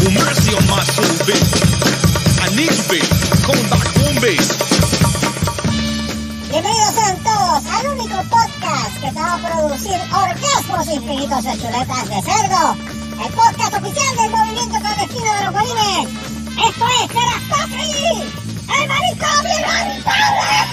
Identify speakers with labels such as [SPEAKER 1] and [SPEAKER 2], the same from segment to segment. [SPEAKER 1] Will mercy on my soul, bitch. I need you, bitch. Coming back home, bitch.
[SPEAKER 2] Bienvenidos sean todos al único podcast que te va a producir orgasmos infinitos de chuletas de cerdo. El podcast oficial del movimiento clandestino de los bolines. Esto es Terastofri. ¡El marico de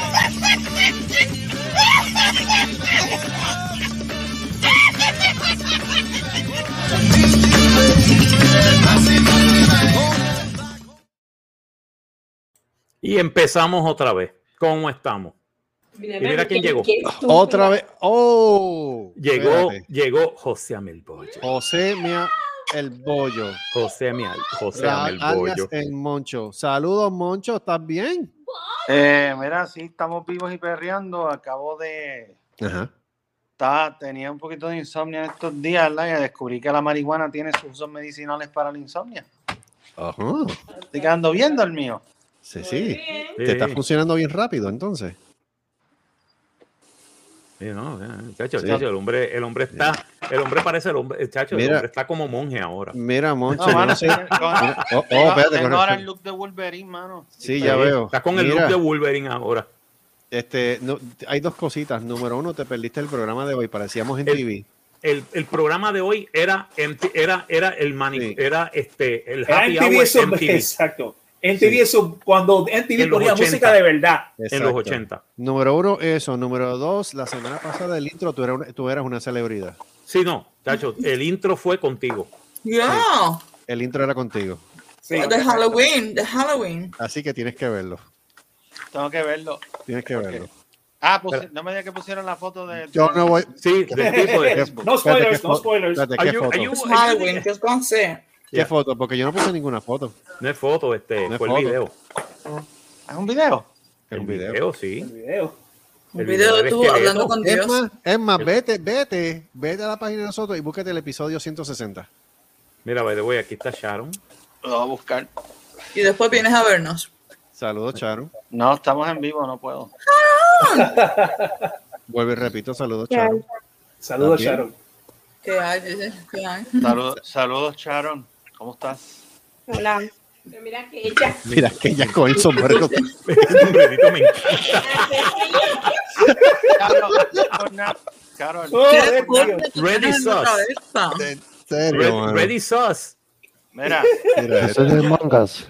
[SPEAKER 3] Y empezamos otra vez. ¿Cómo estamos?
[SPEAKER 4] Mira,
[SPEAKER 3] mira quién llegó.
[SPEAKER 5] Otra vez. ¡Oh!
[SPEAKER 3] Llegó,
[SPEAKER 5] Espérate.
[SPEAKER 3] llegó José Amel Bollo.
[SPEAKER 5] José Mia el Bollo.
[SPEAKER 3] José Amel, José
[SPEAKER 5] Ra-
[SPEAKER 3] Amel
[SPEAKER 5] alias
[SPEAKER 3] Bollo.
[SPEAKER 5] el Moncho. Saludos, Moncho. ¿Estás bien?
[SPEAKER 6] Eh, mira, sí, estamos vivos y perreando. Acabo de.
[SPEAKER 5] Ajá.
[SPEAKER 6] ta- tenía un poquito de insomnio en estos días, ¿verdad? Y descubrí que la marihuana tiene sus usos medicinales para la insomnia.
[SPEAKER 5] Ajá.
[SPEAKER 6] Estoy quedando bien dormido.
[SPEAKER 5] Sí,
[SPEAKER 4] Muy
[SPEAKER 5] sí.
[SPEAKER 4] bien.
[SPEAKER 5] Te está
[SPEAKER 3] Sí,
[SPEAKER 5] funcionando bien rápido, entonces.
[SPEAKER 3] sí, no, sí, chacho,
[SPEAKER 5] Sí.
[SPEAKER 3] chacho, el hombre, el hombre está, el hombre parece el hombre, eh, chacho, el
[SPEAKER 5] Mira.
[SPEAKER 3] hombre está como monje ahora.
[SPEAKER 5] Mira, Moncho.
[SPEAKER 6] No,
[SPEAKER 5] yo
[SPEAKER 6] mano,
[SPEAKER 5] no sé-
[SPEAKER 6] tengo-
[SPEAKER 5] Mira, Oh, oh,
[SPEAKER 6] tengo-
[SPEAKER 5] espérate,
[SPEAKER 6] tengo ahora el
[SPEAKER 5] correcto.
[SPEAKER 6] look de Wolverine, mano.
[SPEAKER 5] Sí, ya veo.
[SPEAKER 3] Está con el
[SPEAKER 5] Mira,
[SPEAKER 3] look de Wolverine ahora.
[SPEAKER 5] Este, no, hay dos cositas. Número uno, te perdiste el programa de hoy. Parecíamos en
[SPEAKER 3] El-
[SPEAKER 5] TV.
[SPEAKER 3] El, el programa de hoy era MT era era el mani-
[SPEAKER 5] Sí.
[SPEAKER 3] era este el
[SPEAKER 7] Era
[SPEAKER 3] happy
[SPEAKER 7] MTV
[SPEAKER 3] hour
[SPEAKER 7] eso,
[SPEAKER 3] MTV
[SPEAKER 7] exacto. MTV
[SPEAKER 5] Sí.
[SPEAKER 7] eso, cuando MTV
[SPEAKER 3] En los
[SPEAKER 7] ponía
[SPEAKER 3] 80.
[SPEAKER 7] música de verdad.
[SPEAKER 3] en los
[SPEAKER 5] Exacto.
[SPEAKER 3] 80.
[SPEAKER 5] Número uno, eso. Número dos, la semana pasada el intro, tú eras una, tú eras una celebridad.
[SPEAKER 3] Sí, no, chacho, el intro fue contigo.
[SPEAKER 4] Yeah.
[SPEAKER 5] El intro era contigo.
[SPEAKER 7] Sí,
[SPEAKER 4] The Halloween, the Halloween.
[SPEAKER 5] Así que tienes que verlo.
[SPEAKER 6] Tengo que verlo.
[SPEAKER 5] Tienes que
[SPEAKER 6] Ok.
[SPEAKER 5] verlo.
[SPEAKER 6] Ah, pusi- no me digas que pusieron la foto de.
[SPEAKER 5] Yo no voy.
[SPEAKER 3] Sí, del tipo de
[SPEAKER 7] No
[SPEAKER 5] Espérate, ¿qué
[SPEAKER 7] spoilers, no
[SPEAKER 5] fo-
[SPEAKER 7] spoilers.
[SPEAKER 5] espérate,
[SPEAKER 3] Are
[SPEAKER 5] ¿qué
[SPEAKER 3] you-
[SPEAKER 5] foto?
[SPEAKER 3] are you-
[SPEAKER 4] It's Halloween, ¿qué es con C?
[SPEAKER 5] ¿Qué
[SPEAKER 3] Yeah.
[SPEAKER 5] foto? Porque yo no puse ninguna foto.
[SPEAKER 3] no es foto, este,
[SPEAKER 5] No es
[SPEAKER 3] fue el
[SPEAKER 5] foto.
[SPEAKER 3] video.
[SPEAKER 6] ¿Es un video?
[SPEAKER 5] Es un video.
[SPEAKER 3] sí.
[SPEAKER 7] El video.
[SPEAKER 4] Un
[SPEAKER 3] El
[SPEAKER 4] video
[SPEAKER 3] video
[SPEAKER 4] de tú
[SPEAKER 3] del
[SPEAKER 4] hablando con
[SPEAKER 5] Es
[SPEAKER 4] Dios.
[SPEAKER 5] más, es más, vete, vete, vete a la página de nosotros y búscate el episodio 160.
[SPEAKER 3] Mira, by the way, aquí está Sharon.
[SPEAKER 6] Lo voy a buscar.
[SPEAKER 4] Y después vienes a vernos.
[SPEAKER 5] Saludos, Charo.
[SPEAKER 6] No, estamos en vivo, no puedo.
[SPEAKER 5] Vuelvo y repito, saludos, Charo.
[SPEAKER 7] Saludos,
[SPEAKER 5] También.
[SPEAKER 7] Sharon.
[SPEAKER 4] ¿Qué hay? dice, ¿Qué hay?
[SPEAKER 6] Saludos, saludos, Sharon. ¿Cómo estás?
[SPEAKER 8] Hola.
[SPEAKER 4] Mira que ella.
[SPEAKER 5] Mira, que ya con el sombrero.
[SPEAKER 3] Ese sombrerito me encanta.
[SPEAKER 6] Carol, Carol, Carol.
[SPEAKER 7] Oh,
[SPEAKER 4] ¿Qué
[SPEAKER 7] Dios mío.
[SPEAKER 4] deporte tú
[SPEAKER 3] Ready
[SPEAKER 4] tienes en la
[SPEAKER 3] sauce.
[SPEAKER 4] cabeza?
[SPEAKER 5] En serio,
[SPEAKER 3] Red-
[SPEAKER 5] mano.
[SPEAKER 3] Ready Sauce.
[SPEAKER 6] Mira,
[SPEAKER 5] Mira,
[SPEAKER 9] Eso es de mangas.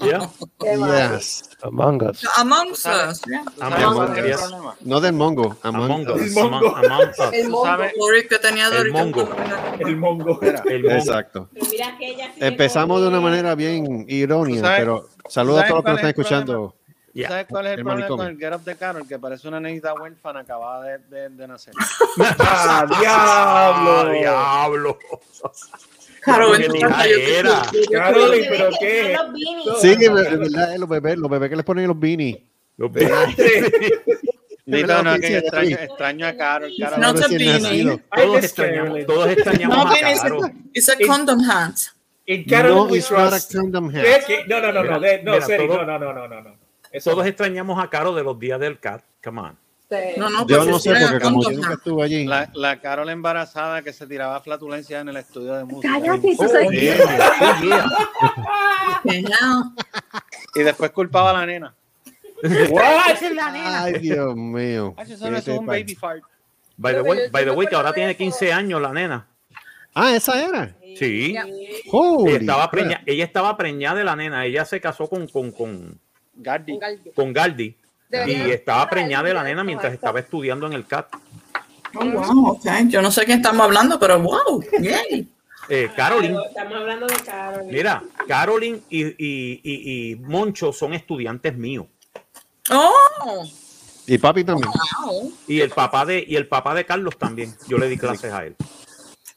[SPEAKER 3] Yeah.
[SPEAKER 5] yes.
[SPEAKER 9] Mangas.
[SPEAKER 4] Among
[SPEAKER 6] Tú sabes-
[SPEAKER 4] Us. yeah.
[SPEAKER 6] ¿tú sabes cuál es el
[SPEAKER 3] Yes.
[SPEAKER 6] problema?
[SPEAKER 5] No del mongo.
[SPEAKER 3] Among
[SPEAKER 5] Among
[SPEAKER 3] Us.
[SPEAKER 5] Us.
[SPEAKER 3] Among,
[SPEAKER 7] mongo.
[SPEAKER 3] Among Us.
[SPEAKER 8] El
[SPEAKER 6] Tú sabes-
[SPEAKER 4] Sorry, que tenía
[SPEAKER 3] El
[SPEAKER 4] Doritos.
[SPEAKER 3] mongo.
[SPEAKER 7] El mongo.
[SPEAKER 3] El mongo.
[SPEAKER 5] Exacto.
[SPEAKER 8] Mira que ella sigue
[SPEAKER 5] Empezamos de una
[SPEAKER 8] con-
[SPEAKER 5] manera bien irónica,
[SPEAKER 6] ¿Tú sabes-
[SPEAKER 5] pero saludos a
[SPEAKER 6] sabes
[SPEAKER 5] todos los que
[SPEAKER 6] cuál
[SPEAKER 5] nos están
[SPEAKER 6] es el
[SPEAKER 5] escuchando.
[SPEAKER 3] Yeah.
[SPEAKER 6] ¿Sabes cuál es el,
[SPEAKER 5] El
[SPEAKER 6] problema
[SPEAKER 5] manicomio.
[SPEAKER 6] con el get up de Carol? Que parece una nenita huérfana acabada de, de- de nacer.
[SPEAKER 7] ¡Ah,
[SPEAKER 3] Ah,
[SPEAKER 7] diablo!
[SPEAKER 3] diablo.
[SPEAKER 4] Halloween,
[SPEAKER 3] Qué
[SPEAKER 4] tú
[SPEAKER 3] linda
[SPEAKER 4] estás ahí, yo
[SPEAKER 3] era.
[SPEAKER 4] te- yo te-
[SPEAKER 7] Carolyn,
[SPEAKER 8] Bebé,
[SPEAKER 7] pero
[SPEAKER 8] que
[SPEAKER 7] qué.
[SPEAKER 8] son los beanies.
[SPEAKER 5] Sí, de verdad, los bebés, los bebés que les ponen los beanies.
[SPEAKER 3] Los besos.
[SPEAKER 6] Nito, no,
[SPEAKER 5] Sí,
[SPEAKER 6] que
[SPEAKER 5] sí,
[SPEAKER 6] yo extraño,
[SPEAKER 5] sí.
[SPEAKER 6] extraño a Carol. Carol.
[SPEAKER 4] No
[SPEAKER 5] Ahora
[SPEAKER 4] se
[SPEAKER 5] sí
[SPEAKER 4] pine.
[SPEAKER 5] es nacido.
[SPEAKER 7] I
[SPEAKER 3] Todos
[SPEAKER 7] miss
[SPEAKER 3] extrañamos,
[SPEAKER 7] Carolyn.
[SPEAKER 3] todos extrañamos
[SPEAKER 4] No,
[SPEAKER 3] a
[SPEAKER 4] tiene ese-
[SPEAKER 3] Carol.
[SPEAKER 4] It's a condom hand.
[SPEAKER 7] En
[SPEAKER 5] No,
[SPEAKER 7] Carol we
[SPEAKER 5] it's not a
[SPEAKER 7] trust.
[SPEAKER 5] condom hat.
[SPEAKER 7] Ve que- No, no, no,
[SPEAKER 3] Mira,
[SPEAKER 7] no. de- No,
[SPEAKER 3] mira,
[SPEAKER 7] serio,
[SPEAKER 3] todo-
[SPEAKER 7] no, no, no, no, no, no. Eso
[SPEAKER 3] Todos extrañamos a Carol de los días del cat. Come on.
[SPEAKER 4] No, no,
[SPEAKER 5] Yo
[SPEAKER 4] pues,
[SPEAKER 5] no
[SPEAKER 4] sí
[SPEAKER 5] sé,
[SPEAKER 4] tiene
[SPEAKER 5] porque como yo
[SPEAKER 4] condom
[SPEAKER 5] nunca
[SPEAKER 4] hand.
[SPEAKER 5] estuve allí.
[SPEAKER 6] La, la Carol embarazada que se tiraba flatulencia en el estudio de música.
[SPEAKER 3] Oh, yeah, oh, yeah.
[SPEAKER 4] Okay, now.
[SPEAKER 6] Y después culpaba a la nena.
[SPEAKER 7] What?
[SPEAKER 5] Ay, Dios mío.
[SPEAKER 6] Ah, eso no es
[SPEAKER 5] ¿Qué te
[SPEAKER 6] un
[SPEAKER 5] pasa?
[SPEAKER 6] baby fart.
[SPEAKER 3] By the
[SPEAKER 8] Pero
[SPEAKER 3] way,
[SPEAKER 8] yo-
[SPEAKER 3] by
[SPEAKER 8] yo
[SPEAKER 3] the
[SPEAKER 8] me
[SPEAKER 3] way, que ahora
[SPEAKER 8] acuerdo
[SPEAKER 3] tiene
[SPEAKER 8] de
[SPEAKER 3] 15 años la nena.
[SPEAKER 5] Ah, esa era.
[SPEAKER 3] Sí.
[SPEAKER 4] Ya.
[SPEAKER 5] Holy
[SPEAKER 3] Ella estaba,
[SPEAKER 5] crap.
[SPEAKER 3] preña, ella estaba preñada de la nena. Ella se casó con, con, con,
[SPEAKER 6] Gardi.
[SPEAKER 3] con Galdi y
[SPEAKER 8] Deberían-
[SPEAKER 3] estaba preñada de la nena mientras estaba estudiando en el CAT.
[SPEAKER 4] Oh, wow, okay. Yo no sé quién estamos hablando, pero wow, yay.
[SPEAKER 3] Eh, Carolyn,
[SPEAKER 8] Estamos hablando de Carol.
[SPEAKER 3] mira, Carolyn y, y- y- y Moncho son estudiantes míos.
[SPEAKER 4] Oh,
[SPEAKER 5] Y papi también.
[SPEAKER 4] wow.
[SPEAKER 3] Y el papá de, y el papá de Carlos también. Yo le di clases a él.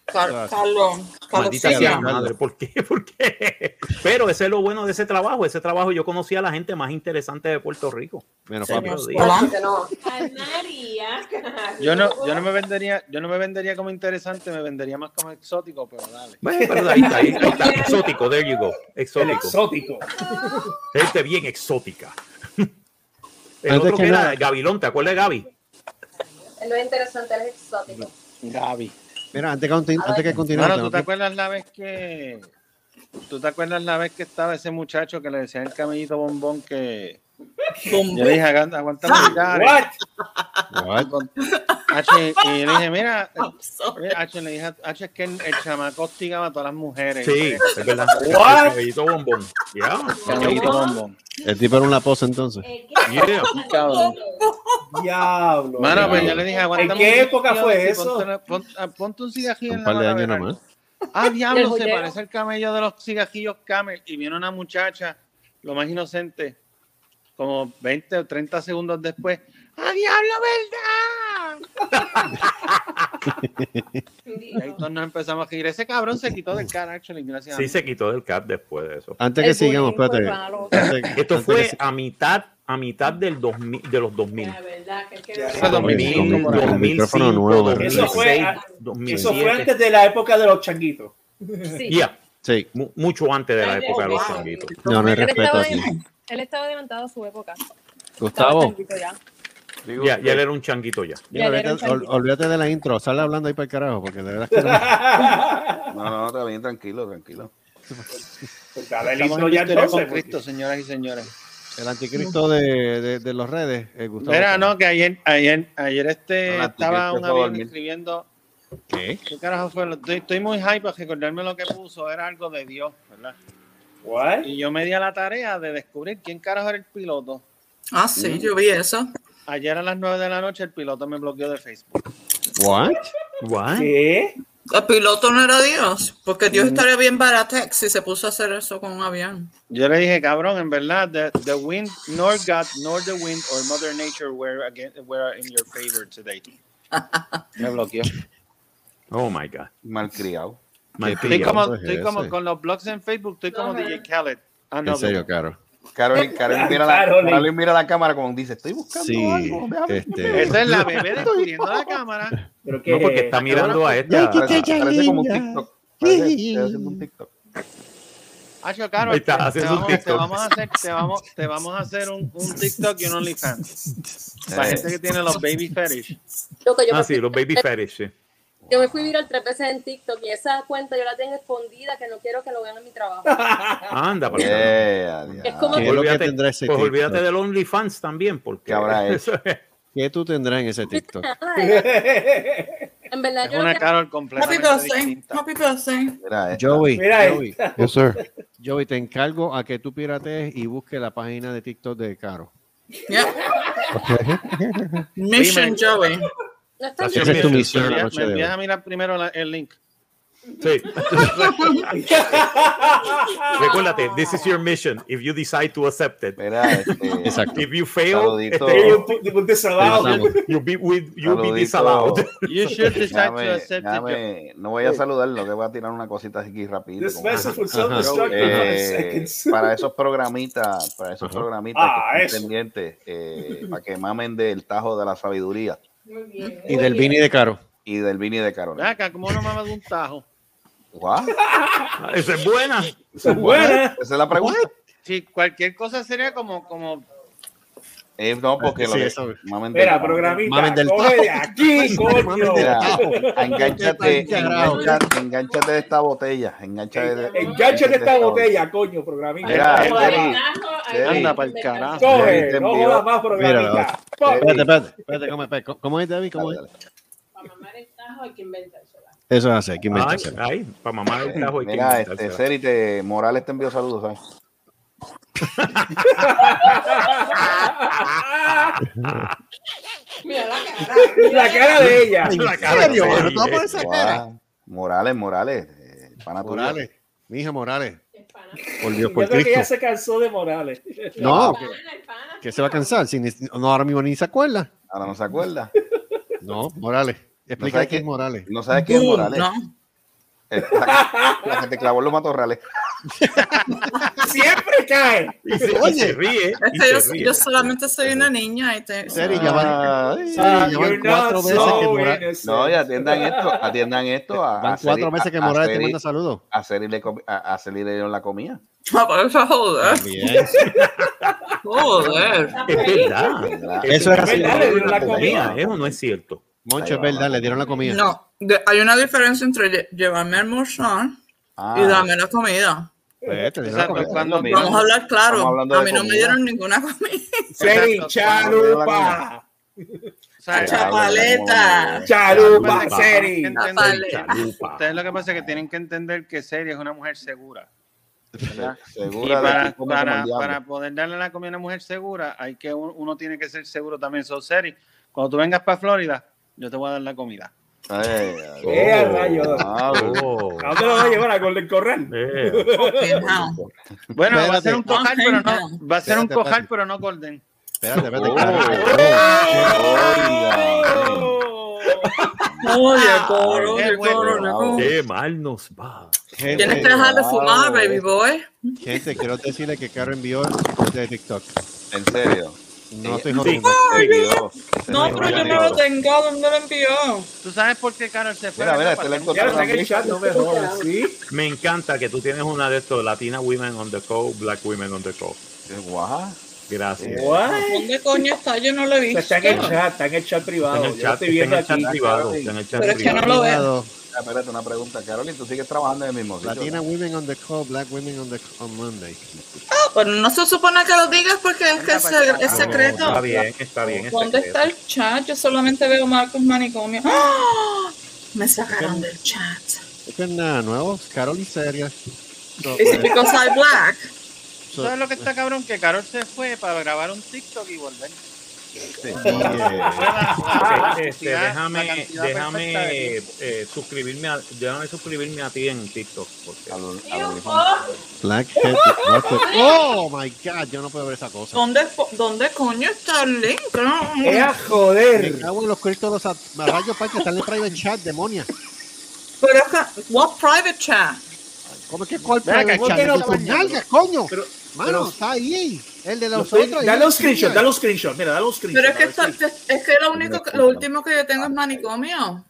[SPEAKER 4] Car- Carlos,
[SPEAKER 3] Maldita
[SPEAKER 5] sí,
[SPEAKER 3] sea
[SPEAKER 4] Carlosilla.
[SPEAKER 5] Carlos.
[SPEAKER 3] madre, ¿por qué? ¿Por qué? Pero ese es lo bueno de ese trabajo. Ese trabajo yo conocí a la gente más interesante de Puerto Rico.
[SPEAKER 5] Menos papi.
[SPEAKER 4] Señor,
[SPEAKER 3] papi.
[SPEAKER 4] hola.
[SPEAKER 8] Ay, María.
[SPEAKER 6] Yo no, yo no me vendería, yo no me vendería como interesante, me vendería más como exótico, pero dale.
[SPEAKER 3] Bueno, pero ahí está, ahí está, ahí está. Exótico, there you go.
[SPEAKER 7] El
[SPEAKER 3] Exótico.
[SPEAKER 7] exótico.
[SPEAKER 3] Gente bien exótica. El
[SPEAKER 5] Antes
[SPEAKER 3] otro
[SPEAKER 5] que
[SPEAKER 3] que era
[SPEAKER 5] nada.
[SPEAKER 3] Gabilón, ¿te acuerdas de Gaby?
[SPEAKER 8] Lo interesante es exótico.
[SPEAKER 6] Gaby.
[SPEAKER 5] Mira, antes que, continu- antes que continúe,
[SPEAKER 6] Bueno,
[SPEAKER 5] tengo
[SPEAKER 6] ¿tú te
[SPEAKER 5] que-
[SPEAKER 6] acuerdas la vez que ¿Tú te acuerdas la vez que estaba ese muchacho que le decía el camellito bombón que yo
[SPEAKER 4] Bombón.
[SPEAKER 6] le dije, aguanta, aguanta los cigarros"?
[SPEAKER 7] What?
[SPEAKER 5] What?
[SPEAKER 6] H, y le dije, mira,
[SPEAKER 4] I'm sorry.
[SPEAKER 6] eh, H, le dije, a- H, es que el, el chamaco hostigaba a todas las mujeres.
[SPEAKER 3] Sí, es verdad.
[SPEAKER 7] What?
[SPEAKER 3] El cabellito bombón. Yeah.
[SPEAKER 6] Pues, Camellito
[SPEAKER 8] Wow.
[SPEAKER 6] bombón.
[SPEAKER 5] El tipo era una posa entonces.
[SPEAKER 8] Eh, ¿qué?
[SPEAKER 3] Yeah.
[SPEAKER 6] Cabrón.
[SPEAKER 7] Diablo.
[SPEAKER 6] Mano, pues
[SPEAKER 7] diablo.
[SPEAKER 6] yo le dije, aguanta.
[SPEAKER 7] ¿En qué
[SPEAKER 6] un
[SPEAKER 7] época fue
[SPEAKER 6] cigarro y
[SPEAKER 7] eso?
[SPEAKER 6] ponte una- pon- ah, Ponte un cigajillo
[SPEAKER 5] Un
[SPEAKER 6] en la
[SPEAKER 5] par de
[SPEAKER 6] mano,
[SPEAKER 5] años nada
[SPEAKER 6] ¿verdad?
[SPEAKER 5] más.
[SPEAKER 6] Ah,
[SPEAKER 8] Del
[SPEAKER 6] diablo, se
[SPEAKER 8] joyero.
[SPEAKER 6] parece el camello de los cigajillos camel. Y viene una muchacha, lo más inocente, como 20 o 30 segundos después. ¡Ah, diablo, verdad! Y ahí todos nos empezamos a reír. Ese cabrón se quitó del cara, actually, gracias
[SPEAKER 3] Sí,
[SPEAKER 6] a
[SPEAKER 3] se quitó del cap después de eso.
[SPEAKER 5] Antes que sigamos, espérate. antes-
[SPEAKER 3] Esto
[SPEAKER 5] Ah, antes que
[SPEAKER 3] fue
[SPEAKER 5] si-
[SPEAKER 3] a mitad, a mitad del 2000, de los 2000.
[SPEAKER 8] La verdad, que es que
[SPEAKER 7] Ya,
[SPEAKER 8] no-
[SPEAKER 7] ya.
[SPEAKER 6] 2000,
[SPEAKER 3] 2000,
[SPEAKER 6] por ahí.
[SPEAKER 3] 2005,
[SPEAKER 5] Micrófono nuevo, ¿verdad?
[SPEAKER 3] 2006,
[SPEAKER 7] Eso fue- Eso fue
[SPEAKER 3] 2007.
[SPEAKER 7] antes de la época de los changuitos.
[SPEAKER 9] Sí.
[SPEAKER 3] Yeah,
[SPEAKER 5] Sí.
[SPEAKER 3] mu- mucho antes de la época de los
[SPEAKER 4] wow.
[SPEAKER 3] changuitos.
[SPEAKER 5] No, no hay respeto aquí.
[SPEAKER 9] Él estaba adelantado a su época. Estaba
[SPEAKER 5] Gustavo,
[SPEAKER 9] changuito ya.
[SPEAKER 3] Ya, ya
[SPEAKER 10] eh,
[SPEAKER 3] él era un changuito ya.
[SPEAKER 5] mira,
[SPEAKER 9] Ya le era
[SPEAKER 5] olvídate,
[SPEAKER 9] un
[SPEAKER 5] ol- olvídate de la intro. Sale hablando ahí para el carajo, porque de verdad que no-
[SPEAKER 10] No, no, está bien, tranquilo, tranquilo.
[SPEAKER 7] Pues dale el
[SPEAKER 6] Estamos
[SPEAKER 7] intro
[SPEAKER 6] en
[SPEAKER 7] ya
[SPEAKER 6] victoria
[SPEAKER 7] entonces. pues,
[SPEAKER 6] con Cristo, señoras y señores.
[SPEAKER 5] el anticristo de, de, de los redes, eh, Gustavo.
[SPEAKER 6] Mira, no, que ayer, ayer, ayer este
[SPEAKER 10] Hola,
[SPEAKER 6] estaba
[SPEAKER 10] Cristo,
[SPEAKER 6] un
[SPEAKER 10] por
[SPEAKER 6] avión
[SPEAKER 10] dormir.
[SPEAKER 6] escribiendo.
[SPEAKER 5] ¿Qué?
[SPEAKER 6] ¿Qué carajo fue? Lo- Estoy, estoy muy hype para recordarme lo que puso. Era algo de Dios, ¿verdad?
[SPEAKER 7] What?
[SPEAKER 6] Y yo me di a la tarea de descubrir quién carajo era el piloto.
[SPEAKER 4] Ah, sí, yo vi eso.
[SPEAKER 6] Ayer a las 9 de la noche el piloto me bloqueó de Facebook.
[SPEAKER 5] What?
[SPEAKER 3] What?
[SPEAKER 7] ¿Qué?
[SPEAKER 4] El piloto no era Dios, porque Dios estaría bien baratex si se puso a hacer eso con un avión.
[SPEAKER 6] Yo le dije, cabrón, en verdad, the, the wind, nor God, nor the wind, or Mother Nature were, again, were in your favor today. Me bloqueó.
[SPEAKER 3] Oh my God.
[SPEAKER 10] Malcriado.
[SPEAKER 6] Estoy
[SPEAKER 3] Malcriado.
[SPEAKER 6] como,
[SPEAKER 5] es
[SPEAKER 6] estoy como
[SPEAKER 5] ese?
[SPEAKER 6] con los blogs en Facebook, estoy como
[SPEAKER 8] Ajá.
[SPEAKER 6] DJ Khaled. Ah, no,
[SPEAKER 5] En serio, caro.
[SPEAKER 10] Carolyn, Carolyn mira, la,
[SPEAKER 7] Carolyn.
[SPEAKER 10] Carolyn mira la cámara como dice, estoy buscando
[SPEAKER 5] Sí.
[SPEAKER 10] algo. déjame
[SPEAKER 5] Este,
[SPEAKER 6] esa es la bebé descubriendo la cámara.
[SPEAKER 7] ¿Pero qué
[SPEAKER 3] No,
[SPEAKER 7] es
[SPEAKER 3] porque
[SPEAKER 7] esto?
[SPEAKER 3] está mirando a esta.
[SPEAKER 10] buscar". Parece, parece como un TikTok. Parece, está haciendo un TikTok.
[SPEAKER 6] Hacho, Caro,
[SPEAKER 3] Ahí
[SPEAKER 6] te,
[SPEAKER 3] está, haces
[SPEAKER 6] te
[SPEAKER 3] un
[SPEAKER 6] vamos, te
[SPEAKER 3] TikTok.
[SPEAKER 6] vamos a hacer, te vamos, te vamos a hacer un, un TikTok y un OnlyFans. Para gente que tiene los baby fetish.
[SPEAKER 8] Loco, yo,
[SPEAKER 3] Ah,
[SPEAKER 8] me
[SPEAKER 3] sí,
[SPEAKER 8] fui,
[SPEAKER 3] los baby fetish. sí.
[SPEAKER 8] yo me fui viral tres veces en TikTok y esa cuenta yo la tengo escondida que no quiero que lo vean en mi trabajo.
[SPEAKER 3] Anda, para allá.
[SPEAKER 10] Yeah,
[SPEAKER 8] Es
[SPEAKER 10] yeah.
[SPEAKER 8] como-
[SPEAKER 5] Eh, ¿Qué es lo que
[SPEAKER 3] Olvídate-
[SPEAKER 5] tendrá ese
[SPEAKER 3] Pues olvídate
[SPEAKER 5] TikTok?
[SPEAKER 3] del OnlyFans también, porque
[SPEAKER 10] ¿Qué habrá hecho?
[SPEAKER 3] eso es-
[SPEAKER 5] ¿Qué tú tendrás en ese TikTok?
[SPEAKER 8] Ay, en verdad,
[SPEAKER 6] Es
[SPEAKER 8] yo no
[SPEAKER 6] una
[SPEAKER 8] quiero
[SPEAKER 6] Carol
[SPEAKER 4] Happy
[SPEAKER 6] completamente
[SPEAKER 4] birthday,
[SPEAKER 6] distinta.
[SPEAKER 4] happy birthday.
[SPEAKER 10] Mira, eh.
[SPEAKER 5] Joey,
[SPEAKER 7] Mira
[SPEAKER 5] Joey,
[SPEAKER 11] Yes, sir.
[SPEAKER 5] Joey, te encargo a que tú piratees y busques la página de TikTok de Caro.
[SPEAKER 4] Yeah. Mission Joey.
[SPEAKER 8] no está
[SPEAKER 3] Así
[SPEAKER 5] Esa es tu
[SPEAKER 3] Sí,
[SPEAKER 5] misión
[SPEAKER 6] Me
[SPEAKER 5] la
[SPEAKER 6] envías-
[SPEAKER 5] noche
[SPEAKER 6] me
[SPEAKER 5] de
[SPEAKER 6] envías a
[SPEAKER 5] hoy.
[SPEAKER 6] mirar primero la- el link.
[SPEAKER 3] sí. Recuérdate, this is your mission. If you decide to accept it,
[SPEAKER 10] Mira, este,
[SPEAKER 5] Exacto.
[SPEAKER 3] if you fail,
[SPEAKER 10] Saludito.
[SPEAKER 3] este,
[SPEAKER 7] Ey, un pu- un desalado.
[SPEAKER 5] Pensamos.
[SPEAKER 3] you'll be with you'll be
[SPEAKER 10] saludito.
[SPEAKER 3] disallowed.
[SPEAKER 6] You should decide
[SPEAKER 10] Déjame-
[SPEAKER 6] to accept it. Joey.
[SPEAKER 10] déjame- no voy a saludarlo, que voy a tirar una cosita aquí rapidito.
[SPEAKER 7] This
[SPEAKER 10] como-
[SPEAKER 7] message will
[SPEAKER 5] Ajá.
[SPEAKER 7] self-destruct in five
[SPEAKER 10] Eh,
[SPEAKER 7] seconds.
[SPEAKER 10] para esos programitas, para esos
[SPEAKER 5] Ajá.
[SPEAKER 10] programitas
[SPEAKER 7] Ah,
[SPEAKER 10] que
[SPEAKER 7] eso.
[SPEAKER 10] estén pendientes, eh, para que mamen del tajo de la sabiduría
[SPEAKER 8] Muy bien.
[SPEAKER 5] Y del Vini de Caro.
[SPEAKER 10] y del vini de
[SPEAKER 6] Ven
[SPEAKER 10] Carolina.
[SPEAKER 6] acá, ¿cómo no mamas de un tajo?
[SPEAKER 10] Guau,
[SPEAKER 3] Esa es buena.
[SPEAKER 10] esa es buena. Esa es la pregunta.
[SPEAKER 6] Si cualquier cosa sería como, como
[SPEAKER 10] Eh, no, porque lo
[SPEAKER 5] Sí,
[SPEAKER 10] que
[SPEAKER 5] eso.
[SPEAKER 10] mamen del
[SPEAKER 7] Mira,
[SPEAKER 5] Mamen
[SPEAKER 10] tajo.
[SPEAKER 7] programita,
[SPEAKER 5] del
[SPEAKER 7] coge de aquí, coño.
[SPEAKER 10] Mira, engánchate,
[SPEAKER 5] Qué tan carajo.
[SPEAKER 10] engánchate, engánchate de esta botella. Engánchate de,
[SPEAKER 7] Enganchate esta botella, coño, programita.
[SPEAKER 10] Mira,
[SPEAKER 8] Como de
[SPEAKER 10] Joey,
[SPEAKER 8] carajo, ahí
[SPEAKER 10] Joey.
[SPEAKER 8] va.
[SPEAKER 6] anda para el carajo.
[SPEAKER 7] Coge, no
[SPEAKER 10] envió.
[SPEAKER 7] jodas más programita.
[SPEAKER 5] Mira,
[SPEAKER 7] Pop.
[SPEAKER 5] Espérate, espérate, espérate, ¿cómo, espérate, ¿cómo- cómo es David? ¿Cómo es?
[SPEAKER 10] Dale, dale.
[SPEAKER 8] Para mamar el tajo hay que inventársela.
[SPEAKER 5] Eso es así, hay que
[SPEAKER 3] Ay,
[SPEAKER 5] inventarse.
[SPEAKER 3] ay, para mamar el tajo y que
[SPEAKER 10] Mira, este,
[SPEAKER 3] inventársela.
[SPEAKER 10] Seri, te- Morales te envió saludos. ¿sabes?
[SPEAKER 8] Mira la cara.
[SPEAKER 7] La cara de ella.
[SPEAKER 3] La cara de
[SPEAKER 5] Pero
[SPEAKER 3] Seri,
[SPEAKER 5] tú vas a poner
[SPEAKER 3] eh.
[SPEAKER 5] esa cara.
[SPEAKER 10] Guau, Morales, Morales. eh, pana tuyo.
[SPEAKER 5] Morales, mi hija Morales,
[SPEAKER 8] El pana.
[SPEAKER 5] por Dios,
[SPEAKER 7] Yo
[SPEAKER 5] por
[SPEAKER 7] creo que ella
[SPEAKER 5] Cristo.
[SPEAKER 7] se cansó de Morales.
[SPEAKER 5] No, que,
[SPEAKER 8] Pana, Ah, el pana.
[SPEAKER 5] que se va a cansar. si ni- no, ahora mismo ni se acuerda.
[SPEAKER 10] Ahora no se acuerda.
[SPEAKER 5] No, Morales. Explica
[SPEAKER 10] sabes
[SPEAKER 5] quién es
[SPEAKER 10] qué?
[SPEAKER 5] Morales.
[SPEAKER 10] No sabes quién es
[SPEAKER 4] Boom,
[SPEAKER 10] Morales.
[SPEAKER 4] ¿no?
[SPEAKER 10] Está- La gente clavó en los matorrales.
[SPEAKER 7] Siempre cae.
[SPEAKER 3] Y se, y
[SPEAKER 5] Oye.
[SPEAKER 3] se ríe.
[SPEAKER 4] Es
[SPEAKER 3] y
[SPEAKER 4] que
[SPEAKER 3] se
[SPEAKER 4] yo,
[SPEAKER 3] ríe.
[SPEAKER 4] yo solamente soy una niña y te-
[SPEAKER 5] Seri, ya van,
[SPEAKER 10] Ay.
[SPEAKER 5] Seri, ya
[SPEAKER 7] Ah,
[SPEAKER 5] van
[SPEAKER 7] you're
[SPEAKER 5] cuatro
[SPEAKER 7] not
[SPEAKER 5] veces que
[SPEAKER 7] so
[SPEAKER 5] Morales.
[SPEAKER 7] innocent.
[SPEAKER 10] No, y atiendan esto, atiendan esto. A,
[SPEAKER 5] Van
[SPEAKER 10] a Seri-
[SPEAKER 5] cuatro veces que
[SPEAKER 10] a- a
[SPEAKER 5] Morales te
[SPEAKER 10] Seri-
[SPEAKER 5] manda saludos.
[SPEAKER 10] A Seri le, com- a, a Seri le dieron la comida.
[SPEAKER 4] Ah, por eso, joder,
[SPEAKER 5] Bien.
[SPEAKER 4] joder.
[SPEAKER 8] Está
[SPEAKER 3] Es
[SPEAKER 8] feliz.
[SPEAKER 3] verdad.
[SPEAKER 5] Eso es así.
[SPEAKER 7] verdad, le dieron la
[SPEAKER 3] comida.
[SPEAKER 7] comida.
[SPEAKER 3] Eso no es cierto.
[SPEAKER 5] Moncho, es verdad, le dieron la comida.
[SPEAKER 4] No, de- hay una diferencia entre lle- llevarme a almorzar
[SPEAKER 10] Ah,
[SPEAKER 4] y darme la comida.
[SPEAKER 5] Pues, te digo,
[SPEAKER 6] Exacto,
[SPEAKER 5] porque-
[SPEAKER 6] cuando-
[SPEAKER 10] Mira,
[SPEAKER 4] Vamos a hablar claro.
[SPEAKER 10] estamos
[SPEAKER 4] A mí
[SPEAKER 10] hablando de
[SPEAKER 4] no me
[SPEAKER 10] comida.
[SPEAKER 4] dieron ninguna comida.
[SPEAKER 7] Seri, chalupa.
[SPEAKER 6] O sea,
[SPEAKER 4] Chacho. Chapaleta.
[SPEAKER 7] Chalupa,
[SPEAKER 6] Chalupa.
[SPEAKER 7] Seri.
[SPEAKER 6] Entender-
[SPEAKER 3] Chalupa.
[SPEAKER 6] Ustedes lo que pasa es que tienen que entender que Seri es una mujer segura. ¿verdad? Y
[SPEAKER 10] Segura de
[SPEAKER 6] para,
[SPEAKER 10] que come
[SPEAKER 6] para-
[SPEAKER 10] como el diablo.
[SPEAKER 6] para poder darle la comida a una mujer segura, hay que uno, uno tiene que ser seguro también. So, Seri, cuando tú vengas para Florida, yo te voy a dar la comida.
[SPEAKER 10] Ay, ay,
[SPEAKER 7] Eh, a rayos.
[SPEAKER 10] diablo.
[SPEAKER 3] Oh,
[SPEAKER 7] ¿A dónde lo vas a llevar? ¿A Golden Corral?
[SPEAKER 3] eh.
[SPEAKER 4] Fucking hell.
[SPEAKER 6] Bueno, va a ser un
[SPEAKER 4] Espérate.
[SPEAKER 6] cojal, pero no,
[SPEAKER 4] Ángel,
[SPEAKER 6] va a ser un
[SPEAKER 5] Espérate,
[SPEAKER 6] cojal,
[SPEAKER 5] espérate.
[SPEAKER 6] pero no golden.
[SPEAKER 5] Espérate, espérate.
[SPEAKER 10] Oh.
[SPEAKER 5] carajo.
[SPEAKER 7] Oh.
[SPEAKER 4] Oye, coro,
[SPEAKER 6] qué
[SPEAKER 4] oye,
[SPEAKER 6] bueno.
[SPEAKER 4] coro,
[SPEAKER 10] Ah,
[SPEAKER 4] no, coro.
[SPEAKER 3] Qué mal nos va.
[SPEAKER 5] Gente,
[SPEAKER 4] Tienes que dejar de
[SPEAKER 10] Ah,
[SPEAKER 4] fumar, baby boy.
[SPEAKER 5] gente, quiero decirle que Karen vio el cuenta de TikTok.
[SPEAKER 10] En serio.
[SPEAKER 5] No estoy
[SPEAKER 10] Sí.
[SPEAKER 5] jodiendo.
[SPEAKER 10] Se vio, se
[SPEAKER 4] No,
[SPEAKER 10] vio,
[SPEAKER 4] pero yo
[SPEAKER 10] se
[SPEAKER 4] no lo
[SPEAKER 10] vio.
[SPEAKER 4] tengo. ¿Dónde lo envió?
[SPEAKER 6] ¿Tú sabes por qué Carol se fue?
[SPEAKER 10] Mira, mira,
[SPEAKER 6] ¿no?
[SPEAKER 10] te la
[SPEAKER 6] Para-
[SPEAKER 7] Ya lo saqué
[SPEAKER 10] encontraron.
[SPEAKER 7] en el chat, no me jodas, ¿sí?
[SPEAKER 3] Me encanta que tú tienes una de estos Latina Women on the Code, Black Women on the Code.
[SPEAKER 10] Guau.
[SPEAKER 3] Gracias.
[SPEAKER 7] What?
[SPEAKER 4] ¿Dónde coño está? Yo no lo he
[SPEAKER 7] O sea, Está
[SPEAKER 4] visto.
[SPEAKER 7] en el chat, está en el
[SPEAKER 3] Está
[SPEAKER 7] chat
[SPEAKER 3] en
[SPEAKER 7] privado.
[SPEAKER 3] el
[SPEAKER 7] Yo lo
[SPEAKER 3] chat,
[SPEAKER 7] estoy
[SPEAKER 3] está en
[SPEAKER 7] viendo
[SPEAKER 3] el chat
[SPEAKER 7] aquí.
[SPEAKER 3] privado. Está en el chat
[SPEAKER 4] Pero es que
[SPEAKER 3] privado.
[SPEAKER 4] no lo veo.
[SPEAKER 10] Ah, Espérate, una pregunta. Carolyn, tú sigues trabajando en el mismo sitio.
[SPEAKER 5] Latina women on the call, black women on the on Monday.
[SPEAKER 4] Ah, Pero no se supone que lo digas porque es que es,
[SPEAKER 10] Ah,
[SPEAKER 4] seg- es secreto.
[SPEAKER 3] Está bien, está bien. es
[SPEAKER 9] ¿Dónde
[SPEAKER 3] secreto.
[SPEAKER 9] está el chat? Yo solamente veo Marcos Manicomio.
[SPEAKER 4] ¡Ah! Me sacaron del chat.
[SPEAKER 5] Es que nada nuevo, Carolyn seria. So,
[SPEAKER 4] Is
[SPEAKER 5] eh,
[SPEAKER 4] it because I'm black?
[SPEAKER 6] ¿Tú
[SPEAKER 5] so-
[SPEAKER 6] sabes lo que está cabrón? Que Carol se fue para grabar un TikTok y volver.
[SPEAKER 5] yeah.
[SPEAKER 3] Ok, este,
[SPEAKER 6] Sí, ah, la
[SPEAKER 3] déjame
[SPEAKER 6] cantidad
[SPEAKER 3] déjame
[SPEAKER 6] perfecta de-
[SPEAKER 3] eh, suscribirme a, déjame suscribirme a ti en TikTok.
[SPEAKER 6] Ah,
[SPEAKER 10] A
[SPEAKER 3] Porque...
[SPEAKER 10] lo- a lo mismo.
[SPEAKER 5] Black head. what the- Oh my god, yo no puedo ver esa cosa.
[SPEAKER 4] ¿Dónde, po- ¿Dónde coño está el link? No.
[SPEAKER 7] ¡Eh, a
[SPEAKER 5] Me
[SPEAKER 7] joder!
[SPEAKER 5] cago en los cristos los at- rayos para que están en el private chat, demonia.
[SPEAKER 4] Pero es que, what private chat?
[SPEAKER 5] ¿Cómo es que cuál
[SPEAKER 6] Ven acá,
[SPEAKER 5] private
[SPEAKER 6] ¿por
[SPEAKER 5] chat?
[SPEAKER 6] qué no
[SPEAKER 5] De tus
[SPEAKER 6] bañas?
[SPEAKER 5] nalgas, coño.
[SPEAKER 7] Pero-
[SPEAKER 5] Mano,
[SPEAKER 7] pero-
[SPEAKER 5] está ahí. El de
[SPEAKER 7] Lo
[SPEAKER 5] los
[SPEAKER 7] estoy-
[SPEAKER 5] otros.
[SPEAKER 7] Dale un screenshot, dale un screenshot. Mira, dale un screenshot.
[SPEAKER 4] Pero es que,
[SPEAKER 7] dale un
[SPEAKER 4] está-
[SPEAKER 7] screenshot.
[SPEAKER 4] es que lo, único que- lo último que yo tengo es manicomio.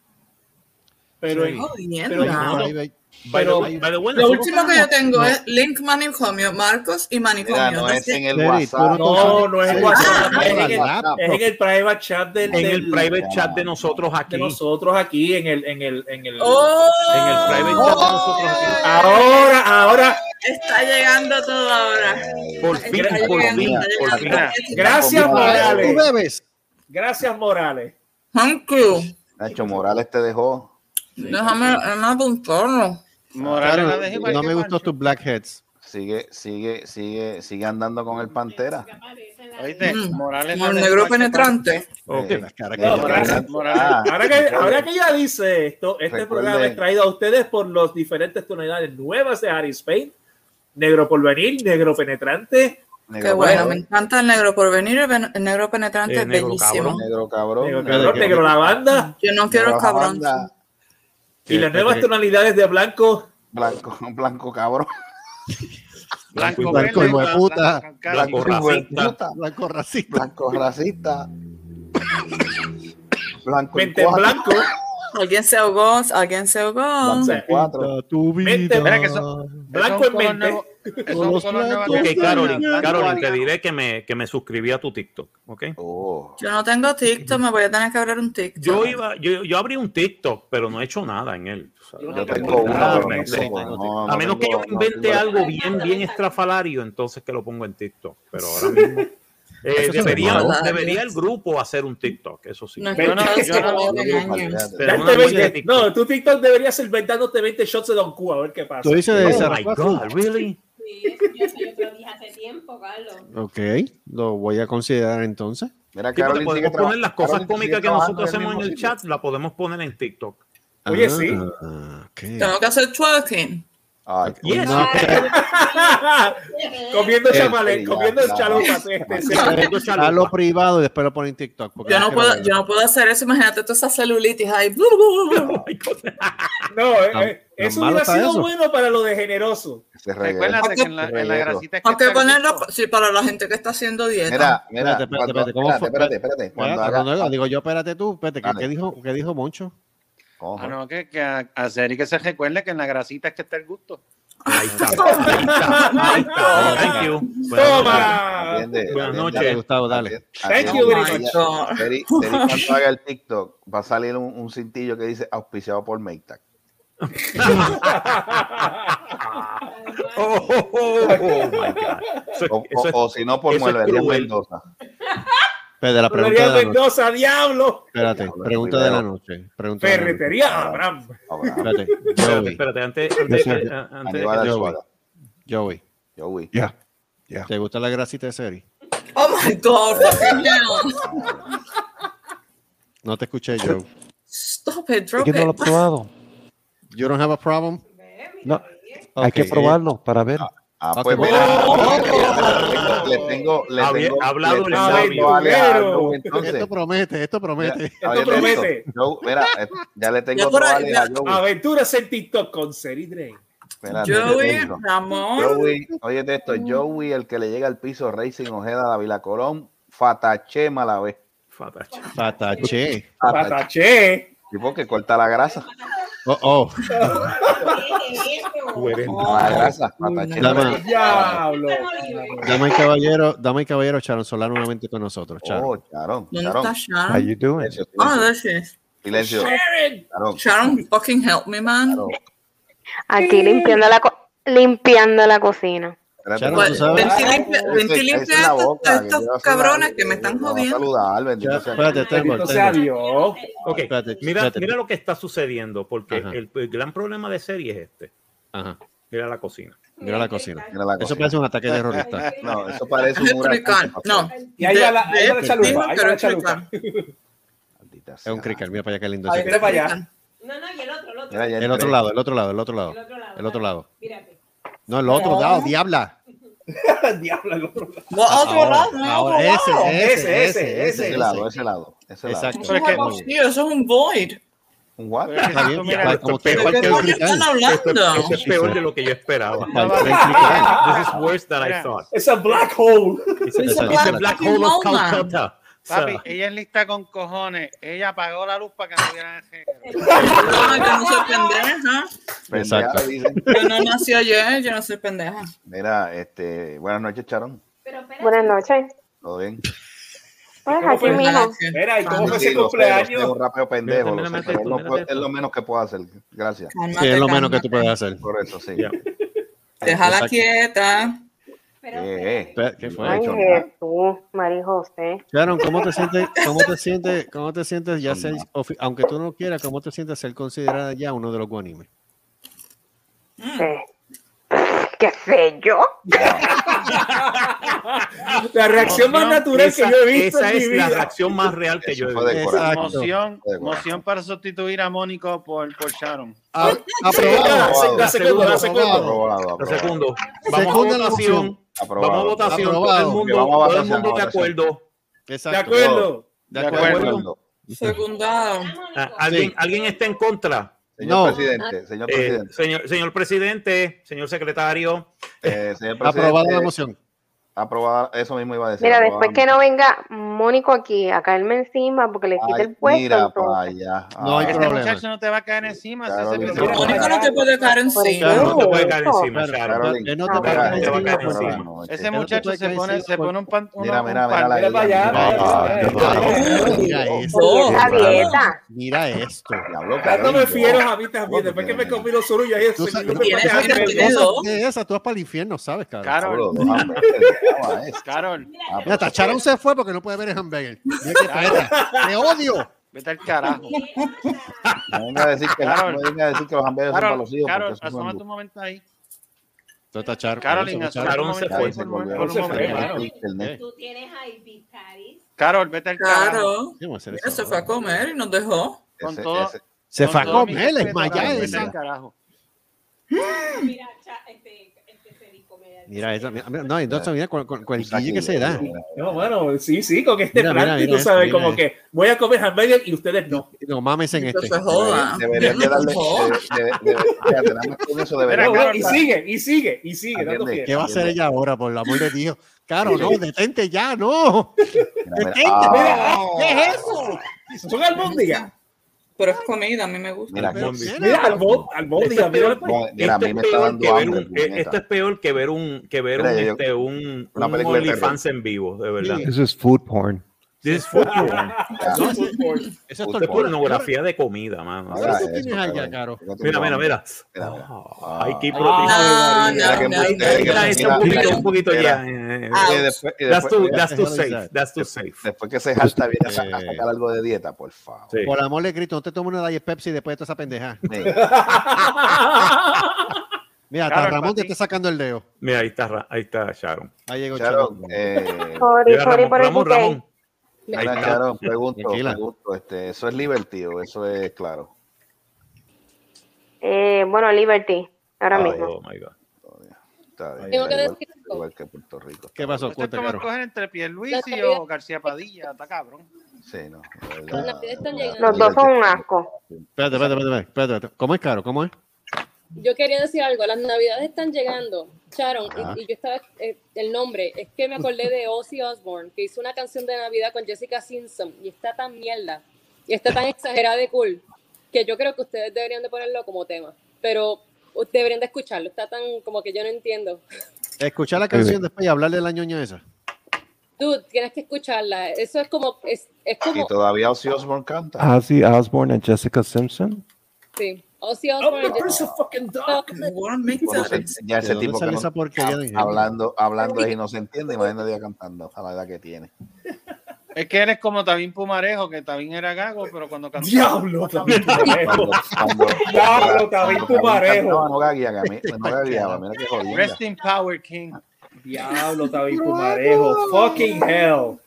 [SPEAKER 7] Pero en- pero-
[SPEAKER 4] Jodienda.
[SPEAKER 7] no.
[SPEAKER 5] Private-
[SPEAKER 3] By the-
[SPEAKER 7] Pero-
[SPEAKER 3] by the way,
[SPEAKER 4] Lo
[SPEAKER 3] nosotros-
[SPEAKER 4] último que yo tengo es link manicomio, Marcos y manicomio.
[SPEAKER 10] Mira, no es en el
[SPEAKER 5] Seri,
[SPEAKER 10] WhatsApp.
[SPEAKER 5] tú
[SPEAKER 7] No, no es en
[SPEAKER 5] Seri,
[SPEAKER 7] WhatsApp,
[SPEAKER 5] tú no
[SPEAKER 7] es en
[SPEAKER 5] hablas
[SPEAKER 7] el-
[SPEAKER 5] laptop.
[SPEAKER 7] es en el private chat del-
[SPEAKER 3] en
[SPEAKER 7] del-
[SPEAKER 3] el
[SPEAKER 6] Ah.
[SPEAKER 3] private chat de nosotros aquí.
[SPEAKER 7] de nosotros aquí, en el, en el, en el.
[SPEAKER 4] Oh,
[SPEAKER 3] En el private chat de nosotros aquí. Ah,
[SPEAKER 7] Ahora, ahora.
[SPEAKER 4] Está llegando todo ahora.
[SPEAKER 3] Por fin,
[SPEAKER 4] Está
[SPEAKER 3] por
[SPEAKER 4] llegando,
[SPEAKER 3] fin,
[SPEAKER 4] está
[SPEAKER 3] por fin.
[SPEAKER 4] llegando.
[SPEAKER 7] Gracias,
[SPEAKER 5] Ah,
[SPEAKER 7] Morales.
[SPEAKER 5] Tú bebes.
[SPEAKER 7] Gracias, Morales.
[SPEAKER 4] Thank you.
[SPEAKER 10] Nacho Morales te dejó.
[SPEAKER 4] Déjame, déjame apuntarlo.
[SPEAKER 6] Morales la
[SPEAKER 5] Claro,
[SPEAKER 6] dejé igual
[SPEAKER 5] no
[SPEAKER 6] que
[SPEAKER 5] me gustó
[SPEAKER 6] Pancho.
[SPEAKER 5] tus blackheads. eh,
[SPEAKER 10] Sigue, sigue, sigue, sigue andando con el Pantera.
[SPEAKER 6] Oíste,
[SPEAKER 4] Mm.
[SPEAKER 6] Morales
[SPEAKER 4] Como
[SPEAKER 6] la
[SPEAKER 4] el
[SPEAKER 6] dejó igual
[SPEAKER 4] negro
[SPEAKER 6] que
[SPEAKER 4] penetrante.
[SPEAKER 3] Ok.
[SPEAKER 5] Eh, las caras que
[SPEAKER 7] No,
[SPEAKER 5] yo-
[SPEAKER 7] Morales.
[SPEAKER 10] Ah,
[SPEAKER 7] Ahora que, ahora que ella dice esto, este
[SPEAKER 10] Recuerde-
[SPEAKER 7] programa es traído a ustedes por las diferentes tonalidades nuevas de Harry Spain. Negro porvenir, negro penetrante,
[SPEAKER 10] negro
[SPEAKER 4] Qué bueno, me
[SPEAKER 10] cabrón,
[SPEAKER 4] encanta el negro por venir. El, ven- el negro penetrante
[SPEAKER 3] Eh,
[SPEAKER 4] es
[SPEAKER 3] negro
[SPEAKER 4] bellísimo.
[SPEAKER 3] cabrón.
[SPEAKER 10] Negro cabrón.
[SPEAKER 7] negro
[SPEAKER 10] negro
[SPEAKER 7] calor,
[SPEAKER 5] que-
[SPEAKER 7] negro lavanda
[SPEAKER 4] Yo no quiero el cabrón.
[SPEAKER 10] banda,
[SPEAKER 7] y las nuevas
[SPEAKER 3] Este,
[SPEAKER 7] tonalidades de blanco.
[SPEAKER 10] Blanco, blanco cabrón.
[SPEAKER 6] Blanco,
[SPEAKER 5] Blanco,
[SPEAKER 6] verde,
[SPEAKER 5] hijo de
[SPEAKER 6] blan-
[SPEAKER 5] puta.
[SPEAKER 6] blanco,
[SPEAKER 3] Blanco,
[SPEAKER 10] Hijo de
[SPEAKER 3] racista.
[SPEAKER 10] puta,
[SPEAKER 5] Blanco racista.
[SPEAKER 10] Blanco racista. Blanco en
[SPEAKER 7] Mente en
[SPEAKER 10] cuatro,
[SPEAKER 7] blanco.
[SPEAKER 4] Alguien se ahogó, alguien se ahogó.
[SPEAKER 10] Blanco en cuatro.
[SPEAKER 5] Tu vida.
[SPEAKER 7] Mente-
[SPEAKER 6] Mira que
[SPEAKER 7] Blanco
[SPEAKER 6] Eso es
[SPEAKER 7] en
[SPEAKER 6] un color
[SPEAKER 7] mente.
[SPEAKER 6] nuevo- eso es un
[SPEAKER 5] Los
[SPEAKER 6] color nuevo
[SPEAKER 5] blancos.
[SPEAKER 6] que-
[SPEAKER 3] Ok, Carolyn,
[SPEAKER 6] Blanco,
[SPEAKER 3] Carolyn, te
[SPEAKER 6] blanco.
[SPEAKER 3] diré que me, que me suscribí a tu TikTok, ¿ok?
[SPEAKER 10] Oh,
[SPEAKER 4] Yo no tengo TikTok, me voy a tener que abrir un TikTok.
[SPEAKER 3] Yo iba, yo, yo abrí un TikTok, pero no he hecho nada en él. o sea,
[SPEAKER 10] yo tengo
[SPEAKER 3] no
[SPEAKER 10] uno,
[SPEAKER 3] nada
[SPEAKER 10] pero no
[SPEAKER 3] en él.
[SPEAKER 10] tengo- no,
[SPEAKER 3] a
[SPEAKER 10] no
[SPEAKER 3] menos que yo
[SPEAKER 10] tengo- no
[SPEAKER 3] invente
[SPEAKER 10] tengo-
[SPEAKER 3] algo bien, bien estrafalario, entonces que lo pongo en TikTok. Pero ahora mismo. eh, debería,
[SPEAKER 4] malo.
[SPEAKER 3] debería el grupo hacer un TikTok, eso sí.
[SPEAKER 4] No es
[SPEAKER 7] Pero no,
[SPEAKER 4] que
[SPEAKER 7] yo no-
[SPEAKER 4] se
[SPEAKER 10] Dios,
[SPEAKER 4] engañen.
[SPEAKER 10] olvídate.
[SPEAKER 3] Pero
[SPEAKER 7] Darte
[SPEAKER 3] una buena
[SPEAKER 7] 20
[SPEAKER 3] TikTok.
[SPEAKER 7] no, tu TikTok debería ser inventándote 20 shots de Don Q, a ver qué pasa.
[SPEAKER 5] Tú dices de
[SPEAKER 3] Oh my
[SPEAKER 5] Zaragoza.
[SPEAKER 3] God, really?
[SPEAKER 9] Sí, yo te lo dije hace tiempo, Carlos.
[SPEAKER 5] Ok, lo voy a considerar entonces.
[SPEAKER 10] Mira,
[SPEAKER 3] Sí, porque
[SPEAKER 10] Carolyn sigue
[SPEAKER 3] podemos poner las
[SPEAKER 10] traba-
[SPEAKER 3] cosas
[SPEAKER 10] Carolyn
[SPEAKER 3] cómicas
[SPEAKER 10] sigue
[SPEAKER 3] que
[SPEAKER 10] trabajando
[SPEAKER 3] nosotros hacemos en
[SPEAKER 10] mismo
[SPEAKER 3] el
[SPEAKER 10] sitio.
[SPEAKER 3] chat, la podemos poner en TikTok.
[SPEAKER 7] Oye, sí.
[SPEAKER 5] Ah, ok.
[SPEAKER 4] Tengo que hacer twerking.
[SPEAKER 10] Ay,
[SPEAKER 3] Yes.
[SPEAKER 5] No,
[SPEAKER 7] comiendo
[SPEAKER 5] Este,
[SPEAKER 7] chamales, comiendo
[SPEAKER 10] ya,
[SPEAKER 7] chalupas. Este, sí.
[SPEAKER 5] a lo privado y después lo ponen en TikTok. porque
[SPEAKER 4] Yo no
[SPEAKER 5] quiero
[SPEAKER 4] puedo,
[SPEAKER 5] verlo.
[SPEAKER 4] yo no puedo hacer eso. Imagínate toda esa celulitis ahí. Blu, blu,
[SPEAKER 7] No,
[SPEAKER 4] blu, blu.
[SPEAKER 7] eh,
[SPEAKER 5] Tan-
[SPEAKER 7] eh,
[SPEAKER 5] tan
[SPEAKER 7] eso
[SPEAKER 5] malo
[SPEAKER 7] hubiera
[SPEAKER 5] está
[SPEAKER 7] sido
[SPEAKER 5] eso.
[SPEAKER 7] bueno para lo de generoso.
[SPEAKER 10] ese reguero.
[SPEAKER 6] Recuérdate que en la, en la grasita es que
[SPEAKER 4] Hay que
[SPEAKER 6] está el
[SPEAKER 4] ponerlo
[SPEAKER 6] gusto.
[SPEAKER 4] sí, para la gente que está haciendo dieta.
[SPEAKER 10] Mira, mira,
[SPEAKER 5] Espérate, espérate,
[SPEAKER 10] cuando-
[SPEAKER 5] espérate, ¿cómo fue?
[SPEAKER 10] espérate, espérate, espérate, cuando
[SPEAKER 5] Espérate,
[SPEAKER 10] haga-
[SPEAKER 5] Ronaldo, digo yo, espérate tú, espérate, ¿qué,
[SPEAKER 10] Dale.
[SPEAKER 5] qué dijo, ¿qué dijo Moncho?
[SPEAKER 10] Ojo.
[SPEAKER 6] Ah, no, que, que a, a Seri que se recuerde que en la grasita es que está el gusto.
[SPEAKER 3] Ahí está. Ahí está. Ahí está. Thank you. Buenas noches.
[SPEAKER 7] ¡Toma!
[SPEAKER 10] Atiende,
[SPEAKER 3] Buenas
[SPEAKER 10] atiende,
[SPEAKER 3] noches.
[SPEAKER 5] Dale, Gustavo, dale.
[SPEAKER 10] atiende,
[SPEAKER 7] Thank
[SPEAKER 10] atiende.
[SPEAKER 7] you very
[SPEAKER 4] my
[SPEAKER 7] much.
[SPEAKER 4] God.
[SPEAKER 10] Seri, Seri, cuando haga el TikTok, va a salir un, un cintillo que dice auspiciado por Maytag.
[SPEAKER 3] Oh, oh, oh, oh, my God. Eso es-
[SPEAKER 10] O,
[SPEAKER 3] eso
[SPEAKER 10] o-
[SPEAKER 3] es-
[SPEAKER 10] o si no, por
[SPEAKER 3] eso es
[SPEAKER 10] Muelería
[SPEAKER 3] cruel.
[SPEAKER 10] Mendoza.
[SPEAKER 5] Pero la pregunta de
[SPEAKER 7] Ferretería
[SPEAKER 5] la noche.
[SPEAKER 7] Mendoza, diablo.
[SPEAKER 5] Espérate, pregunta de la noche. Pregunta de la noche.
[SPEAKER 7] Ferretería Abraham.
[SPEAKER 10] Abraham,
[SPEAKER 5] Espérate,
[SPEAKER 3] Espérate,
[SPEAKER 5] Joey.
[SPEAKER 3] espérate, antes, antes,
[SPEAKER 5] Yo soy-
[SPEAKER 3] eh, antes de
[SPEAKER 10] Aníbal
[SPEAKER 5] yo voy.
[SPEAKER 10] Azuaga,
[SPEAKER 5] Joey.
[SPEAKER 10] Joey.
[SPEAKER 5] Ya. ¿Te gusta la grasita de Seri?
[SPEAKER 4] Oh my God, fucking hell.
[SPEAKER 5] No te escuché, Joe.
[SPEAKER 4] Stop it,
[SPEAKER 11] Es
[SPEAKER 4] drop
[SPEAKER 11] que no lo he
[SPEAKER 4] it.
[SPEAKER 11] probado.
[SPEAKER 5] You don't have a problem?
[SPEAKER 11] No, hay
[SPEAKER 5] Ok,
[SPEAKER 11] que
[SPEAKER 5] eh,
[SPEAKER 11] probarlo para ver.
[SPEAKER 10] Ah,
[SPEAKER 5] Ok,
[SPEAKER 10] pues
[SPEAKER 5] voy.
[SPEAKER 10] mira, le tengo, le
[SPEAKER 3] Había-
[SPEAKER 10] tengo,
[SPEAKER 3] hablado
[SPEAKER 10] le
[SPEAKER 3] el
[SPEAKER 10] tengo
[SPEAKER 7] aventurero.
[SPEAKER 10] a Alejandro, entonces.
[SPEAKER 5] Esto promete, esto promete.
[SPEAKER 10] Oye,
[SPEAKER 7] Esto promete.
[SPEAKER 10] esto, Joe, mira, eh, ya le tengo
[SPEAKER 4] Ya
[SPEAKER 10] otro
[SPEAKER 4] por ahí,
[SPEAKER 10] vale a
[SPEAKER 4] ya.
[SPEAKER 10] Joey.
[SPEAKER 7] Aventuras en TikTok con Seri Drain.
[SPEAKER 10] Espérate,
[SPEAKER 4] Joey,
[SPEAKER 10] tengo.
[SPEAKER 4] Ramón.
[SPEAKER 10] Joey, oye de esto, Joey, el que le llega al piso Racing Ojeda, Dávila Colón, Fatache Malavé.
[SPEAKER 3] Fatal.
[SPEAKER 5] Patache.
[SPEAKER 10] Fatache,
[SPEAKER 7] Pataché.
[SPEAKER 10] tipo que corta la grasa,
[SPEAKER 5] Oh, oh.
[SPEAKER 3] Tú eres-
[SPEAKER 10] la grasa, Fatache.
[SPEAKER 5] Dama,
[SPEAKER 7] Diablo.
[SPEAKER 5] dama y caballero, dama y caballero, Sharon Solar nuevamente con nosotros. Sharon.
[SPEAKER 10] Oh, Charón,
[SPEAKER 4] ¿Dónde está
[SPEAKER 10] Charón.
[SPEAKER 11] How
[SPEAKER 4] Sharon?
[SPEAKER 11] you doing?
[SPEAKER 10] Silencio,
[SPEAKER 4] Oh,
[SPEAKER 10] silencio,
[SPEAKER 4] there she is.
[SPEAKER 10] silencio,
[SPEAKER 7] Sharon.
[SPEAKER 10] Charón,
[SPEAKER 4] Sharon, fucking help me, man.
[SPEAKER 10] Charón.
[SPEAKER 12] Aquí limpiando la, co- limpiando la cocina.
[SPEAKER 10] Espérate,
[SPEAKER 5] Sharon,
[SPEAKER 10] espérate.
[SPEAKER 5] tú sabes-
[SPEAKER 4] Pues, vente y limpia-
[SPEAKER 10] Esa-
[SPEAKER 4] vente y
[SPEAKER 10] esa
[SPEAKER 4] limpia
[SPEAKER 10] es la
[SPEAKER 4] estos-
[SPEAKER 10] boca, que
[SPEAKER 4] estos
[SPEAKER 10] yo la
[SPEAKER 4] cabrones
[SPEAKER 10] saludé,
[SPEAKER 4] que me están
[SPEAKER 10] vamos a
[SPEAKER 4] jodiendo.
[SPEAKER 10] saludar, bendito
[SPEAKER 5] Ya,
[SPEAKER 10] sea.
[SPEAKER 5] espérate,
[SPEAKER 7] Bendito
[SPEAKER 5] Tembol,
[SPEAKER 7] sea
[SPEAKER 5] Tembol.
[SPEAKER 7] Dios.
[SPEAKER 3] Ok,
[SPEAKER 5] Espérate,
[SPEAKER 3] mira,
[SPEAKER 5] espérate.
[SPEAKER 3] mira lo que está sucediendo, porque
[SPEAKER 5] Ajá.
[SPEAKER 3] el, el gran problema de serie es este.
[SPEAKER 5] Ajá,
[SPEAKER 3] Mira la cocina.
[SPEAKER 5] mira la cocina.
[SPEAKER 10] Mira la
[SPEAKER 5] Eso
[SPEAKER 10] cocina.
[SPEAKER 5] parece un ataque terrorista.
[SPEAKER 10] No, eso parece un
[SPEAKER 4] Déjame explicar.
[SPEAKER 10] huracán.
[SPEAKER 4] No.
[SPEAKER 7] Y ahí va la- ahí va la
[SPEAKER 4] Déjame
[SPEAKER 7] chalupa,
[SPEAKER 4] explicar,
[SPEAKER 7] ahí va
[SPEAKER 4] quiero
[SPEAKER 7] la chalupa.
[SPEAKER 4] explicar.
[SPEAKER 10] Maldita
[SPEAKER 5] Es un
[SPEAKER 10] sea.
[SPEAKER 5] cricket, mira para allá qué lindo.
[SPEAKER 7] Ahí
[SPEAKER 5] ese
[SPEAKER 7] está
[SPEAKER 5] cricket.
[SPEAKER 7] para allá.
[SPEAKER 9] No, no, y el otro, el otro.
[SPEAKER 10] Mira, ya
[SPEAKER 5] El
[SPEAKER 10] entré.
[SPEAKER 5] otro lado, el otro lado, el otro lado.
[SPEAKER 9] El otro lado.
[SPEAKER 5] El otro lado.
[SPEAKER 9] Mírate.
[SPEAKER 5] No, el otro lado, diabla.
[SPEAKER 7] Diablo, el otro lado.
[SPEAKER 4] Bueno, otro
[SPEAKER 5] Ahora,
[SPEAKER 4] lado, no,
[SPEAKER 5] ahora,
[SPEAKER 4] otro
[SPEAKER 5] ese,
[SPEAKER 4] lado.
[SPEAKER 5] ese, ese, ese,
[SPEAKER 10] Ese lado, ese lado. Ese lado.
[SPEAKER 5] Exacto.
[SPEAKER 4] Eso es algo vacío, Eso es un void.
[SPEAKER 10] ¿Un what?
[SPEAKER 5] Está bien,
[SPEAKER 6] Mira,
[SPEAKER 5] está
[SPEAKER 3] esto
[SPEAKER 5] como
[SPEAKER 3] es peor
[SPEAKER 5] quiera,
[SPEAKER 4] ¿Qué
[SPEAKER 3] que
[SPEAKER 5] es
[SPEAKER 4] coño
[SPEAKER 5] un
[SPEAKER 4] están
[SPEAKER 5] cricket.
[SPEAKER 7] Oh,
[SPEAKER 4] hablando?
[SPEAKER 3] Eso es peor de lo que yo esperaba.
[SPEAKER 5] Está bien,
[SPEAKER 3] This
[SPEAKER 5] está bien, cricket.
[SPEAKER 3] is worse than I thought.
[SPEAKER 7] Es un black hole.
[SPEAKER 3] It's, it's
[SPEAKER 5] a
[SPEAKER 3] the black hole of
[SPEAKER 4] hole, man.
[SPEAKER 3] Calcutta. So,
[SPEAKER 6] Papi, ella es lista con cojones. Ella apagó la luz para que no vieran ese.
[SPEAKER 4] Ay, yo no soy pendeja.
[SPEAKER 10] Pendeja,
[SPEAKER 5] Exacto.
[SPEAKER 10] dicen.
[SPEAKER 4] Yo no nací ayer, yo no soy pendeja.
[SPEAKER 10] Mira, este, buenas noches, Charón.
[SPEAKER 9] Pero espérate.
[SPEAKER 12] Buenas noches.
[SPEAKER 10] ¿Todo bien?
[SPEAKER 12] Pues
[SPEAKER 7] ¿Cómo
[SPEAKER 12] aquí
[SPEAKER 7] fue?
[SPEAKER 12] mismo.
[SPEAKER 7] Mira, ¿y cómo fue ese
[SPEAKER 10] Sí, lo sé, lo sé,
[SPEAKER 7] cumpleaños?
[SPEAKER 10] un rapeo pendejo.
[SPEAKER 3] Mírate,
[SPEAKER 10] lo sé,
[SPEAKER 3] mírate
[SPEAKER 10] pero
[SPEAKER 3] tú,
[SPEAKER 10] no
[SPEAKER 3] mírate
[SPEAKER 10] puedo-
[SPEAKER 3] tú.
[SPEAKER 10] es lo menos que puedo hacer. Gracias.
[SPEAKER 5] Sí, es lo menos que tú puedes hacer.
[SPEAKER 10] Por eso, sí.
[SPEAKER 3] Ya.
[SPEAKER 4] Déjala
[SPEAKER 5] Exacto.
[SPEAKER 4] quieta.
[SPEAKER 9] Pero
[SPEAKER 10] Eh, eh.
[SPEAKER 5] Espera, ¿Qué
[SPEAKER 10] Ay,
[SPEAKER 5] fue?
[SPEAKER 12] Ay,
[SPEAKER 10] John.
[SPEAKER 12] Jesús, María José.
[SPEAKER 5] Sharon, ¿cómo te sientes? ¿Cómo te sientes? ¿Cómo te sientes ya ser, ofi- aunque tú no quieras, cómo te sientes ser considerada ya uno de los guanimes?
[SPEAKER 12] Sí. ¿Qué sé yo?
[SPEAKER 7] La reacción más natural
[SPEAKER 3] esa,
[SPEAKER 7] que yo he visto
[SPEAKER 3] Esa
[SPEAKER 7] en mi
[SPEAKER 3] es la
[SPEAKER 7] vida.
[SPEAKER 3] reacción más real que yo
[SPEAKER 10] Eso
[SPEAKER 3] he
[SPEAKER 10] fue
[SPEAKER 3] visto.
[SPEAKER 10] de corazón.
[SPEAKER 6] Moción,
[SPEAKER 10] De corazón.
[SPEAKER 6] moción para sustituir a Mónico por, por Sharon.
[SPEAKER 7] Ah,
[SPEAKER 3] Ah,
[SPEAKER 10] Aprobado,
[SPEAKER 7] La segunda, la segunda.
[SPEAKER 10] aprobado,
[SPEAKER 3] Lo
[SPEAKER 10] aprobado,
[SPEAKER 3] segundo, vamos a
[SPEAKER 5] Segunda la
[SPEAKER 3] votación.
[SPEAKER 5] moción.
[SPEAKER 10] aprobado.
[SPEAKER 3] Vamos a votación. Todo el
[SPEAKER 5] Aprobado.
[SPEAKER 3] mundo,
[SPEAKER 10] Vamos a
[SPEAKER 3] todo el
[SPEAKER 10] votación,
[SPEAKER 3] mundo de
[SPEAKER 10] vamos a votación.
[SPEAKER 3] acuerdo.
[SPEAKER 7] De
[SPEAKER 5] Exacto.
[SPEAKER 7] acuerdo.
[SPEAKER 5] De
[SPEAKER 6] De
[SPEAKER 5] acuerdo.
[SPEAKER 3] acuerdo.
[SPEAKER 4] Secundado.
[SPEAKER 3] Ah, ¿Alguien,
[SPEAKER 5] Sí.
[SPEAKER 3] ¿Alguien está en contra?
[SPEAKER 10] Señor
[SPEAKER 5] No.
[SPEAKER 10] presidente, señor
[SPEAKER 3] Eh,
[SPEAKER 10] presidente,
[SPEAKER 3] señor, señor presidente, señor secretario,
[SPEAKER 10] eh, señor presidente.
[SPEAKER 5] Aprobada la moción.
[SPEAKER 10] aprobada, eso mismo iba a decir.
[SPEAKER 12] Mira,
[SPEAKER 10] aprobada
[SPEAKER 12] después
[SPEAKER 10] la
[SPEAKER 12] que no venga Mónico aquí a caerme encima porque le quita
[SPEAKER 10] Ay,
[SPEAKER 12] el puesto.
[SPEAKER 10] Mira, para
[SPEAKER 12] entonces.
[SPEAKER 10] allá.
[SPEAKER 5] No hay
[SPEAKER 10] Ay,
[SPEAKER 6] Este
[SPEAKER 5] problema.
[SPEAKER 6] muchacho no te va a caer encima.
[SPEAKER 10] Claro,
[SPEAKER 6] se hace
[SPEAKER 10] dice,
[SPEAKER 6] pendejo.
[SPEAKER 4] Mónico no te puede caer encima.
[SPEAKER 5] Claro.
[SPEAKER 3] no te puede caer
[SPEAKER 12] eso.
[SPEAKER 3] encima,
[SPEAKER 5] Claro,
[SPEAKER 3] Sharon.
[SPEAKER 10] Carolyn,
[SPEAKER 5] Que no
[SPEAKER 12] Ah,
[SPEAKER 5] te
[SPEAKER 12] claro,
[SPEAKER 5] pongas
[SPEAKER 3] te va a caer
[SPEAKER 5] encima.
[SPEAKER 3] encima.
[SPEAKER 6] Ese
[SPEAKER 5] no te
[SPEAKER 6] muchacho
[SPEAKER 5] puede
[SPEAKER 6] se
[SPEAKER 5] caer
[SPEAKER 6] pone,
[SPEAKER 5] encima
[SPEAKER 6] se
[SPEAKER 5] por-
[SPEAKER 6] pone un pan,
[SPEAKER 10] Mira,
[SPEAKER 6] uno-
[SPEAKER 10] mira,
[SPEAKER 6] un
[SPEAKER 10] mira la
[SPEAKER 7] Mira
[SPEAKER 10] isla.
[SPEAKER 7] para allá,
[SPEAKER 10] Mira,
[SPEAKER 7] mira,
[SPEAKER 10] mira,
[SPEAKER 7] mira.
[SPEAKER 5] Mira esto.
[SPEAKER 4] Oh,
[SPEAKER 12] Esa
[SPEAKER 10] Claro.
[SPEAKER 12] dieta.
[SPEAKER 5] Mira esto.
[SPEAKER 10] Diablo,
[SPEAKER 7] Dándome
[SPEAKER 10] Carolyn,
[SPEAKER 7] fieros
[SPEAKER 10] yo-
[SPEAKER 7] a mí
[SPEAKER 10] No,
[SPEAKER 7] también. Después que
[SPEAKER 10] porque-
[SPEAKER 7] me comí los surullos ahí,
[SPEAKER 5] Tú sabes-
[SPEAKER 7] no
[SPEAKER 5] tú
[SPEAKER 7] me
[SPEAKER 4] tienes
[SPEAKER 7] dejaste
[SPEAKER 4] fieras
[SPEAKER 7] ver.
[SPEAKER 4] de-
[SPEAKER 5] Cosas de esas, tú vas para el infierno, ¿sabes, cara?
[SPEAKER 10] Pablo,
[SPEAKER 6] Carol,
[SPEAKER 10] déjame ver, déjame ver.
[SPEAKER 6] Carol,
[SPEAKER 10] Ah,
[SPEAKER 5] Mira, hasta pues, Sharon se fue porque no puede ver el hamburger. Mira qué perra. ¡Te odio!
[SPEAKER 6] vete al carajo.
[SPEAKER 10] No venga a decir que,
[SPEAKER 6] Carol.
[SPEAKER 10] no venga a decir que los hamburguesas son para
[SPEAKER 6] Carol,
[SPEAKER 10] los hijos.
[SPEAKER 6] Carol,
[SPEAKER 10] porque eso es un
[SPEAKER 6] asómate un momento ahí.
[SPEAKER 5] Tú estás Char-
[SPEAKER 6] Carolyn,
[SPEAKER 5] Charon se fue.
[SPEAKER 3] Carol se
[SPEAKER 6] asómate un momento
[SPEAKER 3] fue,
[SPEAKER 6] ahí
[SPEAKER 3] se
[SPEAKER 6] por un
[SPEAKER 10] volvió.
[SPEAKER 6] por un
[SPEAKER 7] Se fue,
[SPEAKER 6] momento.
[SPEAKER 7] mano.
[SPEAKER 10] Internet.
[SPEAKER 9] Tú tienes ahí caries.
[SPEAKER 6] Carol, vete al carajo.
[SPEAKER 4] Claro.
[SPEAKER 5] ¿Qué vamos a hacer
[SPEAKER 4] Mira, se
[SPEAKER 5] eso?
[SPEAKER 4] fue a comer y nos dejó.
[SPEAKER 6] Con
[SPEAKER 10] Ese-
[SPEAKER 6] todo-
[SPEAKER 10] ese-
[SPEAKER 5] Se
[SPEAKER 6] Con
[SPEAKER 5] fue a
[SPEAKER 6] todo mi
[SPEAKER 5] comer, es
[SPEAKER 6] respeto, Carol,
[SPEAKER 5] Maya
[SPEAKER 6] vete al
[SPEAKER 5] esa.
[SPEAKER 6] carajo.
[SPEAKER 9] Mira, cha- este, este se dijo, mira,
[SPEAKER 5] Mira esa. mira, mira, No, entonces mira con, con- con el guille que se da.
[SPEAKER 7] No, bueno, sí, sí, con este
[SPEAKER 5] Mira,
[SPEAKER 7] plan,
[SPEAKER 5] mira,
[SPEAKER 7] y tú
[SPEAKER 5] mira
[SPEAKER 7] sabes,
[SPEAKER 5] esto, mira
[SPEAKER 7] como que voy a comer hamburger y ustedes no.
[SPEAKER 5] No mames en este.
[SPEAKER 4] Entonces joda.
[SPEAKER 10] Deberían de darle. de- de- de- fíjate, nada más con eso deberían
[SPEAKER 7] Pero,
[SPEAKER 6] Mira,
[SPEAKER 10] de-
[SPEAKER 7] bueno, y sigue, y sigue, y sigue, dando
[SPEAKER 10] Atiende.
[SPEAKER 5] ¿Qué
[SPEAKER 7] fiesta.
[SPEAKER 5] va a hacer ella ahora, por el amor de Dios? Caro, no, detente ya, no.
[SPEAKER 10] Mira, mira,
[SPEAKER 5] Detente,
[SPEAKER 10] ah,
[SPEAKER 5] mira. ¿Qué es eso?
[SPEAKER 7] Son albóndigas.
[SPEAKER 4] Pero es comida, a mí me gusta.
[SPEAKER 10] Mira,
[SPEAKER 5] Pero,
[SPEAKER 3] Mondi.
[SPEAKER 5] nena,
[SPEAKER 7] Mira, albó-
[SPEAKER 3] Esto
[SPEAKER 7] albóndigas,
[SPEAKER 3] es
[SPEAKER 7] mira.
[SPEAKER 3] peor,
[SPEAKER 10] no, mira, a
[SPEAKER 3] esto
[SPEAKER 10] mí
[SPEAKER 3] es
[SPEAKER 10] me está
[SPEAKER 3] peor que
[SPEAKER 10] dando
[SPEAKER 3] ver un,
[SPEAKER 10] hambre.
[SPEAKER 3] eh, esto
[SPEAKER 10] puñeta.
[SPEAKER 3] es peor que ver un, que ver un,
[SPEAKER 10] Mira, yo-
[SPEAKER 3] este, un,
[SPEAKER 10] una
[SPEAKER 3] un
[SPEAKER 10] película de
[SPEAKER 3] OnlyFans en vivo, de verdad.
[SPEAKER 11] This is food porn.
[SPEAKER 3] This food porn.
[SPEAKER 5] Eso es- eso es
[SPEAKER 3] Usted
[SPEAKER 5] tortura.
[SPEAKER 3] pornografía de comida, mano.
[SPEAKER 5] Ahora Eso eso, tienes allá, cabrón. Caro.
[SPEAKER 3] Mira, mira, mira.
[SPEAKER 10] Mira,
[SPEAKER 3] mira. Ay, qué
[SPEAKER 10] Ah,
[SPEAKER 3] proteína.
[SPEAKER 10] no, Mira, no, que no, embustero, no, que
[SPEAKER 3] Mira, ese un
[SPEAKER 10] mira,
[SPEAKER 3] poquito,
[SPEAKER 10] mira.
[SPEAKER 3] un poquito ya.
[SPEAKER 10] Mira.
[SPEAKER 3] eh,
[SPEAKER 10] Y después- y
[SPEAKER 3] That's too,
[SPEAKER 10] después-
[SPEAKER 3] that's too
[SPEAKER 10] Déjalo
[SPEAKER 3] safe.
[SPEAKER 10] guisar.
[SPEAKER 3] That's too safe.
[SPEAKER 10] Después que se jalta viene a, sa- a
[SPEAKER 3] Eh.
[SPEAKER 10] sacar algo de dieta, por favor.
[SPEAKER 5] Por amor le grito, no te tomes una Diet Pepsi después de toda esa pendeja. Mira, hasta
[SPEAKER 3] Claro,
[SPEAKER 5] Ramón te está sacando el dedo.
[SPEAKER 3] Mira, ahí está, Ra- ahí está Sharon.
[SPEAKER 5] Ahí llegó
[SPEAKER 10] Sharon,
[SPEAKER 5] Sharon.
[SPEAKER 10] eh,
[SPEAKER 12] Sorry,
[SPEAKER 3] Mira,
[SPEAKER 12] sorry
[SPEAKER 3] Ramón,
[SPEAKER 12] por el
[SPEAKER 3] Ramón,
[SPEAKER 12] bouquet.
[SPEAKER 3] Ramón. Ahí
[SPEAKER 10] mira,
[SPEAKER 3] está.
[SPEAKER 10] Sharon, pregunto,
[SPEAKER 3] Tranquila.
[SPEAKER 10] pregunto, este, eso es libertido, eso es claro.
[SPEAKER 12] Eh, bueno, Liberty, ahora
[SPEAKER 10] Ay,
[SPEAKER 12] mismo.
[SPEAKER 3] Oh my God.
[SPEAKER 10] Está bien,
[SPEAKER 12] Tengo
[SPEAKER 10] está
[SPEAKER 12] que
[SPEAKER 10] igual,
[SPEAKER 12] decir
[SPEAKER 10] igual que Puerto Rico.
[SPEAKER 5] ¿Qué pasó? Cuenta,
[SPEAKER 6] Vamos a
[SPEAKER 5] Caro.
[SPEAKER 6] escoger entre Pierluisi
[SPEAKER 8] La-
[SPEAKER 6] o García Padilla, está cabrón.
[SPEAKER 10] Sí, no.
[SPEAKER 8] Las vidas están
[SPEAKER 12] Los
[SPEAKER 8] llegando.
[SPEAKER 12] dos son un asco.
[SPEAKER 5] Espérate, espérate, espérate, espérate, espérate. ¿Cómo es caro? ¿Cómo es?
[SPEAKER 8] Yo quería decir algo, las navidades están llegando, Sharon, y-
[SPEAKER 5] Ah.
[SPEAKER 8] y, yo estaba, eh, el nombre, es que me acordé de Ozzy Osbourne, que hizo una canción de Navidad con Jessica Simpson, y está tan mierda, y está tan exagerada de cool, que yo creo que ustedes deberían de ponerlo como tema, pero u- deberían de escucharlo, está tan como que yo no entiendo.
[SPEAKER 5] Escuchar la
[SPEAKER 11] Muy
[SPEAKER 5] canción
[SPEAKER 11] bien.
[SPEAKER 5] después y hablarle de la ñoña esa.
[SPEAKER 8] Dude, tienes que escucharla, eso es como, es, es
[SPEAKER 10] Y
[SPEAKER 8] como,
[SPEAKER 10] todavía Ozzy Osbourne canta.
[SPEAKER 11] Ozzy Osbourne and Jessica Simpson.
[SPEAKER 8] sí, Ozzy Osbourne.
[SPEAKER 7] the prince of fucking dark.
[SPEAKER 10] Bueno, se- ya
[SPEAKER 5] ¿De
[SPEAKER 10] ese
[SPEAKER 5] dónde
[SPEAKER 10] tipo que
[SPEAKER 5] sale
[SPEAKER 10] no-
[SPEAKER 5] esa porquería de
[SPEAKER 10] hab- hablando, hablando ahí no se entiende, imagínate ya cantando a la edad que tiene.
[SPEAKER 6] Es que eres como Tabín Pumarejo, que Tabín era gago, pero cuando cantó.
[SPEAKER 7] Diablo, Tabín Pumarejo.
[SPEAKER 10] Cuando-
[SPEAKER 7] Diablo, David
[SPEAKER 10] cuando
[SPEAKER 7] Pumarejo.
[SPEAKER 10] cantaba, No gagueaba, mi- no gagueaba, mira qué jodida.
[SPEAKER 6] Rest in Power King.
[SPEAKER 7] Diablo, David Pumarejo. Fucking hell.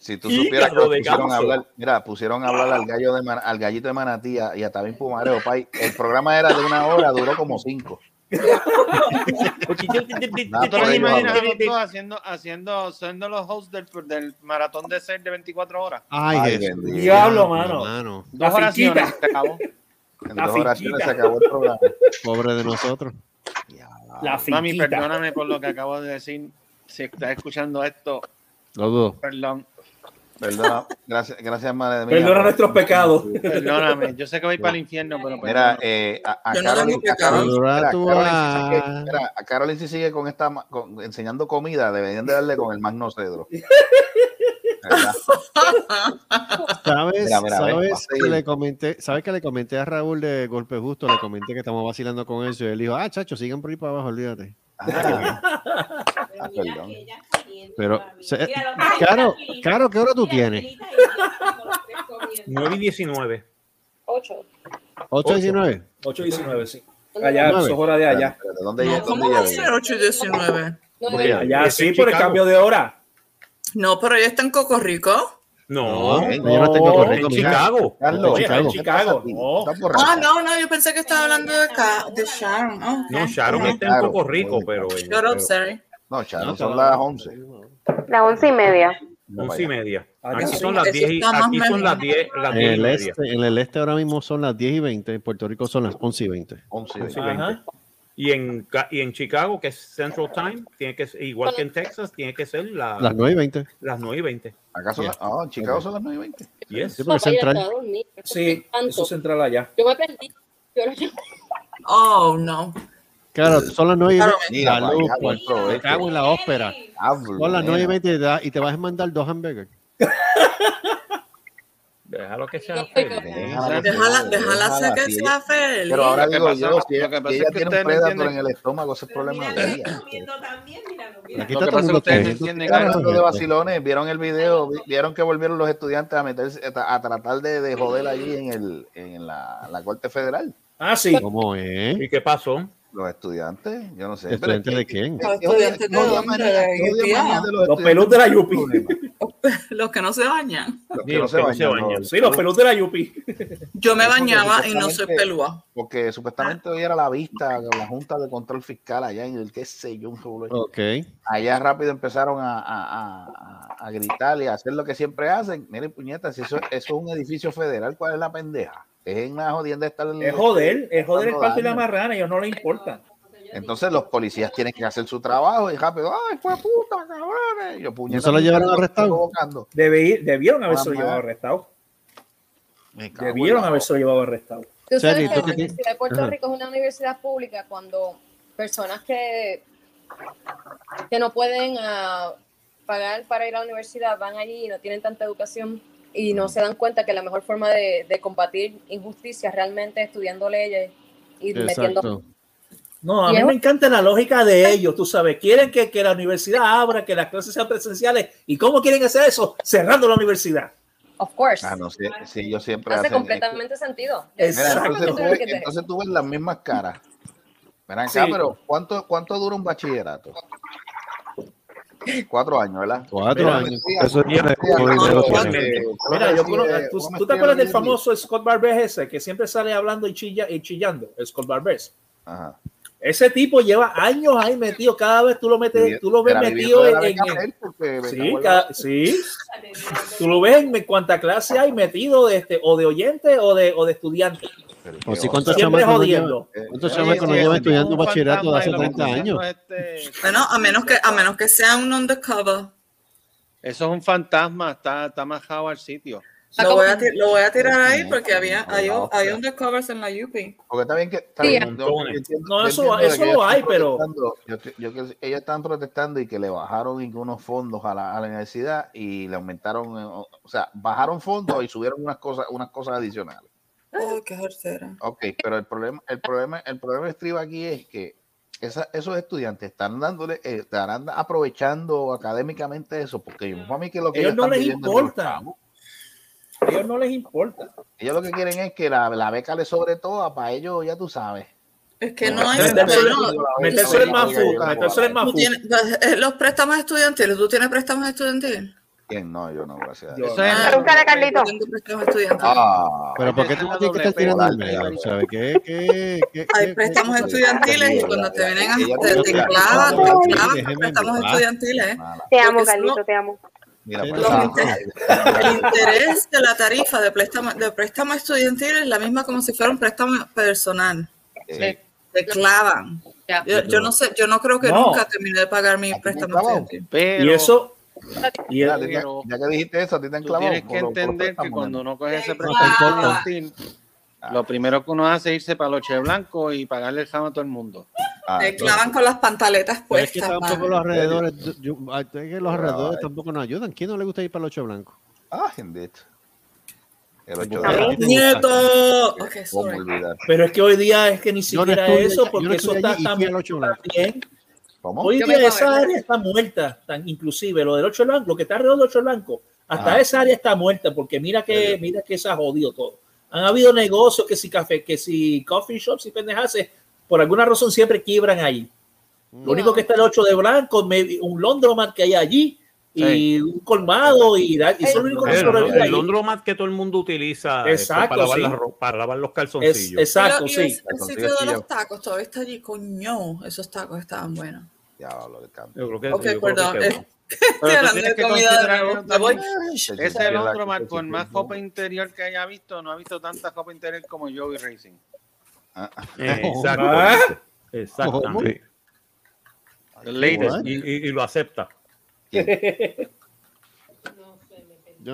[SPEAKER 10] Si tú
[SPEAKER 7] Hígado
[SPEAKER 10] supieras que
[SPEAKER 7] de
[SPEAKER 10] pusieron a
[SPEAKER 7] ganso.
[SPEAKER 10] hablar, mira, pusieron a hablar al gallo de Man- al gallito de Manatía y a Tabín Pumarejo, pay. El programa era de una hora, duró como cinco.
[SPEAKER 6] ¿Tú te
[SPEAKER 10] Por
[SPEAKER 6] lo
[SPEAKER 10] ahí
[SPEAKER 6] imaginas
[SPEAKER 10] va,
[SPEAKER 6] a los dos haciendo, haciendo, siendo los hosts del, del maratón de ser de 24 horas?
[SPEAKER 5] Ay,
[SPEAKER 10] Ay,
[SPEAKER 5] Jesús.
[SPEAKER 10] bendito.
[SPEAKER 7] Diablo, mano. La
[SPEAKER 6] Dos oraciones,
[SPEAKER 7] finquita.
[SPEAKER 6] se acabó.
[SPEAKER 10] En
[SPEAKER 7] La
[SPEAKER 10] dos oraciones
[SPEAKER 7] finquita.
[SPEAKER 10] se acabó el programa.
[SPEAKER 5] Pobre de nosotros.
[SPEAKER 7] La
[SPEAKER 6] Mami,
[SPEAKER 7] finquita.
[SPEAKER 6] perdóname por lo que acabo de decir. Si estás escuchando esto,
[SPEAKER 5] Los dos.
[SPEAKER 6] perdón.
[SPEAKER 10] Perdona, gracias, gracias, madre mía.
[SPEAKER 7] Perdona nuestros pecados.
[SPEAKER 6] Perdóname. Yo sé que voy para el infierno, pero
[SPEAKER 10] Mira,
[SPEAKER 6] perdóname.
[SPEAKER 10] eh, a, a
[SPEAKER 4] Yo no
[SPEAKER 10] Carolyn,
[SPEAKER 4] tengo que
[SPEAKER 10] a Carolyn-
[SPEAKER 5] acabar.
[SPEAKER 10] mira, a Carolyn
[SPEAKER 5] Dura
[SPEAKER 10] si sigue,
[SPEAKER 5] tú,
[SPEAKER 10] mira, a Carolyn si sigue con esta ma- con- enseñando comida, deberían de darle con el Magno Cedro. ¿Verdad?
[SPEAKER 5] ¿Sabes,
[SPEAKER 10] Mira, mira, a ver,
[SPEAKER 5] ¿sabes,
[SPEAKER 10] pasa ahí.
[SPEAKER 5] que le comenté, ¿Sabes que le comenté a Raúl de Golpe Justo? Le comenté que estamos vacilando con eso. Y él dijo, ah, chacho, sigan por ahí para abajo, olvídate.
[SPEAKER 10] Ah, ah,
[SPEAKER 9] Mira
[SPEAKER 10] perdón.
[SPEAKER 9] que ella está viendo,
[SPEAKER 5] Pero,
[SPEAKER 9] mami.
[SPEAKER 5] se-
[SPEAKER 9] Mira, lo que-
[SPEAKER 5] Caro,
[SPEAKER 9] mira,
[SPEAKER 5] Caro, ¿qué hora tú
[SPEAKER 9] mira,
[SPEAKER 5] tienes?
[SPEAKER 9] mira, mira, como los tres comiendo.
[SPEAKER 3] 9 y 19.
[SPEAKER 8] 8.
[SPEAKER 5] 8 y 19.
[SPEAKER 7] 8 y 19, sí. Allá, eso es hora de
[SPEAKER 10] Espérate,
[SPEAKER 7] allá.
[SPEAKER 10] espérate, ¿Dónde ella-
[SPEAKER 4] ¿Cómo
[SPEAKER 10] dónde
[SPEAKER 4] va a
[SPEAKER 10] ella
[SPEAKER 4] ser
[SPEAKER 10] vive?
[SPEAKER 4] 8 y 19?
[SPEAKER 10] ¿Dónde ella vive?
[SPEAKER 7] Allá,
[SPEAKER 3] Es
[SPEAKER 7] sí,
[SPEAKER 3] en
[SPEAKER 7] por el
[SPEAKER 3] Chicago.
[SPEAKER 7] cambio de hora.
[SPEAKER 4] No, pero ella está en Cocorico.
[SPEAKER 3] No,
[SPEAKER 5] No, yo no tengo
[SPEAKER 3] en
[SPEAKER 5] correcto. mira.
[SPEAKER 3] Chicago.
[SPEAKER 10] Carlos,
[SPEAKER 5] Oye,
[SPEAKER 10] Carlos,
[SPEAKER 7] en Chicago,
[SPEAKER 10] ¿qué pasa,
[SPEAKER 7] no.
[SPEAKER 10] tío? ¿Estás borracha?
[SPEAKER 4] Ah, no, no, yo pensé que estaba hablando de, Ca- de Sharon. Oh,
[SPEAKER 3] No, Sharon
[SPEAKER 4] ok.
[SPEAKER 3] está
[SPEAKER 10] Claro.
[SPEAKER 3] en poco rico, pero en
[SPEAKER 4] Shut up, sorry.
[SPEAKER 10] No, Charo,
[SPEAKER 5] No,
[SPEAKER 10] son
[SPEAKER 5] Charo.
[SPEAKER 10] las 11.
[SPEAKER 12] Las once y media.
[SPEAKER 10] No,
[SPEAKER 3] once y
[SPEAKER 10] vaya.
[SPEAKER 3] media.
[SPEAKER 7] Adiós.
[SPEAKER 3] Aquí son las
[SPEAKER 4] Eso
[SPEAKER 3] 10 y,
[SPEAKER 4] está más
[SPEAKER 3] aquí son las 10, las
[SPEAKER 5] En
[SPEAKER 3] 10 y
[SPEAKER 5] el,
[SPEAKER 3] media.
[SPEAKER 5] este, en el este ahora mismo son las 10 y 20. En Puerto Rico son las 11 y 20.
[SPEAKER 10] 11 y
[SPEAKER 3] Once y
[SPEAKER 10] media.
[SPEAKER 7] Ajá.
[SPEAKER 3] veinte. Y en, Ca- y en Chicago, que es Central Time, tiene que ser, igual que en Texas, tiene que ser la-
[SPEAKER 5] Las 9 y 20.
[SPEAKER 3] las 9 y 20.
[SPEAKER 10] Acá son
[SPEAKER 5] Ya.
[SPEAKER 10] las, ah, en Chicago son las 9 y 20.
[SPEAKER 5] Sí,
[SPEAKER 3] Yes.
[SPEAKER 5] porque
[SPEAKER 8] Papá, ya
[SPEAKER 5] Central-
[SPEAKER 8] estaba dormida, esto
[SPEAKER 7] Sí,
[SPEAKER 8] es tanto.
[SPEAKER 7] eso es central allá.
[SPEAKER 8] Yo me perdí. Yo lo
[SPEAKER 4] Oh, no.
[SPEAKER 5] Claro, son las 9 y
[SPEAKER 4] Claro.
[SPEAKER 5] 20.
[SPEAKER 10] Eh, Mira,
[SPEAKER 5] Salud,
[SPEAKER 10] vaya,
[SPEAKER 5] pues,
[SPEAKER 10] buen
[SPEAKER 5] me
[SPEAKER 10] provecho.
[SPEAKER 5] cago en la ópera.
[SPEAKER 10] Hablo,
[SPEAKER 5] Son las 9 y
[SPEAKER 10] nena.
[SPEAKER 5] 20 y te da- y te vas a mandar dos hamburgers.
[SPEAKER 3] Déjalo que sea
[SPEAKER 8] No,
[SPEAKER 3] feliz.
[SPEAKER 6] Ah,
[SPEAKER 10] Déjala,
[SPEAKER 4] Déjala, déjala
[SPEAKER 10] déjala,
[SPEAKER 4] hacer que
[SPEAKER 10] sí.
[SPEAKER 4] sea feliz.
[SPEAKER 10] Pero ahora
[SPEAKER 6] Lo que
[SPEAKER 10] digo
[SPEAKER 6] pasa-
[SPEAKER 10] yo, si
[SPEAKER 6] lo
[SPEAKER 10] ella,
[SPEAKER 6] que pasa
[SPEAKER 10] si
[SPEAKER 6] es
[SPEAKER 10] ella
[SPEAKER 6] que ustedes
[SPEAKER 10] tiene
[SPEAKER 6] no
[SPEAKER 10] un predator
[SPEAKER 6] entienden-
[SPEAKER 10] en el estómago, ese es
[SPEAKER 9] Pero
[SPEAKER 10] problema
[SPEAKER 9] mira,
[SPEAKER 10] de
[SPEAKER 9] lo que
[SPEAKER 10] ella.
[SPEAKER 9] está comiendo también, mira, lo mira.
[SPEAKER 5] Aquí
[SPEAKER 6] Lo
[SPEAKER 5] está
[SPEAKER 6] que
[SPEAKER 5] todo
[SPEAKER 6] pasa es
[SPEAKER 5] el
[SPEAKER 6] que
[SPEAKER 5] mundo
[SPEAKER 6] ustedes no
[SPEAKER 5] comiendo.
[SPEAKER 6] entienden
[SPEAKER 5] Claro,
[SPEAKER 10] Están hablando de
[SPEAKER 5] gente.
[SPEAKER 10] vacilones, vieron el video, Vi- vieron que volvieron los estudiantes a meterse, a, a tratar de, de joder allí en, el, en la, la Corte Federal.
[SPEAKER 7] Ah, sí.
[SPEAKER 5] ¿Cómo es?
[SPEAKER 3] ¿Y qué pasó?
[SPEAKER 10] Los estudiantes, yo no sé. pero es
[SPEAKER 5] ¿Estudiante de quién?
[SPEAKER 10] que-
[SPEAKER 4] ¿Los estudiantes de
[SPEAKER 10] No,
[SPEAKER 4] dónde?
[SPEAKER 10] manera- no,
[SPEAKER 4] ¿De
[SPEAKER 10] manera de los
[SPEAKER 7] Los pelús de la Yupi.
[SPEAKER 10] estudiantes.
[SPEAKER 4] Los que no se bañan.
[SPEAKER 10] Los
[SPEAKER 3] Sí,
[SPEAKER 10] que no se bañan.
[SPEAKER 7] Sí, los pelús de la Yupi.
[SPEAKER 4] Yo me
[SPEAKER 10] Eso que
[SPEAKER 4] bañaba y no soy
[SPEAKER 10] supuestamente-
[SPEAKER 4] pelúa.
[SPEAKER 10] Porque supuestamente hoy era la vista con la Junta de Control Fiscal allá en el qué sé yo, un revolú-
[SPEAKER 5] Ok.
[SPEAKER 10] allá rápido empezaron a, a- a- a- a gritar y a hacer lo que siempre hacen. Miren, puñetas, si eso, eso es un edificio federal, ¿cuál es la pendeja? Es en la jodienda estar en-
[SPEAKER 7] Es joder, es joder el
[SPEAKER 10] Dando
[SPEAKER 7] pato y la
[SPEAKER 10] daño.
[SPEAKER 7] marrana, ellos no les importa.
[SPEAKER 10] Entonces los policías tienen que hacer su trabajo y rápido, ¡ay, fue puta, cabrones! Y Yo, puñetas,
[SPEAKER 5] se lo llevaron
[SPEAKER 10] ¿por qué
[SPEAKER 5] arrestado?
[SPEAKER 10] están provocando?
[SPEAKER 7] Debe ir- debieron haberse
[SPEAKER 10] Mamá.
[SPEAKER 7] llevado arrestado.
[SPEAKER 10] Me cago en
[SPEAKER 7] Debieron
[SPEAKER 10] la-
[SPEAKER 7] haberse llevado arrestado.
[SPEAKER 8] Tú sabes que
[SPEAKER 5] Charlie, ¿tú
[SPEAKER 8] la
[SPEAKER 5] qué
[SPEAKER 8] Universidad de Puerto
[SPEAKER 5] Ajá.
[SPEAKER 8] Rico es una universidad pública cuando personas que, que no pueden ah, pagar para ir a la universidad van allí y no tienen tanta educación y no se dan cuenta que la mejor forma de, de combatir injusticias realmente es estudiando leyes y metiendo...
[SPEAKER 7] No, a
[SPEAKER 8] Y
[SPEAKER 7] mí
[SPEAKER 8] es-
[SPEAKER 7] me encanta la lógica de ellos, tú sabes, quieren que, que la universidad abra, que las clases sean presenciales. ¿Y cómo quieren hacer eso? Cerrando la universidad.
[SPEAKER 8] Of course.
[SPEAKER 10] Ah, no, sí, sí, yo siempre
[SPEAKER 8] Hace
[SPEAKER 10] hacen-
[SPEAKER 8] completamente sentido.
[SPEAKER 10] Mira, entonces, pues, tú
[SPEAKER 8] Eso es lo
[SPEAKER 10] ves,
[SPEAKER 8] que te-
[SPEAKER 10] entonces tú ves las mismas caras. Ven acá,
[SPEAKER 8] Sí.
[SPEAKER 10] pero ¿cuánto, ¿cuánto dura un bachillerato? Cuatro años, ¿verdad?
[SPEAKER 5] Cuatro
[SPEAKER 10] Mira,
[SPEAKER 5] años.
[SPEAKER 10] mira,
[SPEAKER 11] Eso tiene,
[SPEAKER 10] mira,
[SPEAKER 11] todo
[SPEAKER 10] mira,
[SPEAKER 11] dinero
[SPEAKER 10] mira,
[SPEAKER 11] tiene.
[SPEAKER 10] eh,
[SPEAKER 7] Mira, yo conozco-
[SPEAKER 10] eh,
[SPEAKER 7] ¿tú,
[SPEAKER 10] ¿cómo
[SPEAKER 7] tú
[SPEAKER 10] es
[SPEAKER 7] te
[SPEAKER 10] que
[SPEAKER 7] acuerdas del
[SPEAKER 10] viene?
[SPEAKER 7] famoso Scott Barbés ese, que siempre sale hablando y, chilla, y chillando? Scott Barbés.
[SPEAKER 10] Ajá.
[SPEAKER 7] Ese tipo lleva años ahí metido, cada vez tú lo metes, tú lo ves
[SPEAKER 10] Era
[SPEAKER 7] metido
[SPEAKER 10] viviendo
[SPEAKER 7] en,
[SPEAKER 10] de la ¿eh?
[SPEAKER 7] en-
[SPEAKER 10] beca de él, porque me
[SPEAKER 7] sí,
[SPEAKER 10] cago en la-
[SPEAKER 7] ca- sí. tú lo ves en cuánta clase hay metido de este, o de oyente o de, o de estudiante.
[SPEAKER 5] O si Pues cuántos
[SPEAKER 7] Siempre
[SPEAKER 5] chamacos no
[SPEAKER 7] jodiendo.
[SPEAKER 5] llevan- cuántos chamacos no llevan estudiando bachillerato de hace 30 años.
[SPEAKER 10] este-
[SPEAKER 4] Bueno, a menos que, a menos que sea un undercover.
[SPEAKER 6] Eso es un fantasma, está, está majado al sitio.
[SPEAKER 4] Lo voy, a ti- lo voy a tirar ahí porque había hay, un- hay undercovers en la UP.
[SPEAKER 10] Porque está bien que. está
[SPEAKER 4] Sí,
[SPEAKER 10] bien,
[SPEAKER 4] hay
[SPEAKER 10] yo-
[SPEAKER 4] montones.
[SPEAKER 10] yo entiendo-
[SPEAKER 4] No,
[SPEAKER 10] yo
[SPEAKER 4] eso-
[SPEAKER 10] entiendo de
[SPEAKER 4] eso
[SPEAKER 10] que
[SPEAKER 4] lo
[SPEAKER 10] ellos
[SPEAKER 4] hay,
[SPEAKER 10] están
[SPEAKER 4] pero-
[SPEAKER 10] protestando, Yo, que- yo que- ellos están protestando y que le bajaron algunos fondos a la, a la universidad y le aumentaron. eh, O o sea, bajaron fondos y subieron unas cosas, unas cosas adicionales.
[SPEAKER 4] Ay, qué jartera.
[SPEAKER 10] Ok, pero el problema, el problema, el problema estriba aquí es que esa- esos estudiantes están dándole, eh, estarán aprovechando académicamente eso, porque yo, para mí que lo que
[SPEAKER 7] Ellos no
[SPEAKER 10] están
[SPEAKER 7] les
[SPEAKER 10] pidiendo es que los
[SPEAKER 7] importa.
[SPEAKER 10] chavos.
[SPEAKER 7] A ellos no les importa.
[SPEAKER 10] Ellos lo que quieren es que la, la beca les sobre todo para ellos, ya tú sabes.
[SPEAKER 4] Es que no hay. este,
[SPEAKER 7] Metérselo-
[SPEAKER 4] no,
[SPEAKER 7] metérselo en más food, metérselo en más
[SPEAKER 4] tú
[SPEAKER 7] food.
[SPEAKER 4] tienes- eh, los préstamos estudiantiles, ¿tú tienes préstamos estudiantiles?
[SPEAKER 10] ¿Quién? No, yo no, gracias. a
[SPEAKER 6] Yo
[SPEAKER 10] Dios.
[SPEAKER 6] sé.
[SPEAKER 4] Pregúntale, Carlito. préstamos estudiantiles.
[SPEAKER 10] Ah,
[SPEAKER 5] Pero ¿por qué tú no tienes que estar tirando el medio? ¿Tú ¿Sabes qué? qué, qué
[SPEAKER 4] Hay préstamos estudiantiles y cuando te vienen a te, te clavan, te clavan con préstamos estudiantiles. ¿eh?
[SPEAKER 12] Te amo,
[SPEAKER 4] Porque eso-
[SPEAKER 12] Carlito, te amo.
[SPEAKER 10] Mira,
[SPEAKER 4] Los
[SPEAKER 10] pues, ah,
[SPEAKER 4] El interés de la tarifa de préstamo, de préstamo estudiantil es la misma como si fuera un préstamo personal.
[SPEAKER 10] Sí.
[SPEAKER 4] Te clavan. Yo, yo no sé, yo no creo que
[SPEAKER 7] No.
[SPEAKER 4] nunca terminé de pagar mi préstamo estudiantil.
[SPEAKER 6] Pero,
[SPEAKER 7] y eso, y
[SPEAKER 10] mira,
[SPEAKER 7] el-
[SPEAKER 10] ya, ya que dijiste eso, a ti te han
[SPEAKER 6] Tú
[SPEAKER 10] clavado.
[SPEAKER 6] tienes que
[SPEAKER 10] por lo- por
[SPEAKER 6] entender
[SPEAKER 10] préstamo,
[SPEAKER 6] que cuando
[SPEAKER 10] nena.
[SPEAKER 6] uno coge ese
[SPEAKER 4] Wow.
[SPEAKER 6] préstamo estudiantil, lo primero que uno hace es irse para los che blancos y pagarle el jam a todo el mundo.
[SPEAKER 10] Ah,
[SPEAKER 4] Te clavan con las pantaletas
[SPEAKER 5] Pero es que
[SPEAKER 4] puestas.
[SPEAKER 5] tampoco
[SPEAKER 4] mano.
[SPEAKER 5] los alrededores, yo- es que los alrededores tampoco nos ayudan. ¿Quién no le gusta ir para el ocho blanco?
[SPEAKER 10] Ah, gente. El ocho
[SPEAKER 5] A
[SPEAKER 10] de-
[SPEAKER 5] mí.
[SPEAKER 4] Nieto. Ok,
[SPEAKER 10] ¿Cómo
[SPEAKER 4] sorry.
[SPEAKER 10] olvidar?
[SPEAKER 7] pero es que hoy día es que ni
[SPEAKER 5] Yo no
[SPEAKER 7] siquiera
[SPEAKER 5] estudié-
[SPEAKER 7] eso,
[SPEAKER 5] yo
[SPEAKER 7] porque
[SPEAKER 5] no
[SPEAKER 7] eso
[SPEAKER 5] estudié
[SPEAKER 7] está
[SPEAKER 5] allí y
[SPEAKER 7] tan
[SPEAKER 5] fui al ocho blanco.
[SPEAKER 7] bien.
[SPEAKER 10] ¿Cómo?
[SPEAKER 7] Hoy
[SPEAKER 8] Yo
[SPEAKER 7] día
[SPEAKER 8] me voy,
[SPEAKER 7] esa
[SPEAKER 8] ¿verdad?
[SPEAKER 7] área está muerta, tan inclusive lo del 8 blanco, lo que está alrededor del 8 blanco, hasta
[SPEAKER 10] Ah.
[SPEAKER 7] esa área está muerta, porque mira que, mira que se ha jodido todo. Han habido negocios que si café, que si coffee shops y pendejaces, por alguna razón siempre quiebran ahí. Lo único que está el 8 de blanco, maybe un Londromat que hay allí, y
[SPEAKER 6] Sí.
[SPEAKER 7] un colmado, y, da- y son los únicos que
[SPEAKER 3] El,
[SPEAKER 7] sobreviven ahí.
[SPEAKER 3] Londromat que todo el mundo utiliza este,
[SPEAKER 7] Exacto,
[SPEAKER 3] para, lavar
[SPEAKER 7] sí.
[SPEAKER 3] la ro- para lavar los
[SPEAKER 7] Es-
[SPEAKER 3] calzoncillos.
[SPEAKER 7] exacto,
[SPEAKER 4] Pero, y el-
[SPEAKER 7] sí.
[SPEAKER 4] El sitio de los tacos todavía está allí, coño. Esos tacos estaban buenos.
[SPEAKER 10] Ya hablo de campo.
[SPEAKER 3] Yo creo que,
[SPEAKER 4] Ok,
[SPEAKER 3] yo creo que
[SPEAKER 4] perdón.
[SPEAKER 3] quedó.
[SPEAKER 4] eh, Estoy
[SPEAKER 6] Pero tú
[SPEAKER 4] hablando
[SPEAKER 6] tienes
[SPEAKER 4] de
[SPEAKER 6] que
[SPEAKER 4] comida de
[SPEAKER 6] considerar
[SPEAKER 4] nuevo.
[SPEAKER 6] eso
[SPEAKER 4] Me voy.
[SPEAKER 10] Ese
[SPEAKER 6] Ese es el
[SPEAKER 10] relax,
[SPEAKER 6] otro mar
[SPEAKER 10] ese
[SPEAKER 6] con
[SPEAKER 10] sí,
[SPEAKER 6] más
[SPEAKER 10] no.
[SPEAKER 6] copa interior que haya visto. No ha visto tanta copa interior como Joey Racing.
[SPEAKER 3] Eh,
[SPEAKER 7] Ah.
[SPEAKER 3] Exacto. Exactamente.
[SPEAKER 11] Sí.
[SPEAKER 6] The latest.
[SPEAKER 3] Y, y- y lo acepta.
[SPEAKER 5] Yo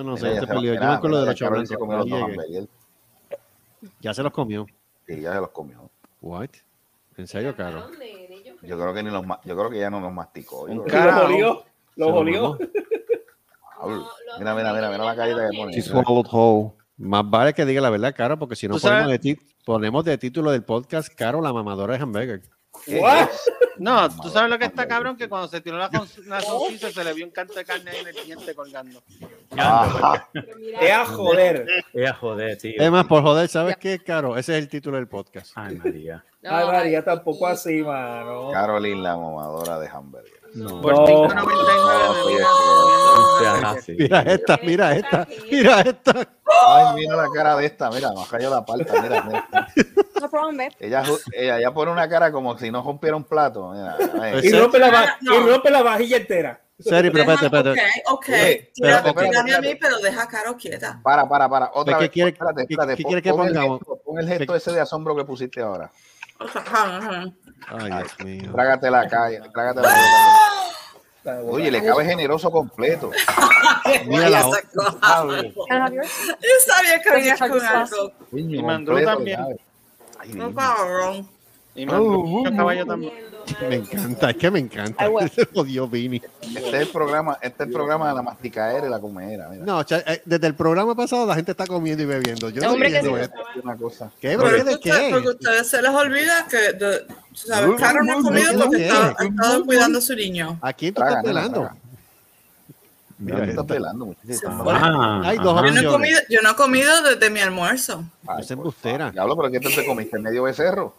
[SPEAKER 5] no
[SPEAKER 10] Mira,
[SPEAKER 5] sé,
[SPEAKER 10] ya
[SPEAKER 5] este
[SPEAKER 10] se va-
[SPEAKER 5] peligro. Yo me
[SPEAKER 10] mira,
[SPEAKER 5] acuerdo de los
[SPEAKER 10] mira,
[SPEAKER 5] ocho
[SPEAKER 10] Carol se
[SPEAKER 5] blancos. no
[SPEAKER 10] comió los dos
[SPEAKER 5] llegué.
[SPEAKER 10] hamburgues.
[SPEAKER 5] Ya se los comió.
[SPEAKER 10] Sí, ya se los comió.
[SPEAKER 5] What? ¿En serio, Caro?
[SPEAKER 10] Yo creo que ni los ma- yo creo que ya no los masticó. Yo
[SPEAKER 6] Un
[SPEAKER 10] creo-
[SPEAKER 6] carajo.
[SPEAKER 5] Se lo mamó.
[SPEAKER 10] Hablo. Mira, mira, mira, mira la carita que pone.
[SPEAKER 11] She swallowed whole.
[SPEAKER 5] Más vale que diga la verdad, Caro, porque si no
[SPEAKER 6] ¿Tú
[SPEAKER 5] ponemos de,
[SPEAKER 6] sabes?
[SPEAKER 5] ti- ponemos de título del podcast Caro la mamadora de hamburger.
[SPEAKER 10] ¿Qué
[SPEAKER 6] What?
[SPEAKER 10] es?
[SPEAKER 6] No, tú sabes lo que está cabrón, que cuando se tiró la, cons- la salsita, se le vio un canto de carne ahí en el diente colgando.
[SPEAKER 10] Ajá.
[SPEAKER 7] Te a joder.
[SPEAKER 3] Eh, joder, tío.
[SPEAKER 5] Es más, por joder, ¿sabes qué, Caro? Ese es el título del podcast.
[SPEAKER 10] Ah.
[SPEAKER 3] Ay, María.
[SPEAKER 7] Ay, María, tampoco así, mano.
[SPEAKER 10] Caroline, la mamadora de hamburgues.
[SPEAKER 5] No.
[SPEAKER 6] Por
[SPEAKER 7] No.
[SPEAKER 6] 5.99 de
[SPEAKER 3] O sea,
[SPEAKER 6] vida.
[SPEAKER 3] así.
[SPEAKER 5] Mira esta, mira esta, mira esta.
[SPEAKER 10] Ay, mira la cara de esta, mira, nos cayó la palta, mira, mira.
[SPEAKER 8] No problem, babe.
[SPEAKER 10] Ella, ju- ella, ella pone una cara como si no rompiera un plato. Mira, mira.
[SPEAKER 5] Pues-
[SPEAKER 7] Y rompe la, va-
[SPEAKER 4] Ah, No.
[SPEAKER 7] y rompe la vajilla entera.
[SPEAKER 5] Serio, pero espérate,
[SPEAKER 4] Deja-
[SPEAKER 5] espérate.
[SPEAKER 4] Ok, ok.
[SPEAKER 10] Espérate,
[SPEAKER 4] Tira-
[SPEAKER 5] espérate,
[SPEAKER 4] tírame
[SPEAKER 10] espérate.
[SPEAKER 4] a mí, pero deja a Caro quieta.
[SPEAKER 10] Para, para, para. Oh, Otra
[SPEAKER 5] ¿Qué
[SPEAKER 10] vez.
[SPEAKER 5] quiere-
[SPEAKER 10] espérate,
[SPEAKER 5] qué-
[SPEAKER 10] espérate.
[SPEAKER 5] qué
[SPEAKER 10] Pon-
[SPEAKER 5] quiere que
[SPEAKER 10] pon el
[SPEAKER 5] pongamos?
[SPEAKER 10] gesto- Pon el gesto
[SPEAKER 5] ¿Qué-
[SPEAKER 10] ese de asombro que pusiste ahora.
[SPEAKER 4] Ajá, ajá.
[SPEAKER 5] Ay, Dios mío.
[SPEAKER 10] Trágate la calle, trágate la
[SPEAKER 7] Está bueno.
[SPEAKER 10] Oye, le cabe generoso completo.
[SPEAKER 5] Mira la otra.
[SPEAKER 4] Exacto.
[SPEAKER 12] Can I have yours?
[SPEAKER 4] Yo sabía que venías con algo.
[SPEAKER 10] Coño,
[SPEAKER 6] Y mandó
[SPEAKER 10] completo le
[SPEAKER 6] también.
[SPEAKER 10] cabe. Ay,
[SPEAKER 4] No,
[SPEAKER 10] Dios mío.
[SPEAKER 4] cabrón.
[SPEAKER 6] Y mandó
[SPEAKER 5] Oh,
[SPEAKER 6] mucho
[SPEAKER 5] oh,
[SPEAKER 6] caballo
[SPEAKER 5] oh.
[SPEAKER 6] también.
[SPEAKER 5] Me encanta, es que me encanta.
[SPEAKER 10] Ay, bueno.
[SPEAKER 5] Ese jodió Vini.
[SPEAKER 10] Este es el programa, este es el programa de la masticadera y la comedera. Mira.
[SPEAKER 5] No, cha- eh, desde el programa pasado la gente está comiendo y bebiendo. Yo no
[SPEAKER 10] Hombre,
[SPEAKER 5] estoy
[SPEAKER 10] que
[SPEAKER 5] viendo
[SPEAKER 10] sí.
[SPEAKER 5] esto.
[SPEAKER 10] Una cosa.
[SPEAKER 5] ¿Qué,
[SPEAKER 10] Pero
[SPEAKER 5] bro? ¿De
[SPEAKER 10] tú
[SPEAKER 4] Ustedes- Porque
[SPEAKER 5] qué?
[SPEAKER 4] ustedes se les olvida que de- tú sabes,
[SPEAKER 5] Uy,
[SPEAKER 4] Caro no ha
[SPEAKER 5] uy,
[SPEAKER 4] comido
[SPEAKER 5] uy,
[SPEAKER 4] porque
[SPEAKER 5] uy,
[SPEAKER 4] estaba-
[SPEAKER 5] uy,
[SPEAKER 4] ha estado cuidando a su niño.
[SPEAKER 5] ¿A quién tú
[SPEAKER 4] Traga,
[SPEAKER 5] estás
[SPEAKER 4] nena,
[SPEAKER 5] pelando? eh,
[SPEAKER 4] traga.
[SPEAKER 10] Mira, tú estás pelando, muchachita.
[SPEAKER 5] Ah, Hay dos
[SPEAKER 4] Yo no, he
[SPEAKER 5] opciones.
[SPEAKER 4] comido, yo no he comido desde mi almuerzo.
[SPEAKER 5] Esa embustera.
[SPEAKER 10] Diablo, pero este ¿qué te, te comiste? ¿Medio becerro?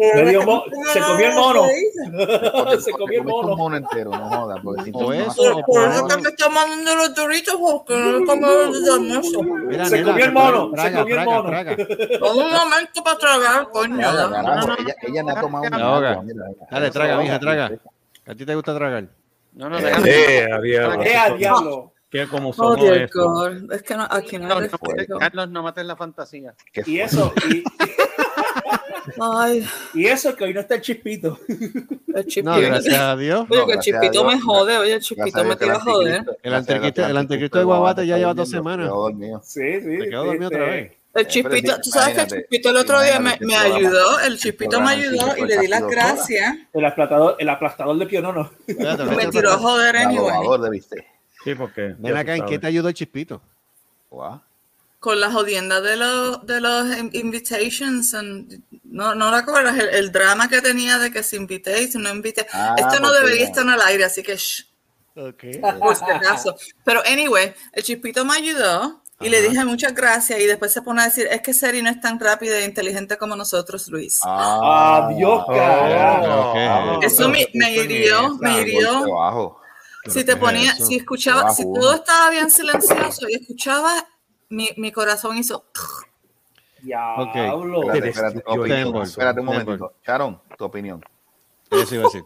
[SPEAKER 7] Medio mo- se comió el mono. Se
[SPEAKER 10] Te
[SPEAKER 7] comió
[SPEAKER 10] comiste
[SPEAKER 7] el
[SPEAKER 10] un
[SPEAKER 7] mono.
[SPEAKER 10] mono entero, no jodas. porque si tú-
[SPEAKER 5] O eso,
[SPEAKER 4] Por,
[SPEAKER 5] o
[SPEAKER 4] por
[SPEAKER 5] por
[SPEAKER 4] eso que me está mandando los doritos porque no he comido desde el almuerzo.
[SPEAKER 5] Mira,
[SPEAKER 7] Se
[SPEAKER 5] nena,
[SPEAKER 7] comió el mono,
[SPEAKER 5] traga,
[SPEAKER 7] se comió el
[SPEAKER 5] traga,
[SPEAKER 7] mono.
[SPEAKER 5] traga.
[SPEAKER 4] Dame un momento para tragar, coño.
[SPEAKER 10] Traga,
[SPEAKER 4] No,
[SPEAKER 10] carajo,
[SPEAKER 4] no, no.
[SPEAKER 10] Ella, ella no ha tomado
[SPEAKER 5] La
[SPEAKER 10] nada,
[SPEAKER 5] ahoga.
[SPEAKER 10] mira, mira.
[SPEAKER 5] Dale, traga, mija, traga. ¿A ti te gusta tragar?
[SPEAKER 6] No, no,
[SPEAKER 3] déjame. Eh, a
[SPEAKER 10] Ah,
[SPEAKER 3] diablo.
[SPEAKER 7] Eh, a diablo.
[SPEAKER 3] Que como
[SPEAKER 4] Oh,
[SPEAKER 3] somos
[SPEAKER 4] dear
[SPEAKER 3] esto.
[SPEAKER 4] God. Es que no, aquí no hay
[SPEAKER 10] eh,
[SPEAKER 4] respeto.
[SPEAKER 6] Carlos, no mates la fantasía.
[SPEAKER 10] Qué
[SPEAKER 7] Y eso, y,
[SPEAKER 4] Ay,
[SPEAKER 7] y eso que hoy no está el chispito.
[SPEAKER 4] el chipito.
[SPEAKER 5] No, gracias a Dios.
[SPEAKER 4] Oye,
[SPEAKER 10] No,
[SPEAKER 4] que el
[SPEAKER 10] gracias
[SPEAKER 4] chipito
[SPEAKER 10] a Dios.
[SPEAKER 4] me jode, oye, el ¿eh?
[SPEAKER 10] Gracias
[SPEAKER 4] chipito
[SPEAKER 10] a
[SPEAKER 4] me
[SPEAKER 10] Dios que
[SPEAKER 4] te va a joder.
[SPEAKER 5] El
[SPEAKER 10] anticristo-
[SPEAKER 5] anticristo- el anticristo de Guabate ya lleva dos semanas.
[SPEAKER 10] Quedó dormido.
[SPEAKER 7] Sí, este, sí.
[SPEAKER 5] Te quedó dormido
[SPEAKER 7] sí,
[SPEAKER 5] otra
[SPEAKER 7] sí.
[SPEAKER 5] vez.
[SPEAKER 4] El
[SPEAKER 10] pero
[SPEAKER 4] chipito,
[SPEAKER 10] sí,
[SPEAKER 4] tú sabes que el
[SPEAKER 10] imagínate,
[SPEAKER 4] chipito el otro día me,
[SPEAKER 10] imagínate
[SPEAKER 4] me
[SPEAKER 10] este programa.
[SPEAKER 4] ayudó, el chipito me
[SPEAKER 10] Programa
[SPEAKER 4] ayudó
[SPEAKER 10] cinco
[SPEAKER 4] y le di las
[SPEAKER 10] casi dos horas.
[SPEAKER 4] gracias.
[SPEAKER 7] El aplastador, el aplastador de pionono.
[SPEAKER 5] Espérate,
[SPEAKER 4] Me
[SPEAKER 5] espérate,
[SPEAKER 4] tiró a
[SPEAKER 5] espérate.
[SPEAKER 4] joder
[SPEAKER 10] La
[SPEAKER 4] anyway.
[SPEAKER 10] robador de bistec.
[SPEAKER 3] Sí, porque.
[SPEAKER 5] Ven acá, ¿en qué te ayudó el chispito?
[SPEAKER 10] Guau.
[SPEAKER 4] Con la jodienda de los, de los in- invitations, and- no, no la acuerdas, el, el drama que tenía de que si invité y si no invité.
[SPEAKER 10] Ah,
[SPEAKER 4] Esto no
[SPEAKER 10] porque
[SPEAKER 4] debería
[SPEAKER 10] no.
[SPEAKER 4] estar al aire, así que shh. por si acaso. Pero anyway, el chispito me ayudó y le dije muchas gracias y después se pone a decir, es que Seri no es tan rápida e inteligente como nosotros, Luis.
[SPEAKER 10] Ah,
[SPEAKER 7] Adiós,
[SPEAKER 10] ah,
[SPEAKER 7] carajo.
[SPEAKER 10] ah,
[SPEAKER 5] Ok.
[SPEAKER 4] Eso me, me
[SPEAKER 5] Eso ni
[SPEAKER 4] hirió,
[SPEAKER 5] es,
[SPEAKER 4] me
[SPEAKER 5] ah,
[SPEAKER 4] hirió.
[SPEAKER 10] golpe bajo.
[SPEAKER 4] Si te ponía, si escuchaba,
[SPEAKER 10] Bajo
[SPEAKER 4] si
[SPEAKER 10] uno.
[SPEAKER 4] todo estaba bien silencioso y escuchaba, mi, mi corazón hizo,
[SPEAKER 7] Diablo.
[SPEAKER 10] Espérate, espérate,
[SPEAKER 5] destruyó
[SPEAKER 10] opinión.
[SPEAKER 5] el bolso,
[SPEAKER 10] Espérate un
[SPEAKER 5] el
[SPEAKER 10] momentito.
[SPEAKER 5] bolso.
[SPEAKER 10] Sharon, tu opinión.
[SPEAKER 5] Eso iba a decir.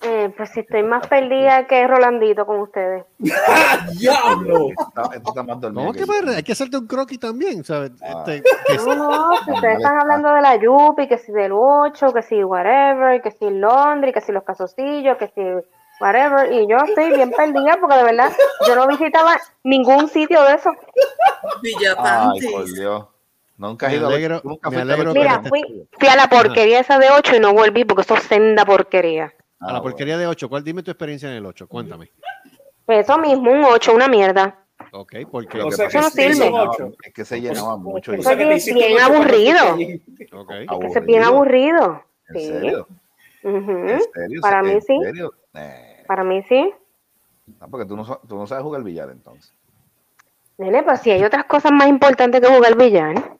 [SPEAKER 12] Eh, pues si estoy más perdida que Rolandito con ustedes.
[SPEAKER 7] Diablo.
[SPEAKER 10] Está- Esto está más dormido
[SPEAKER 5] ¿Cómo que
[SPEAKER 10] yo.
[SPEAKER 5] perra? Hay que hacerte un croquis también, ¿sabes?
[SPEAKER 10] Ah.
[SPEAKER 5] Este, que-
[SPEAKER 12] No, no, si
[SPEAKER 10] Vale,
[SPEAKER 12] ustedes están
[SPEAKER 10] está.
[SPEAKER 12] hablando de la Yupi, que si del 8, que si whatever, que si Londres, que si los casocillos, que si whatever, y yo estoy bien perdida porque de verdad yo no visitaba ningún sitio de eso.
[SPEAKER 10] Ay,
[SPEAKER 4] Villapantes.
[SPEAKER 10] por Dios. Nunca has
[SPEAKER 5] Me
[SPEAKER 10] ido a-
[SPEAKER 5] alegro-
[SPEAKER 10] tú nunca
[SPEAKER 5] me
[SPEAKER 10] fuiste a
[SPEAKER 5] alegro
[SPEAKER 10] ver-
[SPEAKER 5] que-
[SPEAKER 12] Mira, fui, fui a
[SPEAKER 10] Ah.
[SPEAKER 12] la porquería esa de 8 y no volví porque eso es senda porquería.
[SPEAKER 10] Ah,
[SPEAKER 5] a la
[SPEAKER 10] bueno.
[SPEAKER 5] porquería de 8, ¿cuál? Dime tu experiencia en el 8, cuéntame.
[SPEAKER 12] Pues Eso mismo, un 8, una mierda.
[SPEAKER 5] Ok, porque...
[SPEAKER 10] Lo
[SPEAKER 7] O
[SPEAKER 10] que
[SPEAKER 7] sea,
[SPEAKER 12] que
[SPEAKER 10] pasa es que se
[SPEAKER 12] sirve.
[SPEAKER 10] llenaban- es que se llenaban mucho. y-
[SPEAKER 7] O sea, que te hiciste
[SPEAKER 12] Bien
[SPEAKER 7] un ocho
[SPEAKER 12] aburrido.
[SPEAKER 7] cuando fuiste allí.
[SPEAKER 5] ok.
[SPEAKER 12] Es que es bien aburrido.
[SPEAKER 10] ¿En
[SPEAKER 12] Sí.
[SPEAKER 10] serio?
[SPEAKER 12] Ujú.
[SPEAKER 10] ¿En serio?
[SPEAKER 12] Para mí
[SPEAKER 10] ¿En
[SPEAKER 12] sí.
[SPEAKER 10] serio? Eh,
[SPEAKER 12] Para mí sí.
[SPEAKER 10] no, porque tú no, so- tú no sabes jugar billar entonces.
[SPEAKER 12] Nene, pero pues si hay otras cosas más importantes que jugar billar.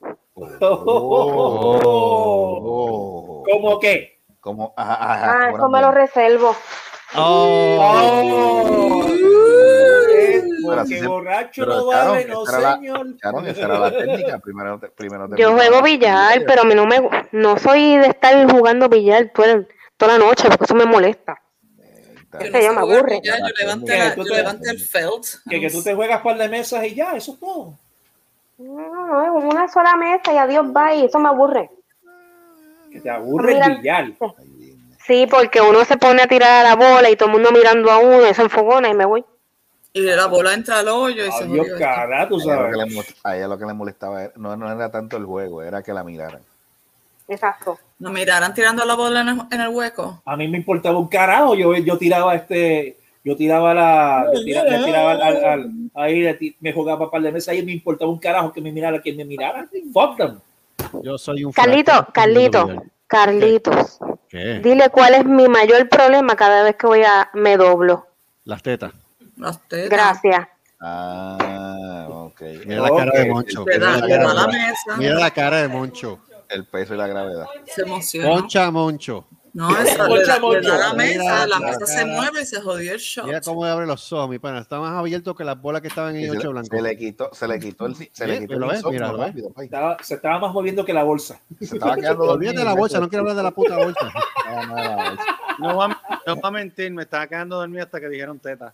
[SPEAKER 10] Oh.
[SPEAKER 7] ¿Cómo qué?
[SPEAKER 10] Como, ajá, ajá,
[SPEAKER 12] Ah,
[SPEAKER 10] ahora
[SPEAKER 12] eso me lo
[SPEAKER 10] mismo.
[SPEAKER 12] reservo.
[SPEAKER 7] Oh. Eh,
[SPEAKER 10] Pero
[SPEAKER 7] Porque
[SPEAKER 10] así se-
[SPEAKER 7] borracho
[SPEAKER 10] pero
[SPEAKER 7] no vale,
[SPEAKER 10] Sharon,
[SPEAKER 7] no
[SPEAKER 10] esta era la-
[SPEAKER 7] señor.
[SPEAKER 10] Claro, esa era la técnica. Primero te, primero te
[SPEAKER 12] Yo
[SPEAKER 10] picaba
[SPEAKER 12] juego
[SPEAKER 10] la
[SPEAKER 12] billar,
[SPEAKER 10] costilla.
[SPEAKER 12] pero a mí no me gu- no soy de estar jugando billar toda, el- toda la noche porque eso me molesta.
[SPEAKER 10] Está
[SPEAKER 4] Yo
[SPEAKER 10] bien.
[SPEAKER 12] Ese
[SPEAKER 4] sé
[SPEAKER 12] ya me
[SPEAKER 4] jugar
[SPEAKER 12] aburre.
[SPEAKER 4] billar, yo levanté,
[SPEAKER 7] Que
[SPEAKER 4] la-
[SPEAKER 7] tú
[SPEAKER 4] yo
[SPEAKER 7] te-
[SPEAKER 4] levanté el felt.
[SPEAKER 7] Que, que tú te juegas par de mesas y ya, eso es todo.
[SPEAKER 12] No, no, en una sola mesa y adiós, bye, eso me aburre.
[SPEAKER 7] Que te aburre el
[SPEAKER 12] Mira.
[SPEAKER 7] billar.
[SPEAKER 12] Sí, porque uno se pone a tirar a la bola y todo el mundo mirando a uno, eso enfogona y me voy.
[SPEAKER 4] Y la bola entra al hoyo y se
[SPEAKER 7] Adiós,
[SPEAKER 4] jodió.
[SPEAKER 7] cara, tú
[SPEAKER 10] A ella, lo
[SPEAKER 7] sabes.
[SPEAKER 10] que le, mol- a ella lo que le molestaba era- no, no era tanto el juego, era que la miraran.
[SPEAKER 12] Exacto.
[SPEAKER 4] No miraran tirando la bola en el, en el hueco.
[SPEAKER 7] A mí me importaba un carajo. Yo, yo tiraba este, yo tiraba la, yo tira- le tiraba al, al- al- ahí le ti- me jugaba par de mesas y me importaba un carajo que me mirara, que me mirara. Fuck them.
[SPEAKER 5] Yo soy un...
[SPEAKER 12] Carlito,
[SPEAKER 5] fracaso
[SPEAKER 12] Carlito,
[SPEAKER 5] jugando billar.
[SPEAKER 12] Carlitos,
[SPEAKER 5] ¿Qué?
[SPEAKER 12] dile cuál es mi mayor problema cada vez que voy a me doblo.
[SPEAKER 5] Las tetas.
[SPEAKER 4] Las tetas.
[SPEAKER 12] Gracias.
[SPEAKER 10] Ah, ok.
[SPEAKER 5] Mira la cara de Moncho.
[SPEAKER 4] Le da,
[SPEAKER 5] Mira la
[SPEAKER 4] le da
[SPEAKER 5] cara
[SPEAKER 4] la
[SPEAKER 5] de-
[SPEAKER 4] mesa.
[SPEAKER 5] Mira la cara de Moncho.
[SPEAKER 10] El peso y la gravedad.
[SPEAKER 4] Se emociona.
[SPEAKER 5] Moncha, Moncho.
[SPEAKER 4] No, esa,
[SPEAKER 7] Concha,
[SPEAKER 4] le, da, le da la
[SPEAKER 5] Moncho.
[SPEAKER 4] mesa,
[SPEAKER 5] Mira,
[SPEAKER 4] la
[SPEAKER 5] mira,
[SPEAKER 4] mesa se
[SPEAKER 5] cara.
[SPEAKER 4] mueve y se jodió el shot.
[SPEAKER 5] Mira cómo abre los ojos, mi pana. Está más abierto que las bolas que estaban en
[SPEAKER 10] Y
[SPEAKER 5] el
[SPEAKER 10] Se,
[SPEAKER 5] 8
[SPEAKER 10] le-
[SPEAKER 5] blanco.
[SPEAKER 10] se le quitó, se le quitó el, se
[SPEAKER 5] Eh,
[SPEAKER 10] le quitó
[SPEAKER 5] ¿lo
[SPEAKER 10] el
[SPEAKER 5] ves?
[SPEAKER 10] insomnio
[SPEAKER 5] Mira, ¿lo ves?
[SPEAKER 10] rápido, pai.
[SPEAKER 7] Estaba- se estaba más moviendo que la bolsa.
[SPEAKER 10] Se estaba quedando dormido.
[SPEAKER 5] Olvídate de la bolsa, no quiero hablar de la puta bolsa.
[SPEAKER 10] No, no, la bolsa.
[SPEAKER 6] No va, a- no va a mentir, me estaba quedando dormido hasta que dijeron teta.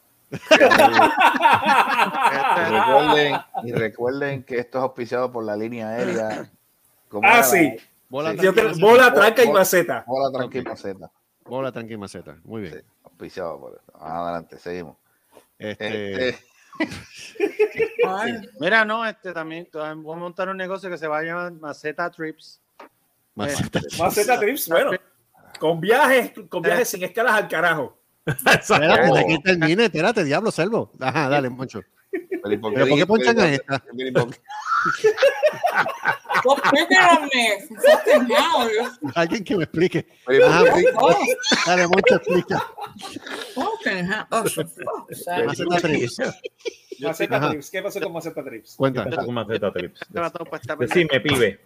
[SPEAKER 10] Y recuerden, y recuerden que esto es auspiciado por la línea aérea. ¿Cómo
[SPEAKER 7] Ah,
[SPEAKER 10] era?
[SPEAKER 7] sí.
[SPEAKER 5] Bola,
[SPEAKER 10] Sí.
[SPEAKER 7] Yo te-
[SPEAKER 5] tranqui,
[SPEAKER 7] bola,
[SPEAKER 5] maceta.
[SPEAKER 7] tranca y maceta.
[SPEAKER 10] Hola, tranquila, Maceta.
[SPEAKER 5] Bola, tranqui, maceta. Muy
[SPEAKER 10] Sí,
[SPEAKER 5] bien.
[SPEAKER 10] auspiciado por eso. Adelante, seguimos.
[SPEAKER 5] Este,
[SPEAKER 10] Este,
[SPEAKER 4] Ay,
[SPEAKER 6] Mira, no, este también, voy a montar un negocio que se va a llamar Maceta Trips.
[SPEAKER 7] Maceta
[SPEAKER 10] eh.
[SPEAKER 7] Maceta Trips, bueno. Con viajes, con viajes sin escalas al carajo.
[SPEAKER 5] Espérate,
[SPEAKER 10] Oh.
[SPEAKER 5] de aquí termine, espérate, diablo, selvo. Ajá, dale, Moncho.
[SPEAKER 10] Pero ¿por
[SPEAKER 5] ¿por qué ponchan a esta?
[SPEAKER 13] Explícame, fucking hell.
[SPEAKER 5] Alguien que me explique.
[SPEAKER 13] Pero,
[SPEAKER 5] Ajá,
[SPEAKER 13] ¿por qué?
[SPEAKER 5] dale, Moncho, explica.
[SPEAKER 13] Fucking hell. Oh, for fuck's sake.
[SPEAKER 5] Maceta Trips.
[SPEAKER 7] Maceta
[SPEAKER 5] Ajá.
[SPEAKER 7] Trips, ¿qué pasó con Maceta Trips?
[SPEAKER 5] Cuenta.
[SPEAKER 3] Yo con Maceta Trips.
[SPEAKER 6] Este
[SPEAKER 7] Tratado
[SPEAKER 6] pues,
[SPEAKER 7] para esta
[SPEAKER 3] Decime, Pues pibe.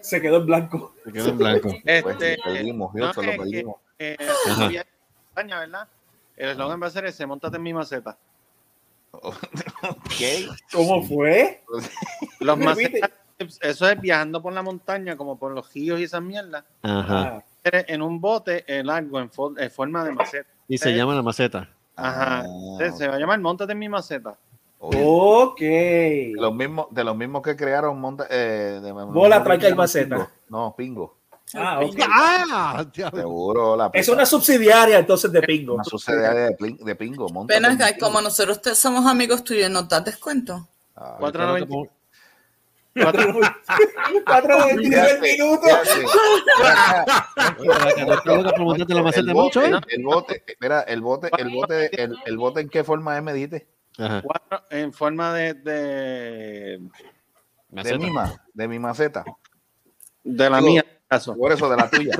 [SPEAKER 7] Se quedó en blanco.
[SPEAKER 5] Se quedó en blanco.
[SPEAKER 6] Este,
[SPEAKER 10] Pues, lo perdimos,
[SPEAKER 6] no,
[SPEAKER 10] Hilton, lo
[SPEAKER 6] que- que-
[SPEAKER 10] perdimos.
[SPEAKER 6] eh,
[SPEAKER 10] Ajá.
[SPEAKER 6] había- España, ¿verdad? El eslogan va a ser ese, montate en mi maceta.
[SPEAKER 7] ¿Cómo fue?
[SPEAKER 6] Los
[SPEAKER 7] Repite.
[SPEAKER 6] macetas, eso es viajando por la montaña, como por los ríos y esas mierdas.
[SPEAKER 10] Ah,
[SPEAKER 7] Ah,
[SPEAKER 5] Ajá.
[SPEAKER 6] En un bote eh, largo, en, fo- en forma de maceta.
[SPEAKER 5] Y
[SPEAKER 10] eh.
[SPEAKER 5] se llama la maceta.
[SPEAKER 6] Ajá.
[SPEAKER 10] Ah,
[SPEAKER 6] Entonces, Se va a llamar Montate en mi maceta.
[SPEAKER 7] Ok.
[SPEAKER 10] De los mismos, de los mismos que crearon Monta, eh, de-
[SPEAKER 7] Bola, tranca y maceta.
[SPEAKER 10] Pingo. No, Pingo.
[SPEAKER 7] Ah, ok.
[SPEAKER 10] Seguro. La
[SPEAKER 7] Es una subsidiaria entonces de Pingo.
[SPEAKER 10] Una subsidiaria de, Plin- de Pingo. Monta
[SPEAKER 4] Ven acá, y como nosotros te- somos amigos tuyos, ¿no te das descuento?
[SPEAKER 5] preguntarte la maceta
[SPEAKER 10] el,
[SPEAKER 5] mucho,
[SPEAKER 10] bote,
[SPEAKER 5] ¿eh?
[SPEAKER 10] el, el bote, mira, el bote, el bote, el, el bote en qué forma es, me dijiste.
[SPEAKER 6] Cuatro en forma de, de,
[SPEAKER 10] De mi, ma- de mi maceta.
[SPEAKER 6] De la
[SPEAKER 10] Digo,
[SPEAKER 6] mía. este
[SPEAKER 10] Por eso, de la tuya.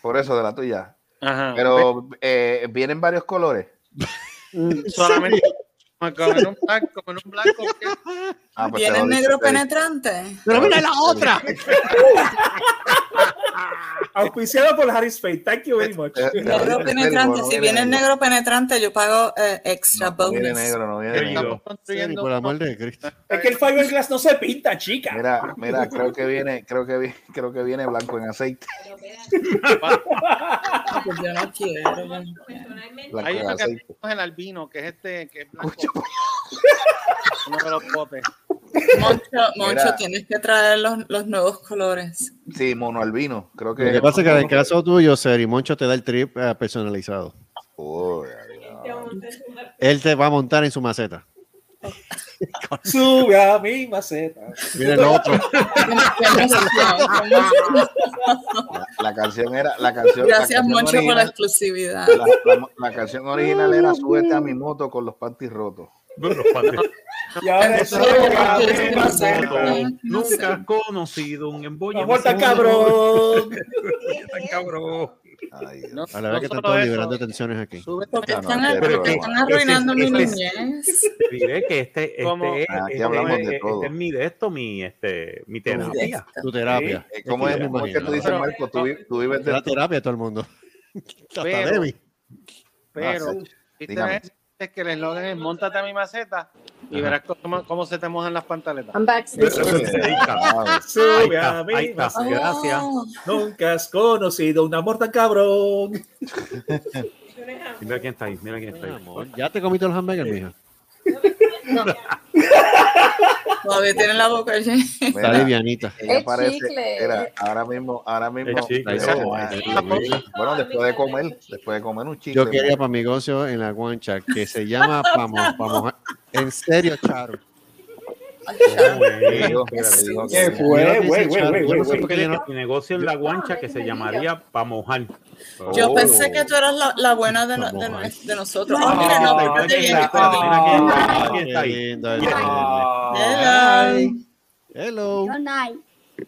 [SPEAKER 10] Por eso, de la tuya.
[SPEAKER 6] Ajá.
[SPEAKER 10] Pero eh, vienen varios colores.
[SPEAKER 6] Solamente como en un blanco, como en un blanco.
[SPEAKER 10] Ah, pues te
[SPEAKER 4] ¿Tienes
[SPEAKER 10] jodiste,
[SPEAKER 4] negro
[SPEAKER 10] te jodiste.
[SPEAKER 4] penetrante?
[SPEAKER 10] Pero mira la otra.
[SPEAKER 7] Auspiciado por Harris Fate. Thank you very much.
[SPEAKER 4] Negro penetrante. Si viene el negro penetrante, yo pago eh, extra
[SPEAKER 10] pues
[SPEAKER 4] bonus.
[SPEAKER 5] Sí, Por la amor de Cristo.
[SPEAKER 7] Es que el fiberglass no se pinta, chica.
[SPEAKER 10] Mira, mira, creo que viene, creo que vi- creo que viene blanco en aceite.
[SPEAKER 4] Ah, pues Yo no quiero. yo no quiero.
[SPEAKER 10] Blanco
[SPEAKER 6] Hay
[SPEAKER 10] en
[SPEAKER 6] uno que
[SPEAKER 10] aceite. pues.
[SPEAKER 6] es el albino, que es este, que es blanco. Uno de los potes.
[SPEAKER 4] Moncho, Moncho
[SPEAKER 10] Mira.
[SPEAKER 4] tienes que traer los, los nuevos colores.
[SPEAKER 10] Sí, mono albino. Creo que.
[SPEAKER 5] Lo que pasa es que en el caso tuyo, Seri Moncho te da el trip eh, personalizado.
[SPEAKER 10] Oh,
[SPEAKER 5] Él te va a montar en su maceta.
[SPEAKER 7] Sube a mi maceta.
[SPEAKER 5] Viene el otro.
[SPEAKER 10] la, la canción era, la canción. la
[SPEAKER 4] Gracias,
[SPEAKER 10] canción
[SPEAKER 4] Moncho, por la
[SPEAKER 10] original-
[SPEAKER 4] exclusividad.
[SPEAKER 10] la, la- la canción original era Súbete a mi moto con los panties rotos.
[SPEAKER 7] Y ahora es
[SPEAKER 3] Nunca
[SPEAKER 7] mi maceta.
[SPEAKER 3] Nunca has conocido un embollo.
[SPEAKER 7] La vuelta, cabrón.
[SPEAKER 3] cabrón.
[SPEAKER 6] No,
[SPEAKER 5] A la vez
[SPEAKER 3] no
[SPEAKER 5] que te
[SPEAKER 3] solo
[SPEAKER 5] están
[SPEAKER 3] eso,
[SPEAKER 5] liberando este tensiones aquí.
[SPEAKER 4] Porque
[SPEAKER 10] No, no,
[SPEAKER 4] están,
[SPEAKER 10] qué
[SPEAKER 4] porque
[SPEAKER 10] horror.
[SPEAKER 4] están arruinando
[SPEAKER 3] Ese-
[SPEAKER 4] mi
[SPEAKER 3] ese-
[SPEAKER 4] niñez.
[SPEAKER 3] Diré que este, este,
[SPEAKER 4] ¿Cómo?
[SPEAKER 3] es-
[SPEAKER 10] Aquí
[SPEAKER 3] este
[SPEAKER 10] hablamos
[SPEAKER 3] es-
[SPEAKER 10] de
[SPEAKER 3] este
[SPEAKER 10] todo.
[SPEAKER 3] es mi de esto, mi, este, mi terapia.
[SPEAKER 5] Tu terapia.
[SPEAKER 10] Eh, ¿Cómo es, cómo es que tú dices, Marco? Pues, Tú, vi- tú vives de
[SPEAKER 5] La terapia a todo el mundo. Hasta
[SPEAKER 6] Pero-
[SPEAKER 5] Debbie.
[SPEAKER 6] Pero,
[SPEAKER 10] Ah, sí.
[SPEAKER 6] ¿viste
[SPEAKER 10] Dígame.
[SPEAKER 6] ese? es que el eslogan es montate a mi maceta y
[SPEAKER 5] Ajá.
[SPEAKER 6] verás cómo, cómo se te mojan las pantaletas.
[SPEAKER 12] I'm back.
[SPEAKER 10] Ah,
[SPEAKER 7] Sube a mi maceta.
[SPEAKER 3] Gracias.
[SPEAKER 4] Oh.
[SPEAKER 7] Nunca has conocido un amor tan cabrón.
[SPEAKER 3] Mira quién está ahí, mira quién está
[SPEAKER 5] Mi
[SPEAKER 3] ahí.
[SPEAKER 5] amor, ¿Ya te comiste los hamburgers, mija?
[SPEAKER 4] Todavía tienen la boca llena.
[SPEAKER 5] Está
[SPEAKER 10] Mira,
[SPEAKER 5] livianita.
[SPEAKER 10] Ella
[SPEAKER 4] El
[SPEAKER 10] parece,
[SPEAKER 4] chicle.
[SPEAKER 10] era, ahora mismo, ahora mismo.
[SPEAKER 5] El chicle.
[SPEAKER 10] Esa-
[SPEAKER 5] Oh,
[SPEAKER 10] bueno, después de comer, después de comer un chicle.
[SPEAKER 5] Yo quería para mi negocio en la guancha que se llama Vamos, vamos. En serio, Charo.
[SPEAKER 7] ¿Qué
[SPEAKER 5] Mira
[SPEAKER 7] fue?
[SPEAKER 5] lo que
[SPEAKER 7] Güey,
[SPEAKER 5] dice Charo,
[SPEAKER 7] güey, güey,
[SPEAKER 5] yo no
[SPEAKER 7] güey,
[SPEAKER 5] sé por qué yo
[SPEAKER 7] güey.
[SPEAKER 5] no-
[SPEAKER 3] Mi negocio en la guancha que se llamaría Pa' mojar.
[SPEAKER 4] Yo
[SPEAKER 3] Oh.
[SPEAKER 4] pensé que tú eras la, la buena de, no- de, no- de nosotros. Ah, mira, no,
[SPEAKER 3] Mira
[SPEAKER 4] espérate,
[SPEAKER 3] quién
[SPEAKER 4] viene.
[SPEAKER 3] está, espérate, mira quién está, mira quién está
[SPEAKER 5] Qué
[SPEAKER 3] ahí.
[SPEAKER 5] lindo,
[SPEAKER 3] Mira.
[SPEAKER 4] Hello.
[SPEAKER 5] Hello.
[SPEAKER 14] Good night.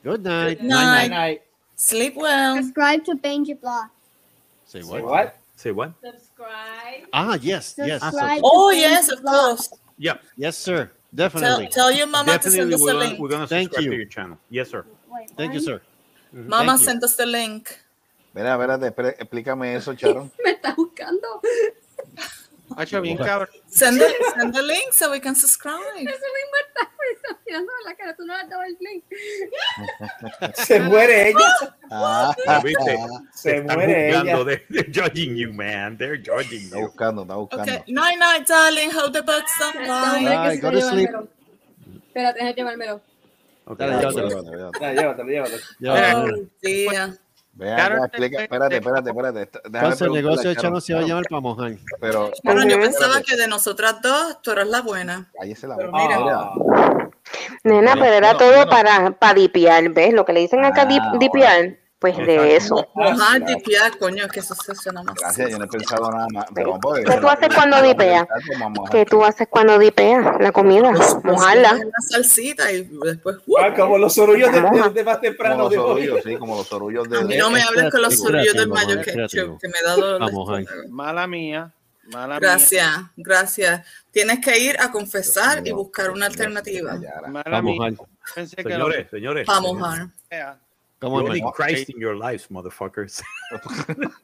[SPEAKER 5] Good night.
[SPEAKER 4] Night. Sleep well.
[SPEAKER 14] Subscribe to Benji Blog.
[SPEAKER 3] Say
[SPEAKER 5] Say what?
[SPEAKER 3] what? Say what?
[SPEAKER 5] Ah, yes, yes.
[SPEAKER 14] Subscribe
[SPEAKER 4] Oh,
[SPEAKER 14] to
[SPEAKER 4] yes,
[SPEAKER 14] Benji
[SPEAKER 4] of course.
[SPEAKER 3] Yeah.
[SPEAKER 5] Yes, sir.
[SPEAKER 4] Tell,
[SPEAKER 5] Definitely.
[SPEAKER 4] tell your mama to send
[SPEAKER 3] Definitely
[SPEAKER 4] us the
[SPEAKER 3] we're gonna,
[SPEAKER 4] link.
[SPEAKER 3] we're gonna
[SPEAKER 5] Thank
[SPEAKER 3] subscribe
[SPEAKER 5] you.
[SPEAKER 3] to your channel. Yes, sir.
[SPEAKER 5] Thank you, sir.
[SPEAKER 4] Mama
[SPEAKER 5] Thank you.
[SPEAKER 4] send us the link.
[SPEAKER 10] Mira, espérate, espera, explícame eso, Charon.
[SPEAKER 4] Me está buscando.
[SPEAKER 6] Hacho, bien cabrón.
[SPEAKER 4] Send the, send the link so we can subscribe.
[SPEAKER 14] Eso mismo está me está mirando a la cara, tú no le has dado el link.
[SPEAKER 7] Se muere ella.
[SPEAKER 10] Ah,
[SPEAKER 3] Ah, ¿Viste?
[SPEAKER 7] Se
[SPEAKER 3] Te están
[SPEAKER 7] muere
[SPEAKER 3] juzgando.
[SPEAKER 7] ella.
[SPEAKER 3] They're, they're judging you, man. They're judging
[SPEAKER 10] está
[SPEAKER 3] you.
[SPEAKER 10] buscando, está buscando.
[SPEAKER 4] Okay. Night, night, darling. Hope the bugs don't
[SPEAKER 14] Déjame
[SPEAKER 4] bite.
[SPEAKER 5] Bye,
[SPEAKER 14] que se
[SPEAKER 5] go to
[SPEAKER 14] lo
[SPEAKER 5] sleep.
[SPEAKER 14] llevármelo. Espérate, déjame llevármelo.
[SPEAKER 5] Dale,
[SPEAKER 10] Ya,
[SPEAKER 5] llévatelo.
[SPEAKER 10] llévatelo, llévatelo.
[SPEAKER 7] Ya, llévatelo, llévatelo.
[SPEAKER 5] Llévatelo.
[SPEAKER 4] Oh, dear.
[SPEAKER 10] Ve acá,
[SPEAKER 6] Charon,
[SPEAKER 10] explica-
[SPEAKER 6] eh,
[SPEAKER 10] espérate,
[SPEAKER 6] eh,
[SPEAKER 10] espérate, espérate. Esto- déjame
[SPEAKER 5] Entonces el
[SPEAKER 10] preguntarle a
[SPEAKER 5] negocio de
[SPEAKER 10] Charon,
[SPEAKER 5] Charo se va a llamar para mojar.
[SPEAKER 10] Pero
[SPEAKER 4] Bueno, yo
[SPEAKER 10] espérate,
[SPEAKER 4] pensaba que de nosotras dos, tú eras la buena.
[SPEAKER 10] cállese la
[SPEAKER 7] Ah,
[SPEAKER 4] Pero
[SPEAKER 10] boca.
[SPEAKER 4] mira.
[SPEAKER 10] Mira,
[SPEAKER 12] Nena, pero era
[SPEAKER 4] no,
[SPEAKER 12] todo
[SPEAKER 4] no.
[SPEAKER 12] para, para dipiar, ¿ves? Lo que le dicen acá
[SPEAKER 10] Ah,
[SPEAKER 12] dip, dipiar, pues de eso.
[SPEAKER 4] Ajá, dipiar, coño, es que eso se suena más.
[SPEAKER 10] Gracias, yo no he pensado nada más. Pero vamos a ver.
[SPEAKER 12] ¿Qué tú haces cuando dipeas? ¿Qué tú haces cuando dipeas la comida? Mojarla.
[SPEAKER 4] Una salsita y después.
[SPEAKER 7] Ah,
[SPEAKER 15] como los sorullos de, de- de más
[SPEAKER 10] Como
[SPEAKER 15] temprano
[SPEAKER 10] los
[SPEAKER 15] de hoy.
[SPEAKER 10] sorullos, sí, como los sorullos de.
[SPEAKER 4] A mí no me hables con los
[SPEAKER 10] Es
[SPEAKER 4] sorullos del
[SPEAKER 10] creativo,
[SPEAKER 4] mayo
[SPEAKER 10] mamá, es
[SPEAKER 4] ketchup,
[SPEAKER 10] creativo.
[SPEAKER 4] que me da dolor. de
[SPEAKER 10] Vamos,
[SPEAKER 4] estómago.
[SPEAKER 6] Mala mía. Mala
[SPEAKER 4] Gracias,
[SPEAKER 6] mía.
[SPEAKER 4] gracias. Tienes que ir a confesar y buscar una alternativa.
[SPEAKER 6] Mala
[SPEAKER 3] Vamos,
[SPEAKER 6] mía.
[SPEAKER 3] Al.
[SPEAKER 6] Pensé que lo-
[SPEAKER 3] Señores, señores.
[SPEAKER 4] Vamos, Har.
[SPEAKER 3] Come on,
[SPEAKER 5] You
[SPEAKER 3] man.
[SPEAKER 5] need
[SPEAKER 3] Christ in your lives, motherfuckers.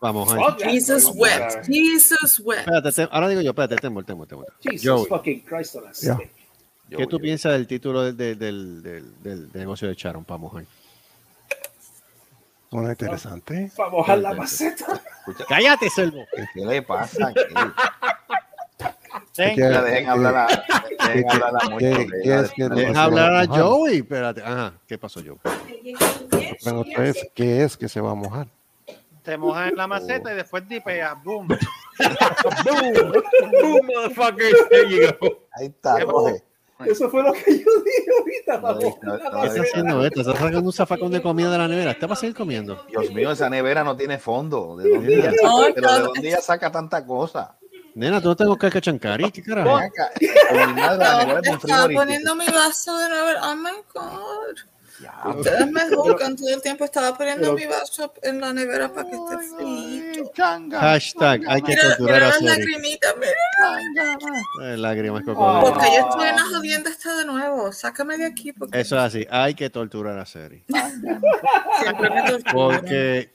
[SPEAKER 5] Vamos,
[SPEAKER 4] Oh,
[SPEAKER 5] Ángel.
[SPEAKER 4] Jesus wept. Jesus wept.
[SPEAKER 5] Espérate, Tem- ahora digo yo, espérate, Temor, Temor, Temor.
[SPEAKER 7] Jesus
[SPEAKER 5] Joey,
[SPEAKER 7] fucking Christ on us.
[SPEAKER 5] Ya. ¿qué tú piensas del título del, del, del, del- del negocio de Sharon para mojar?
[SPEAKER 11] Suena interesante.
[SPEAKER 7] Para mojar la maceta.
[SPEAKER 5] ¡Cállate, Selvo!
[SPEAKER 10] ¿Qué le pasa? aquí?
[SPEAKER 5] Thank
[SPEAKER 10] Que la
[SPEAKER 5] you.
[SPEAKER 10] dejen hablar a,
[SPEAKER 5] Eh,
[SPEAKER 10] dejen
[SPEAKER 5] eh,
[SPEAKER 10] hablar a mucho,
[SPEAKER 5] eh,
[SPEAKER 10] que
[SPEAKER 5] eh,
[SPEAKER 10] ya
[SPEAKER 5] es
[SPEAKER 10] después
[SPEAKER 5] que
[SPEAKER 10] no
[SPEAKER 5] deja
[SPEAKER 10] se
[SPEAKER 5] hablar
[SPEAKER 10] va
[SPEAKER 5] a
[SPEAKER 10] mojar.
[SPEAKER 5] Joey. Espérate, ajá, ¿qué pasó, Joey?
[SPEAKER 11] Pero otra vez, ¿qué es que se va a mojar?
[SPEAKER 6] Te mojas
[SPEAKER 10] Oh.
[SPEAKER 6] en la maceta y después dipeas. Boom.
[SPEAKER 3] Boom. Boom, motherfuckers. There you go.
[SPEAKER 10] Ahí está, coge.
[SPEAKER 7] Eso fue lo que yo dije ahorita,
[SPEAKER 10] No, no, no,
[SPEAKER 5] ¿Qué está haciendo eh? esto? Está sacando un zafacón de comida de la nevera. ¿Está para seguir comiendo?
[SPEAKER 10] Dios mío, esa nevera no tiene fondo. ¿De dónde ella,
[SPEAKER 5] No,
[SPEAKER 10] pero
[SPEAKER 5] no.
[SPEAKER 10] ¿de dónde ella saca tanta cosa?
[SPEAKER 5] Nena, tú no tengo que cachancari. ¿Qué carajo?
[SPEAKER 10] Ven acá, con mi madre, la nevera es un
[SPEAKER 4] Estaba
[SPEAKER 10] frigorífico.
[SPEAKER 4] poniendo mi vaso de nuevo. Oh my God. Ustedes me juzgan todo el tiempo. Estaba poniendo
[SPEAKER 5] Pero-
[SPEAKER 4] mi vaso en la nevera para que esté frito.
[SPEAKER 5] Hashtag, hay que
[SPEAKER 4] Mira-
[SPEAKER 5] torturar
[SPEAKER 4] mira
[SPEAKER 5] a
[SPEAKER 4] las
[SPEAKER 5] Seri.
[SPEAKER 4] lagrimitas, mira.
[SPEAKER 5] Eh, Lágrimas, cocodrilo.
[SPEAKER 4] Porque yo estoy en la jodienda esta de nuevo. Sácame de aquí. Porque...
[SPEAKER 5] Eso es así, hay que torturar a Seri.
[SPEAKER 4] Siempre me torturan.
[SPEAKER 5] Porque,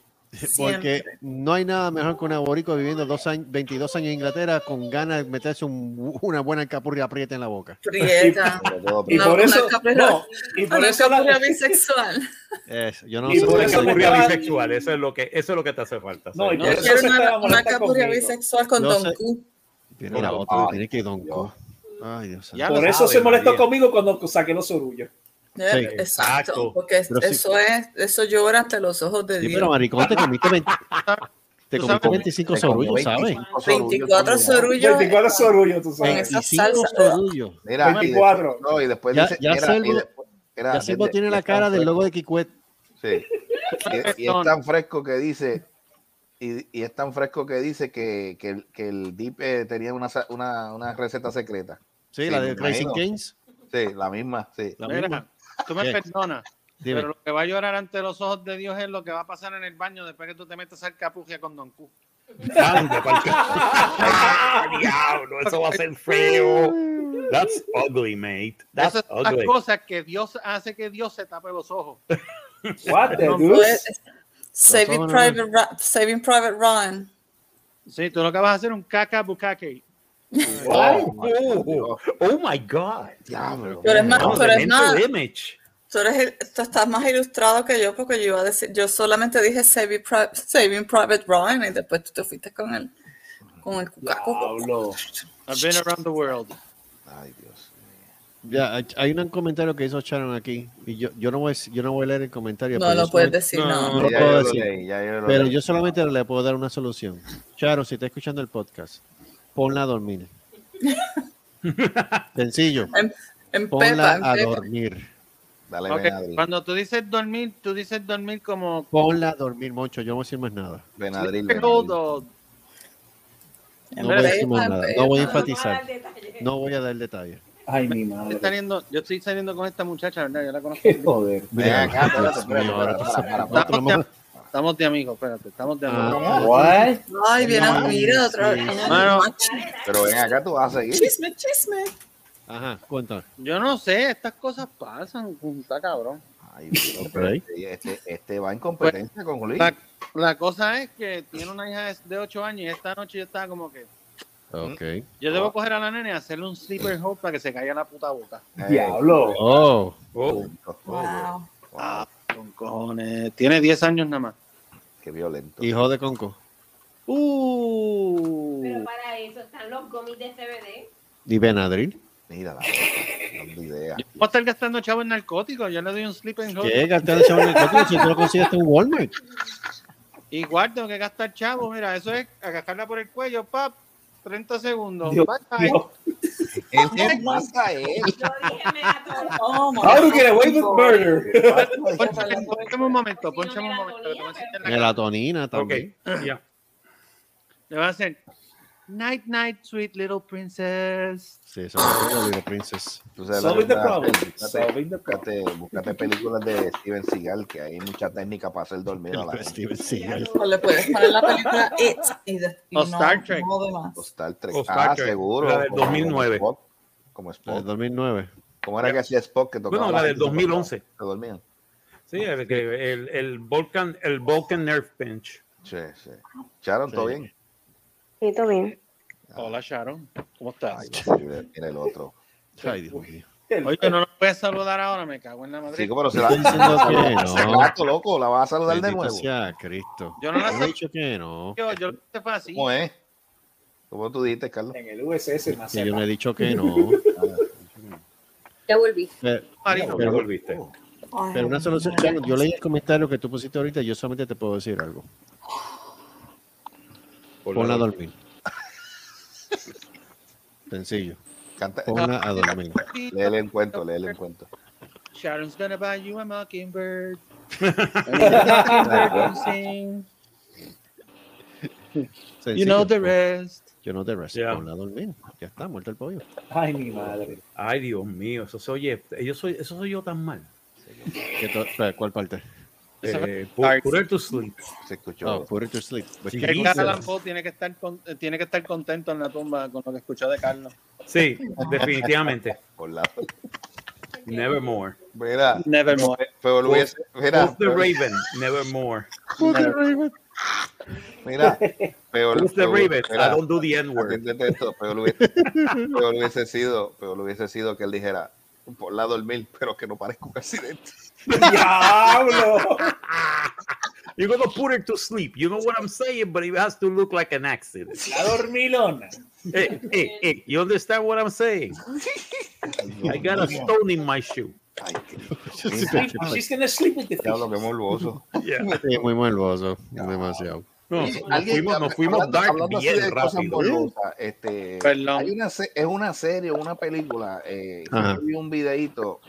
[SPEAKER 5] porque no hay nada mejor que una boricua viviendo dos años, 22 años en Inglaterra con ganas de meterse un- una buena alcapurria aprieta en la boca.
[SPEAKER 4] Prieta.
[SPEAKER 5] Y
[SPEAKER 4] Una-
[SPEAKER 5] por
[SPEAKER 4] una
[SPEAKER 5] eso-
[SPEAKER 4] cabrera-
[SPEAKER 5] no, y por
[SPEAKER 4] una
[SPEAKER 5] eso la-
[SPEAKER 4] cabrera bisexual.
[SPEAKER 5] Es- yo no
[SPEAKER 3] Y
[SPEAKER 5] sé
[SPEAKER 3] por
[SPEAKER 5] si-
[SPEAKER 3] eso
[SPEAKER 5] me
[SPEAKER 3] ocurrió
[SPEAKER 5] estaba-
[SPEAKER 3] bisexual, eso es lo que eso es lo que te hace falta.
[SPEAKER 5] No, y
[SPEAKER 3] ¿sabes?
[SPEAKER 5] por
[SPEAKER 4] Yo quiero una, una capurria bisexual con
[SPEAKER 5] No
[SPEAKER 4] Don
[SPEAKER 5] sé.
[SPEAKER 4] Q. ¿eh?
[SPEAKER 5] Tiene la otra, tiene que Don Co. Ay, Dios santo.
[SPEAKER 7] Por eso se molestó conmigo cuando saqué los sorullos.
[SPEAKER 4] Eh,
[SPEAKER 5] Sí.
[SPEAKER 4] exacto.
[SPEAKER 5] Exacto.
[SPEAKER 4] Porque es-
[SPEAKER 5] Pero sí-
[SPEAKER 4] eso es, eso llora hasta los ojos de
[SPEAKER 5] Sí,
[SPEAKER 4] Dios.
[SPEAKER 5] pero maricón, te comiste, 20 te comiste
[SPEAKER 4] Tú sabes-
[SPEAKER 5] 25
[SPEAKER 4] te comió
[SPEAKER 5] sorullos, ¿sabes?
[SPEAKER 4] 25 sorullos, 24 sorullos.
[SPEAKER 7] 24 sorullos, tú
[SPEAKER 4] Con
[SPEAKER 7] sabes.
[SPEAKER 4] esa
[SPEAKER 5] 25
[SPEAKER 4] salsa.
[SPEAKER 5] sorullos.
[SPEAKER 10] Mira, y
[SPEAKER 7] 24.
[SPEAKER 10] después- no, y después
[SPEAKER 5] Ya,
[SPEAKER 10] dice,
[SPEAKER 5] ya
[SPEAKER 10] mira, y
[SPEAKER 5] Selvo,
[SPEAKER 10] después- mira,
[SPEAKER 5] ya Selvo
[SPEAKER 10] desde-
[SPEAKER 5] tiene
[SPEAKER 10] y
[SPEAKER 5] la
[SPEAKER 10] está
[SPEAKER 5] cara del
[SPEAKER 10] fresco.
[SPEAKER 5] logo de Kikwet.
[SPEAKER 10] Sí. Y, y es tan fresco que dice, y, y es tan fresco que dice que, que, el- que el Deep eh, tenía una, sa- una, una receta secreta.
[SPEAKER 5] Sí, la de Crazy
[SPEAKER 10] Kings. Sí, la misma, sí.
[SPEAKER 6] Mira, tú me
[SPEAKER 10] ¿Qué?
[SPEAKER 6] perdonas,
[SPEAKER 10] Dime.
[SPEAKER 6] pero lo que va a llorar ante los ojos de Dios es lo que va a pasar en el baño después que tú te metas al capugia con Don Q.
[SPEAKER 3] Anda, pa'l ca- Diablo, eso va a ser feo. That's ugly, mate. That's
[SPEAKER 6] Esas son las
[SPEAKER 3] ugly.
[SPEAKER 6] cosas que Dios hace que Dios se tape los ojos.
[SPEAKER 3] What the
[SPEAKER 6] No
[SPEAKER 3] deuce?
[SPEAKER 6] puede-
[SPEAKER 4] pues, Saving
[SPEAKER 6] Los ojos no
[SPEAKER 4] Private, Ra- Saving Private Ryan.
[SPEAKER 6] Sí, tú lo que vas a hacer es un caca bucaque.
[SPEAKER 3] Oh, oh, oh my God.
[SPEAKER 10] Diablo.
[SPEAKER 4] Pero es más-
[SPEAKER 3] No,
[SPEAKER 4] pero es
[SPEAKER 3] the
[SPEAKER 4] más-
[SPEAKER 3] mental image.
[SPEAKER 4] Tú, eres el- tú estás más ilustrado que yo porque yo iba a decir, yo solamente dije Saving, Pri- Saving Private Ryan y después tú te fuiste con el, con el cucaco.
[SPEAKER 6] I've been around the world.
[SPEAKER 5] Ya, hay- hay un comentario que hizo Sharon aquí y yo, yo no voy a, decir- yo no voy a leer el comentario.
[SPEAKER 4] No
[SPEAKER 5] pero
[SPEAKER 4] lo
[SPEAKER 5] yo
[SPEAKER 4] puedes
[SPEAKER 5] solamente-
[SPEAKER 4] decir, no.
[SPEAKER 5] lo
[SPEAKER 4] Ya
[SPEAKER 5] puedo
[SPEAKER 4] yo lo
[SPEAKER 5] decir.
[SPEAKER 10] leí, ya yo lo
[SPEAKER 5] pero
[SPEAKER 10] leí.
[SPEAKER 5] yo solamente le puedo dar una solución. Sharon, si está escuchando el podcast, ponla a dormir. Sencillo.
[SPEAKER 4] En, en
[SPEAKER 5] Ponla
[SPEAKER 4] Pepa, en
[SPEAKER 5] a
[SPEAKER 4] Pepa.
[SPEAKER 5] dormir.
[SPEAKER 10] Dale,
[SPEAKER 6] Ok, Cuando tú dices dormir, tú dices dormir como
[SPEAKER 5] Ponla a dormir, Moncho. Yo no voy a decir más nada.
[SPEAKER 6] Hold on.
[SPEAKER 5] No voy a decir más nada. No voy a enfatizar. No voy a dar detalles.
[SPEAKER 7] Ay, mi
[SPEAKER 6] Estoy
[SPEAKER 7] madre.
[SPEAKER 6] saliendo- yo estoy saliendo con esta muchacha, ¿verdad? Yo la conozco.
[SPEAKER 7] Joder.
[SPEAKER 5] Mira,
[SPEAKER 6] acá,
[SPEAKER 5] Dios
[SPEAKER 6] espérate,
[SPEAKER 5] mío,
[SPEAKER 6] espérate,
[SPEAKER 5] ahora
[SPEAKER 6] espérate,
[SPEAKER 5] pasa-
[SPEAKER 6] espérate.
[SPEAKER 5] otro
[SPEAKER 6] Estamos,
[SPEAKER 5] más.
[SPEAKER 6] de, estamos de amigos, espérate, estamos de amigos.
[SPEAKER 5] Ah, What?
[SPEAKER 4] Ay, viene a mira otra vez.
[SPEAKER 6] Mano,
[SPEAKER 10] Pero ven acá, tú vas a seguir.
[SPEAKER 4] Chisme, chisme.
[SPEAKER 5] Ajá, cuéntame.
[SPEAKER 6] Yo no sé, estas cosas pasan, está cabrón.
[SPEAKER 10] Este, este va en competencia con Luis.
[SPEAKER 6] La, la cosa es que tiene una hija de- de 8 años y esta noche yo estaba como que
[SPEAKER 5] Ok.
[SPEAKER 6] yo debo coger a la nena y hacerle un sleeper hold para que se caiga la puta boca.
[SPEAKER 7] Diablo.
[SPEAKER 5] Oh.
[SPEAKER 4] Wow.
[SPEAKER 6] Ah, con cojones. Tiene 10 años nada más.
[SPEAKER 10] Qué violento.
[SPEAKER 5] Hijo de Conco.
[SPEAKER 6] Uh.
[SPEAKER 9] Pero para eso están los gomis de CBD.
[SPEAKER 5] Y Benadryl.
[SPEAKER 10] Mira la
[SPEAKER 6] Voy a estar gastando chavo en narcóticos, yo le doy un sleeper hold.
[SPEAKER 5] ¿Qué? Gastando chavo en el coche, si tú lo consigues en Walmart.
[SPEAKER 6] Igual tengo que gastar chavo, mira, eso es agarrarla por el cuello, pap, 30 segundos.
[SPEAKER 5] Dios
[SPEAKER 6] Bye, bye.
[SPEAKER 10] Ese pasa él.
[SPEAKER 13] Oh, my
[SPEAKER 15] How to get away with
[SPEAKER 13] God.
[SPEAKER 15] murder.
[SPEAKER 6] Ponchame un momento, ponchame un momento. que te voy a sentar en la cara.
[SPEAKER 5] Melatonina ah, también.
[SPEAKER 6] Le voy a hacer. Night, night, sweet little princess.
[SPEAKER 5] Sí, eso es lo de Princess.
[SPEAKER 10] Tú sabes la
[SPEAKER 6] Solving the
[SPEAKER 10] verdad,
[SPEAKER 6] problem.
[SPEAKER 10] búscate- Búscate, búscate películas de Steven Seagal, que hay mucha técnica para hacer dormir a la gente.
[SPEAKER 5] Steven Seagal.
[SPEAKER 4] O le puedes poner la película It y, de- y
[SPEAKER 10] O
[SPEAKER 4] no-
[SPEAKER 10] Star Trek.
[SPEAKER 4] no demás.
[SPEAKER 10] O Star Trek.
[SPEAKER 5] O Star
[SPEAKER 10] ah,
[SPEAKER 5] Trek.
[SPEAKER 10] seguro.
[SPEAKER 3] La del
[SPEAKER 10] como-
[SPEAKER 3] 2009.
[SPEAKER 10] Como Spock. Como Spock.
[SPEAKER 5] La de 2009.
[SPEAKER 10] ¿Cómo era que hacía Spock que tocaba?
[SPEAKER 3] Bueno, la del 2011.
[SPEAKER 10] Se dormían.
[SPEAKER 3] Sí, el, que- el, el Vulcan, el Vulcan Nerve Pinch.
[SPEAKER 10] Sí, sí. Sharon, ¿todo
[SPEAKER 3] Sí.
[SPEAKER 10] bien?
[SPEAKER 12] Sí, todo bien.
[SPEAKER 6] Hola, Sharon. ¿Cómo estás?
[SPEAKER 10] Era el otro.
[SPEAKER 5] Ay, Dios mío.
[SPEAKER 6] Oye, no nos puedes saludar ahora, me cago en la madre.
[SPEAKER 10] Sí, pero se la
[SPEAKER 5] Estoy diciendo que no.
[SPEAKER 10] hace rato, loco. La vas a saludar de
[SPEAKER 5] Bendito
[SPEAKER 10] nuevo.
[SPEAKER 5] sea Cristo.
[SPEAKER 6] Yo no la
[SPEAKER 5] he
[SPEAKER 6] sé.
[SPEAKER 5] dicho que no.
[SPEAKER 6] Yo, yo lo que fue así.
[SPEAKER 10] ¿Cómo es? ¿Cómo tú dijiste, Carlos? En el USS más
[SPEAKER 5] Que yo no he dicho que no.
[SPEAKER 8] Ya volví.
[SPEAKER 5] Pero,
[SPEAKER 10] Marino,
[SPEAKER 5] pero-
[SPEAKER 10] ya volviste.
[SPEAKER 5] pero una solución, Sharon, yo leí el comentario que tú pusiste ahorita y yo solamente te puedo decir algo. Ponla a dormir. Sencillo.
[SPEAKER 10] Canta.
[SPEAKER 6] Ah,
[SPEAKER 5] Ponla a dormir.
[SPEAKER 10] Léele un cuento, léele un cuento.
[SPEAKER 6] Sharon's gonna buy you a mockingbird.
[SPEAKER 10] Claro.
[SPEAKER 6] Sing.
[SPEAKER 5] Sencillo.
[SPEAKER 6] you know the rest.
[SPEAKER 5] Yo no te resto.
[SPEAKER 3] Ya.
[SPEAKER 5] Ponla a dormir. Ya está, muerto el pollo.
[SPEAKER 15] Ay, mi madre.
[SPEAKER 3] Ay, Dios mío, eso se oye. Yo soy, eso soy yo tan mal.
[SPEAKER 5] ¿Qué to- espera, ¿Cuál parte?
[SPEAKER 3] Eh, put, put her to sleep.
[SPEAKER 10] Se escuchó.
[SPEAKER 5] Oh, put it to sleep. Pues,
[SPEAKER 3] Sí.
[SPEAKER 5] ¿qué
[SPEAKER 6] El
[SPEAKER 5] cosa?
[SPEAKER 6] cara Alan Poe tiene que estar con- eh, tiene que estar contento en la tumba con lo que escuchó de Carlos.
[SPEAKER 3] Sí, definitivamente.
[SPEAKER 10] Por la...
[SPEAKER 3] Nevermore.
[SPEAKER 10] Mira,
[SPEAKER 6] Nevermore.
[SPEAKER 10] Feo Luis, mira,
[SPEAKER 3] Who's the Raven? Nevermore.
[SPEAKER 10] mira, peor,
[SPEAKER 3] Who's the
[SPEAKER 10] peor-
[SPEAKER 3] Raven? I
[SPEAKER 10] mira,
[SPEAKER 3] don't do the N-word.
[SPEAKER 10] atiéndete esto, peor hubiese, peor hubiese sido, peor hubiese sido que él dijera por la dormir, pero que no parezca un accidente.
[SPEAKER 15] ¡Diablo!
[SPEAKER 3] You're gonna put her to sleep. You know what I'm saying, but it has to look like an accident.
[SPEAKER 15] La dormilona.
[SPEAKER 3] Hey, hey, hey, you understand what I'm saying? I got a stone in my shoe.
[SPEAKER 15] Sleep- She's gonna sleep with the fish.
[SPEAKER 10] Diablo, qué morboso.
[SPEAKER 3] Yeah.
[SPEAKER 5] Sí, muy morboso. Demasiado.
[SPEAKER 3] No,
[SPEAKER 10] Oye,
[SPEAKER 3] nos
[SPEAKER 10] alguien-
[SPEAKER 3] fuimos, nos
[SPEAKER 10] habla-
[SPEAKER 3] fuimos
[SPEAKER 10] hablando-
[SPEAKER 3] dark
[SPEAKER 10] hablando así
[SPEAKER 3] bien
[SPEAKER 10] de cosas
[SPEAKER 3] rápido.
[SPEAKER 10] morbosas, este,
[SPEAKER 6] Perdón.
[SPEAKER 10] hay una, se- es una serie, una película. Eh,
[SPEAKER 5] Ajá.
[SPEAKER 10] yo vi un videíto.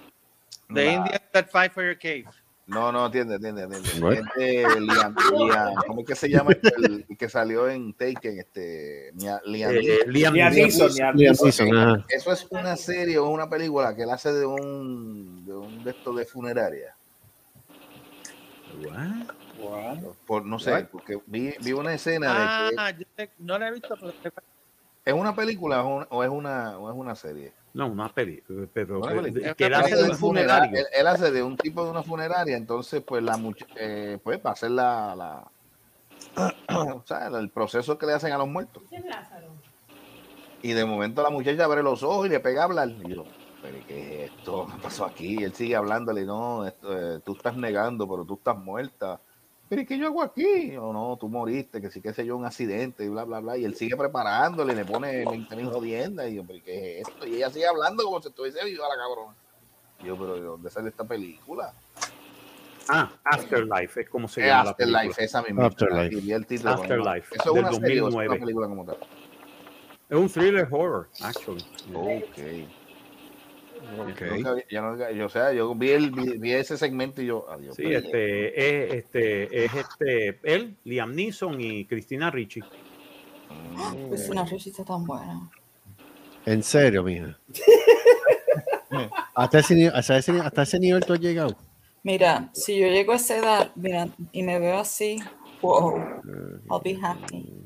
[SPEAKER 6] The
[SPEAKER 10] La-
[SPEAKER 6] Indians that fight for your cave.
[SPEAKER 10] No, no, entiende, entiende, entiende.
[SPEAKER 5] Bueno.
[SPEAKER 10] Es de Liam, Liam, ¿cómo es que se llama? El, el que salió en Taken, este, Mia- Liam.
[SPEAKER 3] Eh, Liam
[SPEAKER 15] Ni a
[SPEAKER 3] Neeson.
[SPEAKER 15] Nixon, ni a
[SPEAKER 5] Sí,
[SPEAKER 15] Nixon.
[SPEAKER 5] sí, son, ajá.
[SPEAKER 10] Eso es una serie o una película que él hace de un de un de esto de funeraria.
[SPEAKER 3] What?
[SPEAKER 15] Wow.
[SPEAKER 10] Por, no sé, porque vi, vi una escena de que
[SPEAKER 6] Ah, yo te- no la he visto, pero te-
[SPEAKER 10] es una película o, un- o es una o es una serie.
[SPEAKER 3] No, una peli, eh, pero
[SPEAKER 10] Una película.
[SPEAKER 3] que
[SPEAKER 10] Él
[SPEAKER 3] era
[SPEAKER 10] hace de
[SPEAKER 3] un
[SPEAKER 10] un funera-
[SPEAKER 3] funerario.
[SPEAKER 10] él, él hace de un tipo de una funeraria, entonces pues la much- eh, pues para hacer la, la o sea, el proceso que le hacen a los muertos.
[SPEAKER 9] Ese es Lázaro.
[SPEAKER 10] Y de momento la muchacha abre los ojos y le pega a hablar. Y yo, ¿pero qué es esto? ¿Qué pasó aquí? Y él sigue hablándole, no, esto, eh, tú estás negando, pero tú estás muerta. ¿Pero ¿y qué yo hago aquí? O no, tú moriste, que sí, qué sé yo, un accidente y bla, bla, bla. Y él sigue preparándole, le pone 20 mil jodiendas. Y yo, ¿pero qué es esto? Y ella sigue hablando como si estuviese viva la cabrona. Y yo, ¿pero de dónde sale esta película?
[SPEAKER 3] Ah, Afterlife, es como se
[SPEAKER 10] Es
[SPEAKER 3] llama la película.
[SPEAKER 10] Eh, Afterlife, esa misma.
[SPEAKER 5] Afterlife.
[SPEAKER 10] Y vi el título. pero no.
[SPEAKER 3] Afterlife,
[SPEAKER 10] Eso es
[SPEAKER 3] del
[SPEAKER 10] una serie, o es
[SPEAKER 3] 2009.
[SPEAKER 10] una película como tal.
[SPEAKER 3] Es un thriller horror, actually.
[SPEAKER 10] Oh, Ok. Yo
[SPEAKER 5] Ok.
[SPEAKER 10] nunca vi- yo, nunca- yo, o sea, yo vi, el, vi, vi ese segmento y yo, "Ah, adiós.
[SPEAKER 3] Sí,
[SPEAKER 10] perdí.
[SPEAKER 3] este es, este es este él, Liam Neeson y Cristina Ricci.
[SPEAKER 4] Es pues una risita tan buena.
[SPEAKER 5] En serio, mija. hasta, ese, ni- hasta, ese, ni- hasta ese nivel tú has llegado.
[SPEAKER 4] Mira, si yo llego a esa edad, mira, y me veo así, wow, I'll be happy.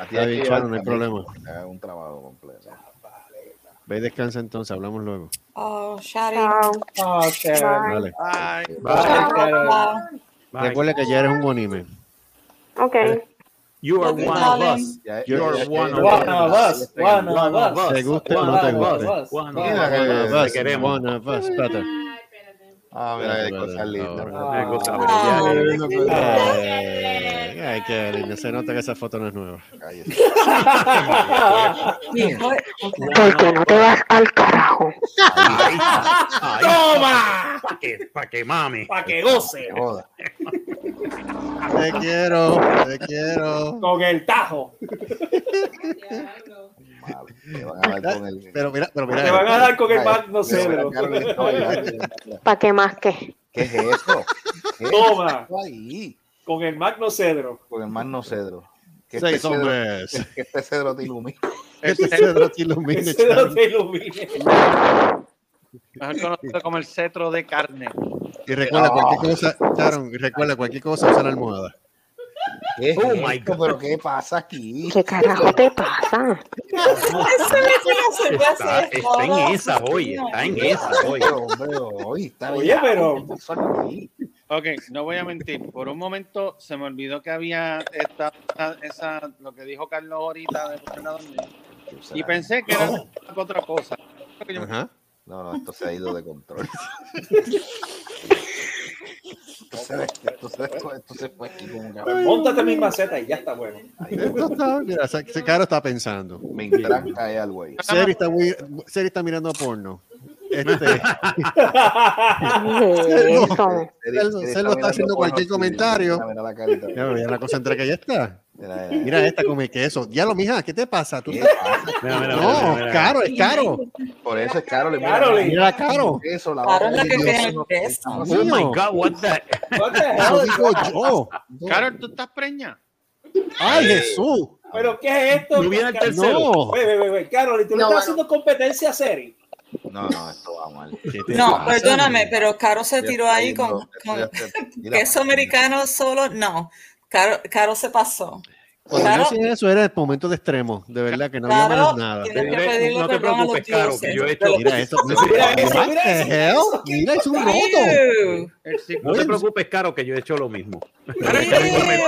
[SPEAKER 10] A ti
[SPEAKER 5] Está
[SPEAKER 10] hay
[SPEAKER 5] bien,
[SPEAKER 10] que
[SPEAKER 5] Charo, no hay
[SPEAKER 10] llevar también,
[SPEAKER 5] problema.
[SPEAKER 10] que haga un trabajo completo.
[SPEAKER 5] Ve y descansa entonces, hablamos luego.
[SPEAKER 4] Oh, Shari.
[SPEAKER 12] Chao.
[SPEAKER 15] Oh, Sharon.
[SPEAKER 12] Bye.
[SPEAKER 5] Dale.
[SPEAKER 10] Eh,
[SPEAKER 6] Bye.
[SPEAKER 15] Bye, Sharon.
[SPEAKER 4] Bye.
[SPEAKER 3] Bye.
[SPEAKER 5] Recuerda que ya eres un anime.
[SPEAKER 12] Ok.
[SPEAKER 3] You are
[SPEAKER 4] Love
[SPEAKER 3] one
[SPEAKER 4] you,
[SPEAKER 3] of
[SPEAKER 4] darling.
[SPEAKER 3] us.
[SPEAKER 5] Eh,
[SPEAKER 10] Ya-
[SPEAKER 3] You are
[SPEAKER 10] ya- ya-
[SPEAKER 3] one
[SPEAKER 10] ya-
[SPEAKER 3] of
[SPEAKER 10] ya-
[SPEAKER 15] One
[SPEAKER 10] ya-
[SPEAKER 15] of us,
[SPEAKER 10] ya- ya-
[SPEAKER 15] one of us.
[SPEAKER 5] ¿Te guste o
[SPEAKER 15] One
[SPEAKER 5] no te
[SPEAKER 15] of
[SPEAKER 5] guste?
[SPEAKER 15] us. One
[SPEAKER 3] One of
[SPEAKER 15] of us.
[SPEAKER 3] us.
[SPEAKER 5] Eh, Vas,
[SPEAKER 3] Te queremos.
[SPEAKER 5] one of us, espérate.
[SPEAKER 9] Ay, espérate.
[SPEAKER 10] Ah, mira, hay cosas lindas.
[SPEAKER 3] Una cosa
[SPEAKER 4] Ah.
[SPEAKER 3] bella.
[SPEAKER 5] Ay, Eh, ay, qué lindo. Se nota que esa foto no es nueva.
[SPEAKER 10] Cállese.
[SPEAKER 4] Mi hijo-
[SPEAKER 12] ¿Por qué no te vas al carajo?
[SPEAKER 3] Ay, ay,
[SPEAKER 15] ¡Toma!
[SPEAKER 3] pa' que, pa' que mame.
[SPEAKER 15] Para que goce
[SPEAKER 10] Qué joda.
[SPEAKER 5] Te quiero, te quiero.
[SPEAKER 15] con el tajo.
[SPEAKER 9] Diablo.
[SPEAKER 10] malo. Te van a dar con el.
[SPEAKER 5] Pero mira, pero mira.
[SPEAKER 10] Te van a dar con el bat, no sé,
[SPEAKER 5] Mira,
[SPEAKER 10] bro.
[SPEAKER 5] Carmen, no, mira.
[SPEAKER 12] ¿Para qué más que?
[SPEAKER 10] ¿Qué es eso? ¿Qué es
[SPEAKER 12] Toma.
[SPEAKER 10] eso ahí?
[SPEAKER 7] Con el Magno Cedro.
[SPEAKER 10] Con el Magno Cedro. Que
[SPEAKER 5] Seis
[SPEAKER 10] este cedro-
[SPEAKER 5] hombres.
[SPEAKER 10] que este cedro te ilumine.
[SPEAKER 5] Este cedro te ilumine, Este cedro Charlie. te ilumine.
[SPEAKER 6] Mejor conocido como el cetro de carne.
[SPEAKER 5] Y recuerda
[SPEAKER 6] Ah.
[SPEAKER 5] cualquier cosa, Sharon, y recuerda cualquier cosa, usa la almohada.
[SPEAKER 10] ¿Qué es
[SPEAKER 5] Oh
[SPEAKER 10] esto?
[SPEAKER 5] my
[SPEAKER 10] ¿Pero qué pasa aquí?
[SPEAKER 12] ¿Qué carajo te pasa?
[SPEAKER 3] Está, está en esa hoy, está en esa hoy.
[SPEAKER 6] Oye, pero. Ok, no voy a mentir. Por un momento se me olvidó que había esta, esa, lo que dijo Carlos ahorita de Fernando Núñez. y pensé que era otra cosa. Creo que yo me-
[SPEAKER 10] Ajá. No, no, esto se ha ido de control. esto, se, esto, se, esto se fue aquí como un cabrón.
[SPEAKER 7] Móntate mi maceta y ya está bueno.
[SPEAKER 5] Esto está- mira, ese- ese caro está pensando.
[SPEAKER 10] Me intranca ahí algo ahí.
[SPEAKER 5] Seri está, muy- Seri está mirando a porno. Este.
[SPEAKER 10] Nelson.
[SPEAKER 5] Nelson, Nelson está haciendo cualquier comentario. Ya, mira, la cosa entre que ya está. Mira esta come queso. Ya lo mija, ¿qué te pasa? ¿Tú estás-
[SPEAKER 10] Mira, mira,
[SPEAKER 5] no,
[SPEAKER 10] mira, mira.
[SPEAKER 5] caro, es caro.
[SPEAKER 10] Por eso es caro.
[SPEAKER 5] Caro, le- Mira, caro.
[SPEAKER 10] Eso, la
[SPEAKER 5] Caro es la
[SPEAKER 10] otra.
[SPEAKER 5] que
[SPEAKER 10] Dios,
[SPEAKER 5] tiene
[SPEAKER 10] no-
[SPEAKER 5] queso.
[SPEAKER 10] Dios.
[SPEAKER 5] Oh my God, what
[SPEAKER 3] the-
[SPEAKER 7] What the
[SPEAKER 5] Eso
[SPEAKER 7] hell?
[SPEAKER 5] digo yo.
[SPEAKER 6] Carol, tú estás preña.
[SPEAKER 5] Ay, Jesús.
[SPEAKER 7] ¿Pero qué es esto?
[SPEAKER 5] No viene el tercero. No.
[SPEAKER 7] Ve, ve, ve, ve, Carol, ¿y tú le
[SPEAKER 16] No,
[SPEAKER 7] estás
[SPEAKER 16] bueno.
[SPEAKER 7] haciendo competencia a Seri?
[SPEAKER 10] No, no, esto va mal.
[SPEAKER 16] No, perdóname, pero Caro se
[SPEAKER 10] Estoy
[SPEAKER 16] tiró ahí con,
[SPEAKER 10] haciendo-
[SPEAKER 16] con
[SPEAKER 10] estoy haciendo- Mira,
[SPEAKER 16] queso americano solo. No, Caro, Caro se pasó.
[SPEAKER 5] Cuando
[SPEAKER 16] Claro.
[SPEAKER 5] yo hacía eso era el momento de extremo, de verdad que no había
[SPEAKER 16] Claro,
[SPEAKER 5] más nada.
[SPEAKER 16] tienes que pedirle
[SPEAKER 3] No
[SPEAKER 16] perdón a
[SPEAKER 3] te
[SPEAKER 16] los
[SPEAKER 3] preocupes, Caro, que
[SPEAKER 16] dioses.
[SPEAKER 3] yo he hecho.
[SPEAKER 5] Mira esto,
[SPEAKER 3] Mira eso,
[SPEAKER 5] What
[SPEAKER 3] mira
[SPEAKER 5] the
[SPEAKER 3] eso.
[SPEAKER 5] hell? Mira, es un
[SPEAKER 16] roto.
[SPEAKER 3] No te preocupes, Caro, que yo he hecho lo mismo.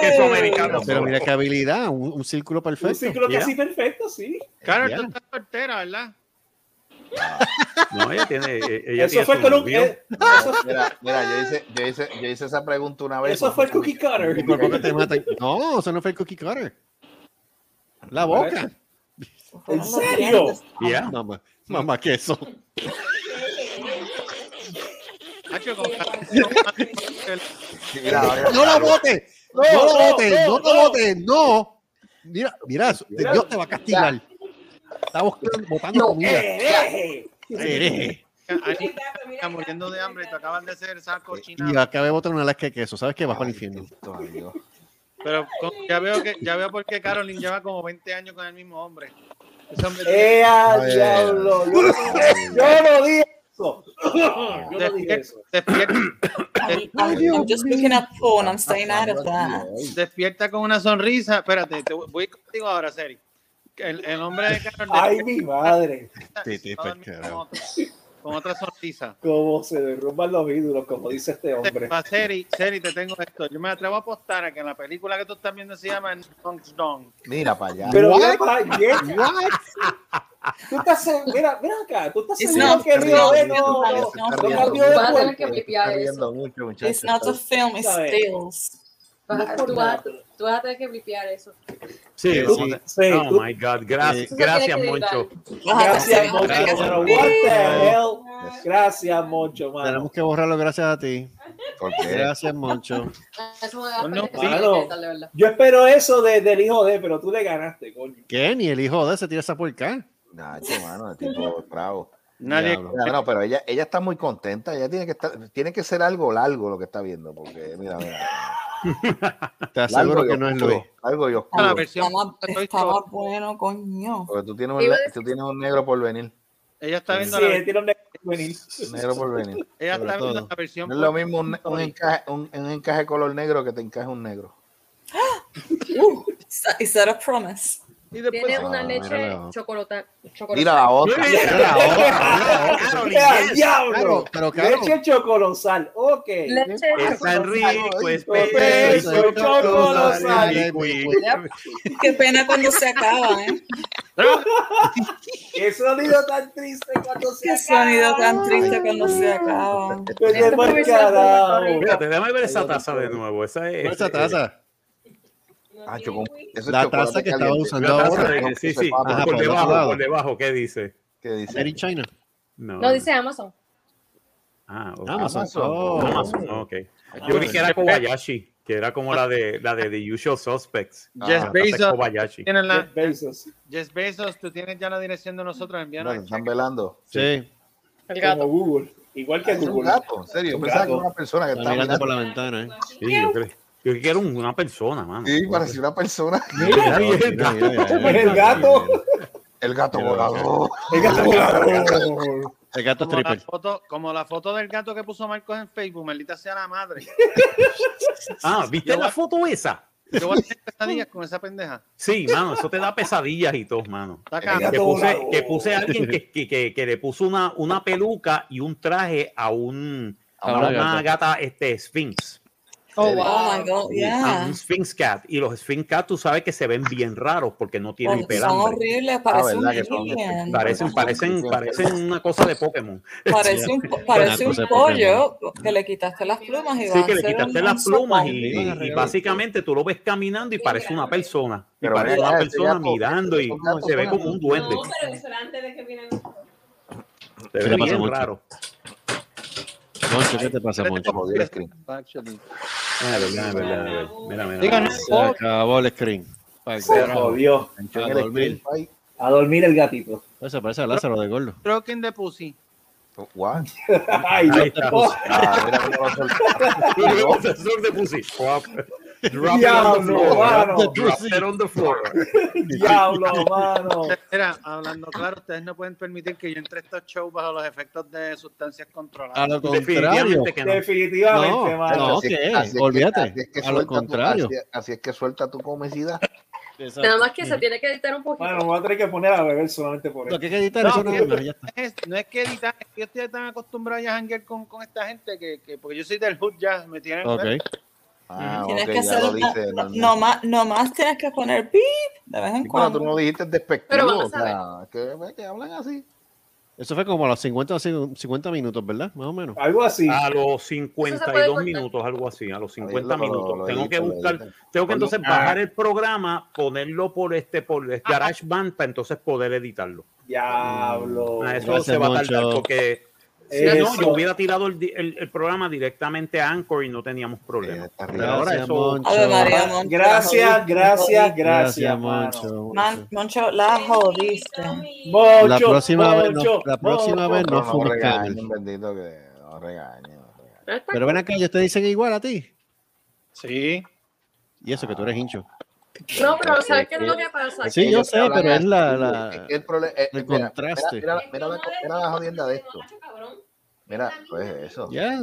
[SPEAKER 3] Queso americano.
[SPEAKER 5] Pero mira qué habilidad, un, un círculo perfecto.
[SPEAKER 7] Un ciclo
[SPEAKER 5] Yeah.
[SPEAKER 7] casi perfecto, sí.
[SPEAKER 6] Carol,
[SPEAKER 5] Ya.
[SPEAKER 6] tú estás soltera, ¿verdad?
[SPEAKER 3] No, ella tiene. e, Ella
[SPEAKER 7] Eso
[SPEAKER 3] tiene
[SPEAKER 7] fue
[SPEAKER 3] su
[SPEAKER 7] con un-
[SPEAKER 3] novio.
[SPEAKER 7] eh,
[SPEAKER 10] Mira, mira, yo hice, yo hice, yo hice esa pregunta una vez.
[SPEAKER 7] Eso fue el cookie cutter.
[SPEAKER 5] Y por poco te matan. No, eso no fue el cookie cutter. La boca.
[SPEAKER 7] ¿En serio?
[SPEAKER 5] Yeah. Mamá, mamá queso.
[SPEAKER 6] Hacho, con Carol.
[SPEAKER 5] No la bote. No,
[SPEAKER 6] No,
[SPEAKER 5] lo
[SPEAKER 6] no,
[SPEAKER 5] bote.
[SPEAKER 6] no,
[SPEAKER 5] No,
[SPEAKER 6] no.
[SPEAKER 5] te bote. No. Mira, mira, eso,
[SPEAKER 6] Mira.
[SPEAKER 5] Dios te va a castigar. Está buscando- botando comida.
[SPEAKER 7] eh,
[SPEAKER 6] hereje.
[SPEAKER 5] Hereje.
[SPEAKER 6] Ani está muriendo de hambre y te acabas de hacer esa cochina.
[SPEAKER 5] Y acabé de botar una lasca de queso. ¿Sabes qué? Vas para el infierno.
[SPEAKER 6] Pero con- ya veo que ya veo por qué Carolyn lleva como 20 años con el mismo hombre. Ese hombre tiene-
[SPEAKER 7] ¡Ea,
[SPEAKER 6] Ay,
[SPEAKER 7] diablo! Yo, yo no dije eso. Yo no dije eso.
[SPEAKER 16] I'm, I'm- I'm just looking at porn. I'm staying out of that.
[SPEAKER 6] Despierta con una sonrisa. Espérate, te voy- voy contigo ahora, Seri. El, el hombre de Carol.
[SPEAKER 7] Ay,
[SPEAKER 6] despierta
[SPEAKER 7] mi madre.
[SPEAKER 5] Sí, sí, pues, carajo.
[SPEAKER 6] Con otra sonrisa.
[SPEAKER 7] Cómo se derrumban los ídolos, como dice este hombre.
[SPEAKER 6] Pa, Seri, Seri, te tengo esto. Yo me atrevo a apostar a que la película que tú estás viendo se llama Knock's Down.
[SPEAKER 10] Mira para allá.
[SPEAKER 7] Pero mira,
[SPEAKER 10] What?
[SPEAKER 7] pa, yeah. Tú estás, se- mira, mira acá, tú estás
[SPEAKER 16] It's
[SPEAKER 7] seguro
[SPEAKER 16] not-
[SPEAKER 7] que Río
[SPEAKER 16] no,
[SPEAKER 7] de
[SPEAKER 16] no,
[SPEAKER 7] no,
[SPEAKER 16] no,
[SPEAKER 7] no,
[SPEAKER 16] no, no,
[SPEAKER 7] no
[SPEAKER 16] no,
[SPEAKER 7] cambió
[SPEAKER 16] no,
[SPEAKER 7] de
[SPEAKER 16] vas a tener
[SPEAKER 7] cuerpo.
[SPEAKER 16] que blipear
[SPEAKER 10] Está riendo
[SPEAKER 16] eso.
[SPEAKER 10] mucho, muchacho.
[SPEAKER 16] It's not a film, it's
[SPEAKER 7] ¿Sabes?
[SPEAKER 16] stills.
[SPEAKER 14] Vas a- Tú vas, tú vas a tener que blipear eso.
[SPEAKER 3] Sí,
[SPEAKER 7] Sí,
[SPEAKER 3] vamos a-
[SPEAKER 7] sí,
[SPEAKER 3] oh
[SPEAKER 7] tú-
[SPEAKER 3] my God, gracias,
[SPEAKER 14] Sí.
[SPEAKER 3] gracias,
[SPEAKER 14] Eso tiene que
[SPEAKER 3] Moncho.
[SPEAKER 7] Gracias, Moncho.
[SPEAKER 3] Gracias.
[SPEAKER 7] pero what the hell? Gracias, Moncho, mano.
[SPEAKER 5] Tenemos que borrarlo gracias a ti.
[SPEAKER 10] qué?
[SPEAKER 5] Gracias, Moncho.
[SPEAKER 14] Eso me va a
[SPEAKER 7] Bueno,
[SPEAKER 14] perder
[SPEAKER 7] mano.
[SPEAKER 14] completa, de verdad.
[SPEAKER 7] Yo espero eso de- del hijo de, pero tú le ganaste, coño.
[SPEAKER 5] ¿Qué? Ni el hijo de se tira esa porca.
[SPEAKER 10] Nacho, mano, el tipo es bravo.
[SPEAKER 5] Nadie-
[SPEAKER 10] Diablo. No, no, pero ella, ella está muy contenta. Ella tiene que estar, tiene que ser algo largo lo que está viendo, porque mira, mira.
[SPEAKER 5] Te aseguro
[SPEAKER 10] Largo y
[SPEAKER 5] que no es
[SPEAKER 10] oscuro,
[SPEAKER 5] Luis.
[SPEAKER 10] Algo yo
[SPEAKER 16] Ah,
[SPEAKER 10] oscuro.
[SPEAKER 16] estaba, estaba bueno, coño.
[SPEAKER 10] Porque tú tienes, un, le- tú tienes un negro por venir.
[SPEAKER 6] Ella está viendo
[SPEAKER 7] Sí,
[SPEAKER 6] la
[SPEAKER 7] tiene un juvenil.
[SPEAKER 10] Negro por venir.
[SPEAKER 6] Ella está
[SPEAKER 10] Sobre
[SPEAKER 6] viendo
[SPEAKER 10] todo.
[SPEAKER 6] la versión
[SPEAKER 10] No es lo mismo un, un encaje, un, un encaje color negro que te encaje un negro.
[SPEAKER 16] Is that, is that a promise?
[SPEAKER 14] Tiene una
[SPEAKER 10] Ah,
[SPEAKER 14] leche
[SPEAKER 10] míralo.
[SPEAKER 14] chocolata. chocolate.
[SPEAKER 10] Mira la otra. Mira la otra.
[SPEAKER 7] ¡Ah, diablo!
[SPEAKER 5] Claro, pero claro.
[SPEAKER 7] Leche chocolosal, ok.
[SPEAKER 14] Leche
[SPEAKER 3] Tan rico,
[SPEAKER 7] Leche
[SPEAKER 3] espeso,
[SPEAKER 7] chocolosal.
[SPEAKER 16] Qué pena cuando se acaba, ¿eh?
[SPEAKER 7] Qué sonido tan triste cuando se
[SPEAKER 16] Qué
[SPEAKER 7] acaba.
[SPEAKER 16] sonido tan triste cuando se acaba.
[SPEAKER 7] Vete
[SPEAKER 16] Esto
[SPEAKER 7] pa'l
[SPEAKER 16] puede ser
[SPEAKER 7] carajo.
[SPEAKER 3] Espérate, déjame ver esa taza de nuevo. Esa es. este,
[SPEAKER 5] Esa taza.
[SPEAKER 10] Ah, chocó- eso es
[SPEAKER 5] La
[SPEAKER 10] chocolate
[SPEAKER 5] taza que
[SPEAKER 10] caliente.
[SPEAKER 5] estaba usando
[SPEAKER 3] La taza
[SPEAKER 5] ahora.
[SPEAKER 3] de que- sí, sí.
[SPEAKER 5] Ajá, por
[SPEAKER 3] por
[SPEAKER 5] otro
[SPEAKER 3] debajo,
[SPEAKER 5] lado.
[SPEAKER 3] por debajo, ¿qué dice?
[SPEAKER 10] ¿Qué dice?
[SPEAKER 5] Made in China.
[SPEAKER 3] No.
[SPEAKER 14] No dice Amazon.
[SPEAKER 3] Ah, ok.
[SPEAKER 5] Amazon.
[SPEAKER 3] Amazon.
[SPEAKER 5] Oh.
[SPEAKER 3] Amazon, ok.
[SPEAKER 5] Ah,
[SPEAKER 3] Yo vi que era
[SPEAKER 5] perfecto.
[SPEAKER 3] Kobayashi. que era como la de la de The Usual Suspects.
[SPEAKER 6] Jeff
[SPEAKER 3] Ah,
[SPEAKER 6] Bezos.
[SPEAKER 3] Kobayashi.
[SPEAKER 6] tienes la-
[SPEAKER 3] Jeff
[SPEAKER 6] Jeff Bezos, tú tienes ya la dirección de nosotros. Envíanos.
[SPEAKER 10] Bueno, están velando.
[SPEAKER 5] Sí.
[SPEAKER 6] El gato.
[SPEAKER 10] Como
[SPEAKER 17] Google. Igual
[SPEAKER 10] que
[SPEAKER 6] Google.
[SPEAKER 10] Un gato, en serio.
[SPEAKER 3] Un
[SPEAKER 10] Pensaba que
[SPEAKER 3] gato.
[SPEAKER 10] era una persona que
[SPEAKER 3] Está
[SPEAKER 10] estaba
[SPEAKER 3] mirando
[SPEAKER 10] mirando.
[SPEAKER 3] por la
[SPEAKER 5] ventana, ¿eh?
[SPEAKER 3] Sí, yo creo. Yo quiero un- una persona, mano. Ah,
[SPEAKER 10] Sí, parecía una persona.
[SPEAKER 3] Mira, y el gato.
[SPEAKER 10] Mira,
[SPEAKER 5] el
[SPEAKER 10] gato. El gato volador. El gato
[SPEAKER 5] volador. El gato
[SPEAKER 6] Como la,
[SPEAKER 5] stripper.
[SPEAKER 6] foto, como la foto del gato que puso Marcos en Facebook, maldita sea la madre.
[SPEAKER 3] Ah, ¿viste la foto esa?
[SPEAKER 6] Yo voy a hacer pesadillas con esa pendeja.
[SPEAKER 3] Sí, mano, eso te da pesadillas y todo, mano.
[SPEAKER 6] Está cabrón.
[SPEAKER 3] Que puse, que puse a alguien que, que- que- que le puso una, una peluca y un traje a un
[SPEAKER 15] A
[SPEAKER 3] a
[SPEAKER 15] una
[SPEAKER 3] una, gata este Sphinx.
[SPEAKER 15] Oh, wow. Oh, my God,
[SPEAKER 3] A
[SPEAKER 15] yeah.
[SPEAKER 3] un Sphinx Cat. Y los Sphinx Cat, tú sabes que se ven bien raros porque no tienen
[SPEAKER 15] Son-
[SPEAKER 3] pelambre.
[SPEAKER 15] son horribles, parece un
[SPEAKER 3] ¿verdad que son-
[SPEAKER 15] alien.
[SPEAKER 3] Parecen, parecen, parecen una cosa de Pokémon.
[SPEAKER 15] Parece un, parece un
[SPEAKER 3] Una cosa de
[SPEAKER 15] pollo que le quitaste las plumas y va
[SPEAKER 3] Sí, que
[SPEAKER 15] a
[SPEAKER 3] le
[SPEAKER 15] ser
[SPEAKER 3] quitaste
[SPEAKER 15] un-
[SPEAKER 3] las
[SPEAKER 15] un
[SPEAKER 3] plumas y,
[SPEAKER 15] sopón.
[SPEAKER 3] y- y básicamente tú lo ves caminando y parece una persona. Y
[SPEAKER 10] Pero
[SPEAKER 3] parece
[SPEAKER 10] mira,
[SPEAKER 3] una
[SPEAKER 10] ese
[SPEAKER 3] persona
[SPEAKER 10] gato-
[SPEAKER 3] mirando y
[SPEAKER 10] gatos
[SPEAKER 3] se ve
[SPEAKER 10] son
[SPEAKER 3] como un duende.
[SPEAKER 9] No, pero eso era antes de que vinieran los
[SPEAKER 3] Se
[SPEAKER 5] ¿Qué
[SPEAKER 3] ve
[SPEAKER 5] le pasa,
[SPEAKER 3] bien
[SPEAKER 5] Moncho?
[SPEAKER 3] raro.
[SPEAKER 5] Moncho, ¿qué te pasa, Moncho?
[SPEAKER 6] Actually.
[SPEAKER 3] Ah, es verdad, es verdad, es verdad. Mira, mira.
[SPEAKER 6] Digo, no,
[SPEAKER 5] Se acabó el screen.
[SPEAKER 17] Se jodió.
[SPEAKER 5] A dormir.
[SPEAKER 17] A dormir el gatito.
[SPEAKER 5] Eso parece a Lázaro de Gordo.
[SPEAKER 6] Broken the pussy.
[SPEAKER 10] What?
[SPEAKER 17] Ay,
[SPEAKER 5] Ahí
[SPEAKER 17] Dios.
[SPEAKER 5] está.
[SPEAKER 10] Ah, mira cómo lo soltó.
[SPEAKER 3] Profesor de pussy. Drop, drop it on the
[SPEAKER 17] Diablo,
[SPEAKER 3] floor.
[SPEAKER 17] mano.
[SPEAKER 3] Drop it on the floor.
[SPEAKER 17] Diablo, mano.
[SPEAKER 6] Mira, hablando claro, ustedes no pueden permitir que yo entre a estos shows bajo los efectos de sustancias controladas.
[SPEAKER 5] A lo contrario.
[SPEAKER 6] Definitivamente,
[SPEAKER 7] este
[SPEAKER 5] no,
[SPEAKER 6] mano.
[SPEAKER 5] No,
[SPEAKER 10] Así
[SPEAKER 5] ¿qué?
[SPEAKER 10] es- así es
[SPEAKER 5] Olvídate.
[SPEAKER 10] así es
[SPEAKER 5] a lo
[SPEAKER 10] suelta tu-
[SPEAKER 5] contrario.
[SPEAKER 10] así, es- así es que suelta tu comicidad.
[SPEAKER 8] Nada más que se tiene que editar un poquito.
[SPEAKER 17] Bueno, voy a tener que poner a beber solamente por eso.
[SPEAKER 5] Lo que hay que editar
[SPEAKER 6] No,
[SPEAKER 5] eso no
[SPEAKER 6] que-
[SPEAKER 5] es ya está.
[SPEAKER 6] es, no es que editar, es que yo estoy tan acostumbrado ya a janguear con, con esta gente que, que- porque yo soy del hood ya, me tienen.
[SPEAKER 5] Ok.
[SPEAKER 10] Ah,
[SPEAKER 6] Tienes
[SPEAKER 10] ok,
[SPEAKER 6] que
[SPEAKER 10] ya
[SPEAKER 6] hacer
[SPEAKER 10] lo
[SPEAKER 6] una-
[SPEAKER 10] dice,
[SPEAKER 6] no-
[SPEAKER 10] no-
[SPEAKER 6] no
[SPEAKER 16] Nomás, nomás tienes que poner pip de vez en
[SPEAKER 10] Sí, pero
[SPEAKER 16] cuando.
[SPEAKER 10] tú no dijiste despectivo.
[SPEAKER 16] Pero vamos
[SPEAKER 10] o sea, que, ve que hablan así.
[SPEAKER 5] Eso fue como a los 50, o 50 minutos, ¿verdad? Más o menos.
[SPEAKER 17] Algo así.
[SPEAKER 3] A los
[SPEAKER 5] puede
[SPEAKER 3] 52
[SPEAKER 5] cortar.
[SPEAKER 3] minutos, algo así, a los 50
[SPEAKER 5] lo-
[SPEAKER 3] minutos.
[SPEAKER 5] lo
[SPEAKER 3] tengo
[SPEAKER 5] edito,
[SPEAKER 3] que
[SPEAKER 5] lo
[SPEAKER 3] buscar,
[SPEAKER 5] edito.
[SPEAKER 3] tengo que
[SPEAKER 5] Ponlo-
[SPEAKER 3] entonces
[SPEAKER 5] Ah.
[SPEAKER 3] bajar el programa, ponerlo por este, por el GarageBand para entonces poder editarlo.
[SPEAKER 17] Diablo.
[SPEAKER 3] Ah, eso
[SPEAKER 17] Gracias,
[SPEAKER 3] se va a tardar
[SPEAKER 17] Moncho.
[SPEAKER 3] porque si
[SPEAKER 17] Eso.
[SPEAKER 3] no, yo hubiera tirado el, di- el- el programa directamente a Anchor y no teníamos problema. Pero ahora
[SPEAKER 5] Gracias,
[SPEAKER 3] eso.
[SPEAKER 5] Moncho. Ave María,
[SPEAKER 16] Moncho.
[SPEAKER 17] Gracias, gracias,
[SPEAKER 5] Gracias,
[SPEAKER 17] gracias, mano.
[SPEAKER 5] Moncho.
[SPEAKER 16] Man- Moncho, la jodiste.
[SPEAKER 17] Moncho,
[SPEAKER 5] la próxima vez,
[SPEAKER 17] Moncho,
[SPEAKER 5] no, la próxima
[SPEAKER 17] Moncho.
[SPEAKER 5] vez no
[SPEAKER 10] No, no
[SPEAKER 5] fumes
[SPEAKER 10] regañen,
[SPEAKER 5] cables.
[SPEAKER 10] bendito que no regañen.
[SPEAKER 5] Pero ven acá, ellos te dicen igual a ti.
[SPEAKER 6] Sí.
[SPEAKER 5] Y eso que tú eres hincho.
[SPEAKER 8] No, pero
[SPEAKER 10] eh,
[SPEAKER 8] ¿sabes qué es lo que pasa?
[SPEAKER 5] Sí,
[SPEAKER 8] Que
[SPEAKER 5] yo
[SPEAKER 8] ellos
[SPEAKER 5] sé,
[SPEAKER 8] hablan
[SPEAKER 5] pero es
[SPEAKER 8] así.
[SPEAKER 5] la, la-
[SPEAKER 10] Es que el problema es-
[SPEAKER 5] el
[SPEAKER 10] mira,
[SPEAKER 5] contraste.
[SPEAKER 10] Mira, mira, mira la, mira la jodienda de esto. Mira, pues eso.
[SPEAKER 5] Ya.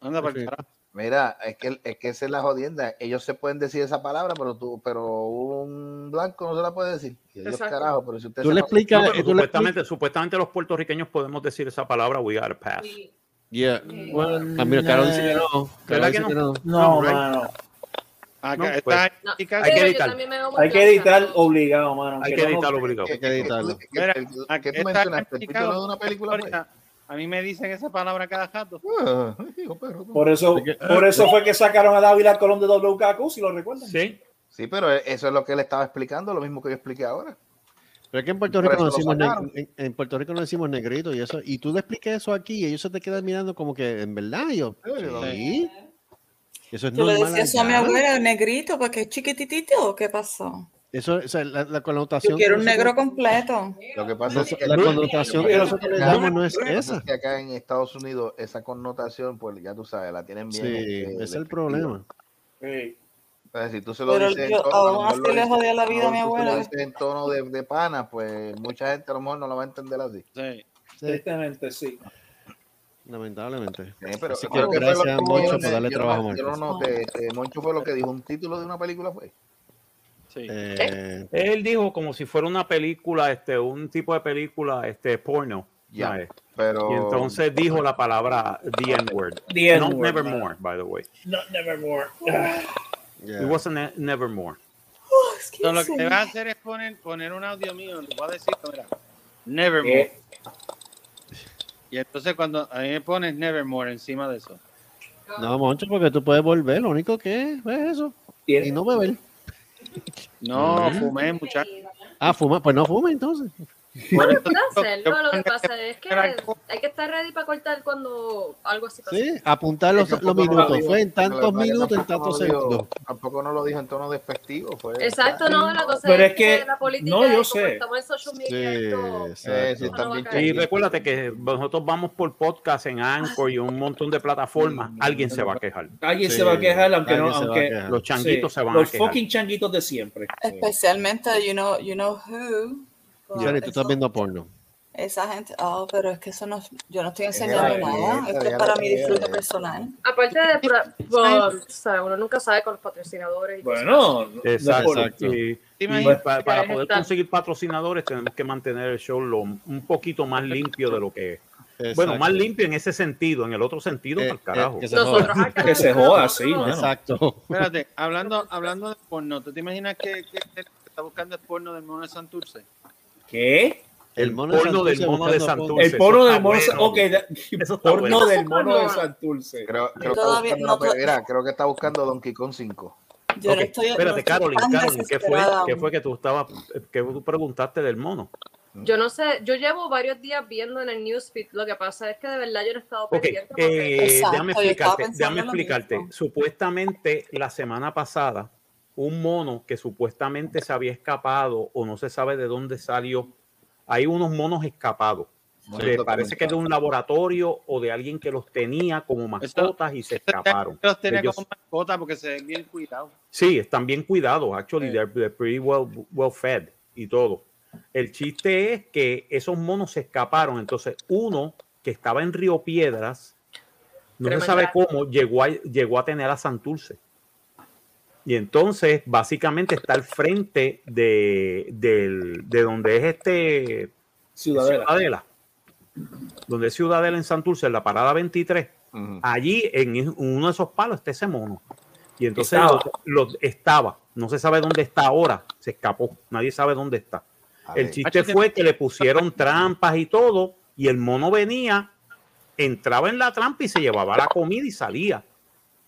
[SPEAKER 6] Anda para el carajo.
[SPEAKER 10] Mira, es que, es que esa es la jodienda. Ellos se pueden decir esa palabra, pero tú, pero un blanco no se la puede decir. Y ellos,
[SPEAKER 16] Ah.
[SPEAKER 3] Exacto.
[SPEAKER 10] carajo, pero si usted
[SPEAKER 5] Tú
[SPEAKER 10] se
[SPEAKER 5] le
[SPEAKER 10] pasa-
[SPEAKER 5] explicas-
[SPEAKER 3] No,
[SPEAKER 5] tú le
[SPEAKER 3] pero supuestamente, supuestamente los puertorriqueños podemos decir esa palabra, we are pass.
[SPEAKER 5] Yeah. Ah, mira, Carol dice que no. Carol
[SPEAKER 3] ¿Verdad que
[SPEAKER 5] dice que
[SPEAKER 3] no?
[SPEAKER 5] no.
[SPEAKER 17] No,
[SPEAKER 3] right.
[SPEAKER 17] mano.
[SPEAKER 6] Acá
[SPEAKER 3] No,
[SPEAKER 6] está-
[SPEAKER 3] pues,
[SPEAKER 8] No,
[SPEAKER 6] hay
[SPEAKER 8] pero
[SPEAKER 6] que
[SPEAKER 8] yo
[SPEAKER 6] editar.
[SPEAKER 8] también me veo muy
[SPEAKER 17] Hay que
[SPEAKER 8] cansada.
[SPEAKER 17] editar obligado, mano.
[SPEAKER 3] Hay
[SPEAKER 17] aunque
[SPEAKER 3] que
[SPEAKER 17] no-
[SPEAKER 3] editarlo obligado.
[SPEAKER 10] que- que-
[SPEAKER 5] editarlo.
[SPEAKER 10] que-
[SPEAKER 6] Mira, ah,
[SPEAKER 10] que- que-
[SPEAKER 6] aquí
[SPEAKER 10] que tú
[SPEAKER 6] está
[SPEAKER 10] mencionaste?
[SPEAKER 6] en
[SPEAKER 10] ¿El
[SPEAKER 6] Chicago,
[SPEAKER 10] título de una película? pues. fue?
[SPEAKER 6] A mí me dicen esa palabra cada rato.
[SPEAKER 10] Ah, hijo, perro.
[SPEAKER 17] Por eso, por eso fue que sacaron a Dávila Colón de WKQ, si lo recuerdan.
[SPEAKER 3] Sí.
[SPEAKER 10] Sí, pero eso es lo que él estaba explicando, lo mismo que yo expliqué ahora.
[SPEAKER 5] Pero es que en Puerto
[SPEAKER 10] Por
[SPEAKER 5] Rico no
[SPEAKER 10] eso lo
[SPEAKER 5] decimos,
[SPEAKER 10] sacaron.
[SPEAKER 5] neg- en, en Puerto Rico no decimos negrito y eso. Y tú le expliques eso aquí y ellos se te quedan mirando como que, en verdad, Y yo. Sí. Eso es
[SPEAKER 16] Yo le
[SPEAKER 5] normal.
[SPEAKER 16] decía eso a mi
[SPEAKER 5] allá.
[SPEAKER 16] abuela, negrito, porque es chiquititito. ¿Qué pasó?
[SPEAKER 5] Eso, o sea, la, la connotación.
[SPEAKER 16] Yo quiero un
[SPEAKER 5] que nosotros-
[SPEAKER 16] negro completo.
[SPEAKER 10] Lo que pasa
[SPEAKER 5] Nos- la connotación que nosotros le damos no es
[SPEAKER 10] Lo que pasa
[SPEAKER 5] esa.
[SPEAKER 10] que acá en Estados Unidos, esa connotación, pues ya tú sabes, la tienen
[SPEAKER 5] Sí,
[SPEAKER 10] bien.
[SPEAKER 5] ese
[SPEAKER 10] este,
[SPEAKER 5] es el
[SPEAKER 10] despectiva.
[SPEAKER 5] problema.
[SPEAKER 10] Entonces, si tú se lo
[SPEAKER 16] Pero
[SPEAKER 10] dices. en
[SPEAKER 16] yo-
[SPEAKER 10] tono- a lo
[SPEAKER 16] aún
[SPEAKER 10] mejor
[SPEAKER 16] así
[SPEAKER 10] lo
[SPEAKER 16] le
[SPEAKER 10] dices-
[SPEAKER 16] jodía la vida a
[SPEAKER 10] mejor
[SPEAKER 16] mi
[SPEAKER 10] tú se lo
[SPEAKER 16] abuela.
[SPEAKER 10] dices en tono de, de pana, pues mucha gente a lo mejor no lo va a entender así.
[SPEAKER 6] Sí.
[SPEAKER 17] Tristemente, sí.
[SPEAKER 5] Lamentablemente.
[SPEAKER 10] pero
[SPEAKER 5] Así que
[SPEAKER 10] creo que fue lo
[SPEAKER 5] gracias
[SPEAKER 10] que
[SPEAKER 5] a
[SPEAKER 10] dijo
[SPEAKER 5] Moncho
[SPEAKER 10] Jones,
[SPEAKER 5] por darle
[SPEAKER 10] yo no-
[SPEAKER 5] trabajo a
[SPEAKER 10] Yo
[SPEAKER 5] Marcos.
[SPEAKER 10] no noté, eh, Moncho fue lo que dijo un título de una película, fue.
[SPEAKER 5] Eh,
[SPEAKER 3] Él dijo como si fuera una película, este, un tipo de película, este, porno.
[SPEAKER 10] Ya,
[SPEAKER 3] ¿sabes?
[SPEAKER 10] pero-
[SPEAKER 3] Y entonces dijo la palabra the N-word.
[SPEAKER 17] The N-word,
[SPEAKER 3] No,
[SPEAKER 17] man.
[SPEAKER 3] nevermore, by the way.
[SPEAKER 17] Not nevermore.
[SPEAKER 7] Eh,
[SPEAKER 3] It wasn't ne- nevermore.
[SPEAKER 6] So, lo que te va a hacer es poner, poner un audio mío, le voy a decir, mira, Nevermore.
[SPEAKER 17] Eh,
[SPEAKER 6] Y entonces cuando a mí me pones Nevermore encima de eso.
[SPEAKER 5] No, Moncho, porque tú puedes volver. Lo único que es es eso. Y no beber.
[SPEAKER 6] No,
[SPEAKER 5] Mm.
[SPEAKER 6] fumé, muchachos.
[SPEAKER 5] Ah, fuma. Pues no fuma entonces.
[SPEAKER 6] Por eso-
[SPEAKER 14] hacerlo, lo que pasa es que hay que estar ready para cortar cuando algo así pasa.
[SPEAKER 5] Sí, apuntar los, los
[SPEAKER 10] Tampoco lo
[SPEAKER 5] minutos.
[SPEAKER 10] dijo,
[SPEAKER 5] Fue en
[SPEAKER 10] la
[SPEAKER 5] tantos
[SPEAKER 10] verdad que
[SPEAKER 5] minutos, en
[SPEAKER 10] tampoco
[SPEAKER 5] tantos
[SPEAKER 10] lo dijo-
[SPEAKER 5] segundos.
[SPEAKER 10] Tampoco no lo dijo en tono despectivo. Fue,
[SPEAKER 14] Exacto, no, la cosa
[SPEAKER 3] Pero
[SPEAKER 14] es,
[SPEAKER 3] es que-
[SPEAKER 14] la política
[SPEAKER 3] no, yo
[SPEAKER 14] es como
[SPEAKER 3] sé.
[SPEAKER 14] estamos en social media.
[SPEAKER 10] sí, están bien
[SPEAKER 3] y
[SPEAKER 10] chavitos.
[SPEAKER 3] recuérdate que nosotros vamos por podcast en
[SPEAKER 15] Ah,
[SPEAKER 3] Anchor y un montón de plataformas.
[SPEAKER 15] Mm,
[SPEAKER 3] Alguien se va a quejar.
[SPEAKER 7] Alguien se va a quejar, aunque no, aunque
[SPEAKER 3] los changuitos
[SPEAKER 7] sí,
[SPEAKER 3] se van
[SPEAKER 7] Los
[SPEAKER 3] a quejar.
[SPEAKER 7] fucking changuitos de siempre.
[SPEAKER 15] Especialmente, you know, you know who. con
[SPEAKER 5] Johnny, tú estás viendo porno.
[SPEAKER 15] Esa gente, oh, pero es que eso no, yo no estoy
[SPEAKER 5] Ella
[SPEAKER 15] enseñando
[SPEAKER 5] la
[SPEAKER 15] nada.
[SPEAKER 5] quiere,
[SPEAKER 15] Esto es
[SPEAKER 5] ella
[SPEAKER 15] para
[SPEAKER 5] la
[SPEAKER 15] mi disfrute
[SPEAKER 5] quiere.
[SPEAKER 15] personal.
[SPEAKER 14] Aparte de, pro- por- tú sabes, uno nunca sabe con los patrocinadores. y
[SPEAKER 7] Bueno,
[SPEAKER 3] exacto.
[SPEAKER 7] no es por-
[SPEAKER 3] Y- y
[SPEAKER 7] imaginas?
[SPEAKER 3] pa- para
[SPEAKER 14] Ahí
[SPEAKER 3] poder
[SPEAKER 14] está.
[SPEAKER 3] conseguir patrocinadores tenemos que mantener el show lo- un poquito más limpio de lo que es.
[SPEAKER 5] Exacto. Eh,
[SPEAKER 3] Bueno, más limpio en ese sentido, en el otro sentido,
[SPEAKER 15] Eh,
[SPEAKER 3] pa'l carajo.
[SPEAKER 5] que se Nosotros joda. acá- Que se joda, sí, mano. Exacto.
[SPEAKER 6] Espérate, hablando, hablando de porno, ¿tú te imaginas que, que, que está buscando el porno del mono de Santurce?
[SPEAKER 7] ¿Qué?
[SPEAKER 5] El
[SPEAKER 3] mono de porno del Santurce mono de buscando Santurce.
[SPEAKER 7] El porno
[SPEAKER 3] Pues Eso
[SPEAKER 7] del
[SPEAKER 3] está
[SPEAKER 7] mono de
[SPEAKER 3] bueno.
[SPEAKER 7] Santurce.
[SPEAKER 3] Eso
[SPEAKER 7] Ok,
[SPEAKER 3] está
[SPEAKER 7] porno
[SPEAKER 3] bueno.
[SPEAKER 7] del mono de
[SPEAKER 15] Porno.
[SPEAKER 7] Santurce.
[SPEAKER 10] Creo, creo, que está
[SPEAKER 15] Todavía
[SPEAKER 10] buscando
[SPEAKER 15] no
[SPEAKER 10] una
[SPEAKER 15] to-
[SPEAKER 10] pedrera, creo que está buscando Donkey Kong 5.
[SPEAKER 15] Yo no estoy- no
[SPEAKER 3] Espérate,
[SPEAKER 15] estoy
[SPEAKER 3] Carolyn,
[SPEAKER 15] tan
[SPEAKER 3] Carolyn, ¿qué fue,
[SPEAKER 15] desesperada
[SPEAKER 3] ¿qué
[SPEAKER 15] aún.
[SPEAKER 3] fue que tú estabas, que tú preguntaste del mono?
[SPEAKER 14] Yo no sé, yo llevo varios días viendo en el newsfeed, lo que pasa es que de verdad yo no he estado
[SPEAKER 3] Ok,
[SPEAKER 14] pendiente.
[SPEAKER 3] eh,
[SPEAKER 14] Exacto,
[SPEAKER 3] déjame
[SPEAKER 14] yo estaba
[SPEAKER 3] explicarte,
[SPEAKER 14] pensando
[SPEAKER 3] déjame
[SPEAKER 14] lo
[SPEAKER 3] explicarte. Supuestamente la semana pasada, un mono que supuestamente se había escapado o no se sabe de dónde salió, hay unos monos escapados.
[SPEAKER 10] Sí.
[SPEAKER 3] Que parece que de un laboratorio o de alguien que los tenía como mascotas y se escaparon.
[SPEAKER 6] Los tenía
[SPEAKER 3] Ellos-
[SPEAKER 6] como mascota porque se ven bien cuidados.
[SPEAKER 3] Sí, están bien cuidados, actually, they're, they're pretty well, well fed y todo. El chiste es que esos monos se escaparon, entonces uno que estaba en Río Piedras, no se
[SPEAKER 7] Tremenda.
[SPEAKER 3] sabe cómo, llegó a, llegó a tener a Santurce. Y entonces, básicamente está al frente de, del- de donde es este
[SPEAKER 7] Ciudadela.
[SPEAKER 3] ah, Donde es Ciudadela en Santurce, en la parada 23. Allí, en uno de esos palos, está ese mono. Y entonces
[SPEAKER 7] Estaba.
[SPEAKER 3] Lo, lo- estaba. No se sabe dónde está ahora. Se escapó. Nadie sabe dónde está. El chiste fue que le pusieron trampas y todo. Y el mono venía, entraba en la trampa y se llevaba la comida y salía.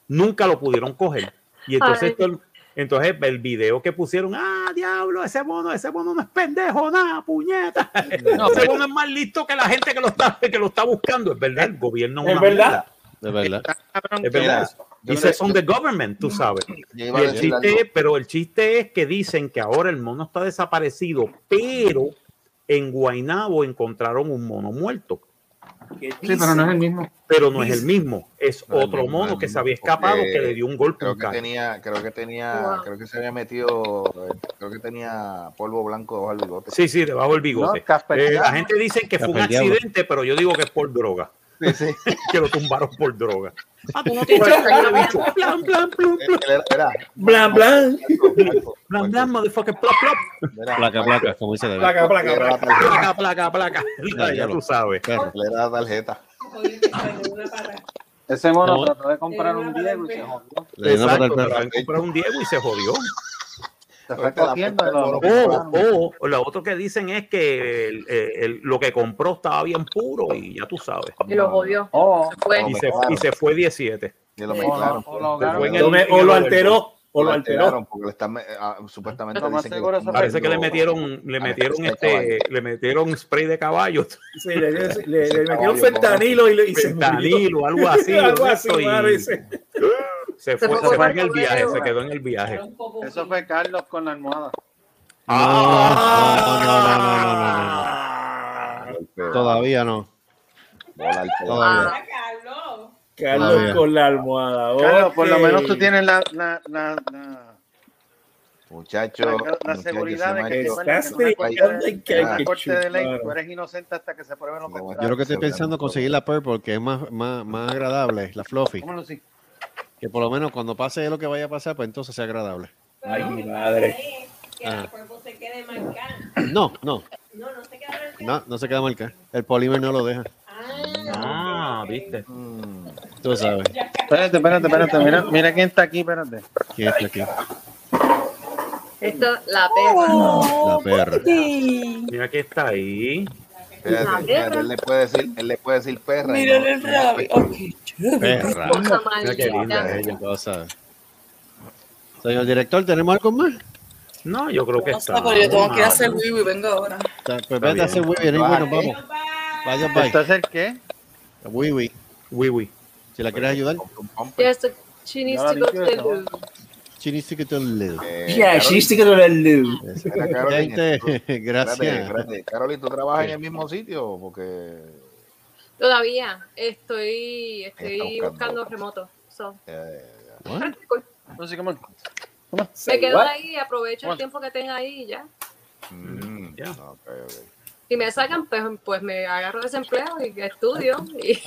[SPEAKER 3] Nunca lo pudieron coger. Y entonces,
[SPEAKER 7] Ay.
[SPEAKER 3] todo el- entonces el video que pusieron, ah, diablo, ese mono, ese mono no es pendejo, nada, puñeta. ese mono es más listo que la gente que lo está, que lo está buscando. Es verdad, el gobierno
[SPEAKER 10] Es
[SPEAKER 3] una
[SPEAKER 10] verdad.
[SPEAKER 3] mierda.
[SPEAKER 5] De verdad.
[SPEAKER 3] Es verdad.
[SPEAKER 10] Yo
[SPEAKER 3] Dice
[SPEAKER 10] creo-
[SPEAKER 3] son the government, tú sabes.
[SPEAKER 10] Yo
[SPEAKER 3] Y
[SPEAKER 10] iba a
[SPEAKER 3] el
[SPEAKER 10] decir
[SPEAKER 3] chiste,
[SPEAKER 10] algo.
[SPEAKER 3] es- pero el chiste es que dicen que ahora el mono está desaparecido, pero en Guaynabo encontraron un mono muerto.
[SPEAKER 6] Sí, pero no es el mismo.
[SPEAKER 3] Pero no es el mismo, es
[SPEAKER 10] No es el
[SPEAKER 3] otro
[SPEAKER 10] mismo, no
[SPEAKER 3] mono
[SPEAKER 10] es
[SPEAKER 3] que
[SPEAKER 10] el
[SPEAKER 3] se había
[SPEAKER 10] mismo,
[SPEAKER 3] escapado
[SPEAKER 10] porque
[SPEAKER 3] que le dio un golpe.
[SPEAKER 10] Creo
[SPEAKER 3] en
[SPEAKER 10] que
[SPEAKER 3] cara.
[SPEAKER 10] tenía, creo que tenía,
[SPEAKER 3] Wow.
[SPEAKER 10] creo que se había metido, eh, creo que tenía polvo blanco debajo del bigote.
[SPEAKER 3] Sí, sí, debajo del bigote.
[SPEAKER 10] No, pues, Casper
[SPEAKER 3] Eh, la
[SPEAKER 10] Diablo.
[SPEAKER 3] gente dice que fue un
[SPEAKER 10] Casper Diablo.
[SPEAKER 3] accidente, pero yo digo que es por droga. que lo tumbaron por droga. Ah, tú no
[SPEAKER 10] Él-
[SPEAKER 3] tienes cara de bicho. Plan, plan, plum, plum.
[SPEAKER 10] él era-
[SPEAKER 7] Blan, blan.
[SPEAKER 3] Blan, blan, motherfucker, plop, plop.
[SPEAKER 5] Placa, placa, como dice David.
[SPEAKER 7] Placa, placa,
[SPEAKER 10] Era
[SPEAKER 7] placa.
[SPEAKER 10] tarjeta.
[SPEAKER 3] Placa, placa, placa. Ya, ya tú sabes.
[SPEAKER 10] Él era tarjeta.
[SPEAKER 6] Ese
[SPEAKER 10] mono
[SPEAKER 6] trató de comprar un Diego y se jodió.
[SPEAKER 10] Le dio una
[SPEAKER 3] Exacto,
[SPEAKER 10] patada al
[SPEAKER 3] trató de
[SPEAKER 10] perro.
[SPEAKER 3] comprar un Diego y se jodió.
[SPEAKER 10] fue
[SPEAKER 6] este
[SPEAKER 10] cogiendo de los-
[SPEAKER 3] Oh, O, o lo otro que dicen es que el- el- el- lo que compró estaba bien puro y ya tú sabes.
[SPEAKER 14] Y lo jodió.
[SPEAKER 6] Oh,
[SPEAKER 3] Y se, y se fue 17.
[SPEAKER 10] Y lo
[SPEAKER 14] Ah,
[SPEAKER 10] mezclaron.
[SPEAKER 6] O lo- o lo
[SPEAKER 3] Se fue en
[SPEAKER 6] ahogaron.
[SPEAKER 3] el-
[SPEAKER 7] oh.
[SPEAKER 6] O me-
[SPEAKER 3] en
[SPEAKER 6] o lo
[SPEAKER 3] el-
[SPEAKER 6] alteró, o lo
[SPEAKER 10] alteraron,
[SPEAKER 6] alteró.
[SPEAKER 10] Porque le están, eh, ah, supuestamente
[SPEAKER 6] Lo más
[SPEAKER 10] dicen
[SPEAKER 6] seguro
[SPEAKER 10] están
[SPEAKER 3] Parece que le
[SPEAKER 10] dando-
[SPEAKER 3] metieron,
[SPEAKER 10] a
[SPEAKER 3] le
[SPEAKER 10] la
[SPEAKER 3] metieron
[SPEAKER 10] cabeza de
[SPEAKER 3] este, le metieron spray de caballo.
[SPEAKER 7] Sí, le, le- le- le
[SPEAKER 3] caballo,
[SPEAKER 7] metieron fentanilo y, le- y se murió.
[SPEAKER 3] Fentanilo, algo así,
[SPEAKER 7] algo así,
[SPEAKER 3] exacto, y-
[SPEAKER 7] mano, y se-
[SPEAKER 3] Se
[SPEAKER 6] Se
[SPEAKER 3] fue,
[SPEAKER 6] fue
[SPEAKER 3] se fue en
[SPEAKER 6] con
[SPEAKER 3] el viaje,
[SPEAKER 6] Leo.
[SPEAKER 3] se quedó en el viaje.
[SPEAKER 6] Eso fue Carlos con la almohada.
[SPEAKER 5] Ah. Todavía no. Todavía.
[SPEAKER 7] Carlos
[SPEAKER 5] Todavía.
[SPEAKER 7] con la almohada.
[SPEAKER 6] Ah, Carlos, por lo
[SPEAKER 7] ok.
[SPEAKER 6] menos tú tienes la, la, la, la-
[SPEAKER 10] Muchacho,
[SPEAKER 6] la- la
[SPEAKER 10] muchacho,
[SPEAKER 6] seguridad de que,
[SPEAKER 10] ese macho-
[SPEAKER 6] bueno, que tú eres parte- que eres parte de ley, tú eres inocente hasta que se pruebe lo contrario.
[SPEAKER 5] Yo lo que estoy pensando es conseguir la Purple, que es más, más, más agradable, la Fluffy.
[SPEAKER 6] ¿Cómo lo sí?
[SPEAKER 5] Que por lo menos cuando pase lo que vaya a pasar, pues entonces sea agradable.
[SPEAKER 7] Ay, mi madre.
[SPEAKER 9] Que el
[SPEAKER 5] Ah.
[SPEAKER 9] cuerpo se quede marcado.
[SPEAKER 5] No, no,
[SPEAKER 9] No, no se queda marcado.
[SPEAKER 5] no, no se queda marcado. El polímero no lo deja.
[SPEAKER 3] Ah, viste.
[SPEAKER 5] Tú sabes.
[SPEAKER 6] Espérate, espérate, espérate. Mira, mira quién está aquí, espérate.
[SPEAKER 5] ¿Quién está aquí?
[SPEAKER 14] Esto, la
[SPEAKER 4] Oh.
[SPEAKER 14] perra.
[SPEAKER 15] Oh,
[SPEAKER 5] La perra.
[SPEAKER 3] Mira que está ahí.
[SPEAKER 10] Espérate, espérate, Él le puede decir, él le puede decir "Pues, perra. y
[SPEAKER 15] Miren
[SPEAKER 10] no-
[SPEAKER 15] el rabi. Ok,
[SPEAKER 5] Perra.
[SPEAKER 15] Cosa
[SPEAKER 5] Ah, Mira qué linda
[SPEAKER 15] maldita.
[SPEAKER 5] es ella. Cosa. Señor director, ¿tenemos algo más?
[SPEAKER 3] No, yo creo que
[SPEAKER 4] No sé,
[SPEAKER 3] está.
[SPEAKER 4] pero yo tengo que ir a
[SPEAKER 3] mal.
[SPEAKER 4] hacer wiwi, vengo ahora.
[SPEAKER 5] Pues vete a hacer
[SPEAKER 3] bien.
[SPEAKER 5] Wiwi, bueno,
[SPEAKER 4] Bye.
[SPEAKER 5] vamos. Vaya, bye.
[SPEAKER 6] ¿Estás el Pues, qué?
[SPEAKER 5] Wiwi.
[SPEAKER 3] Wiwi.
[SPEAKER 5] Si la quieres ayudar.
[SPEAKER 8] Yes, the- she needs to go to the loo.
[SPEAKER 5] She needs to get to the loo.
[SPEAKER 6] Eh,
[SPEAKER 10] Yeah, she needs to get
[SPEAKER 18] to the loo.
[SPEAKER 10] Mira, Carolyn,
[SPEAKER 5] Gente,
[SPEAKER 10] tú-
[SPEAKER 5] gracias.
[SPEAKER 10] espérate, espérate. Carolyn, ¿tú trabajas en el mismo sitio? Porque.
[SPEAKER 8] Todavía estoy, estoy
[SPEAKER 10] Está
[SPEAKER 8] buscando
[SPEAKER 10] buscando.
[SPEAKER 8] remoto. So,
[SPEAKER 6] Entonces, ¿cómo?
[SPEAKER 8] me
[SPEAKER 6] Say
[SPEAKER 8] quedo
[SPEAKER 6] what?
[SPEAKER 8] ahí, aprovecho el
[SPEAKER 6] What?
[SPEAKER 8] tiempo que tenga ahí y ya.
[SPEAKER 10] Mm,
[SPEAKER 3] ya.
[SPEAKER 10] Ok, ok.
[SPEAKER 8] Si me sacan, pues, pues me agarro desempleo y estudio. Y,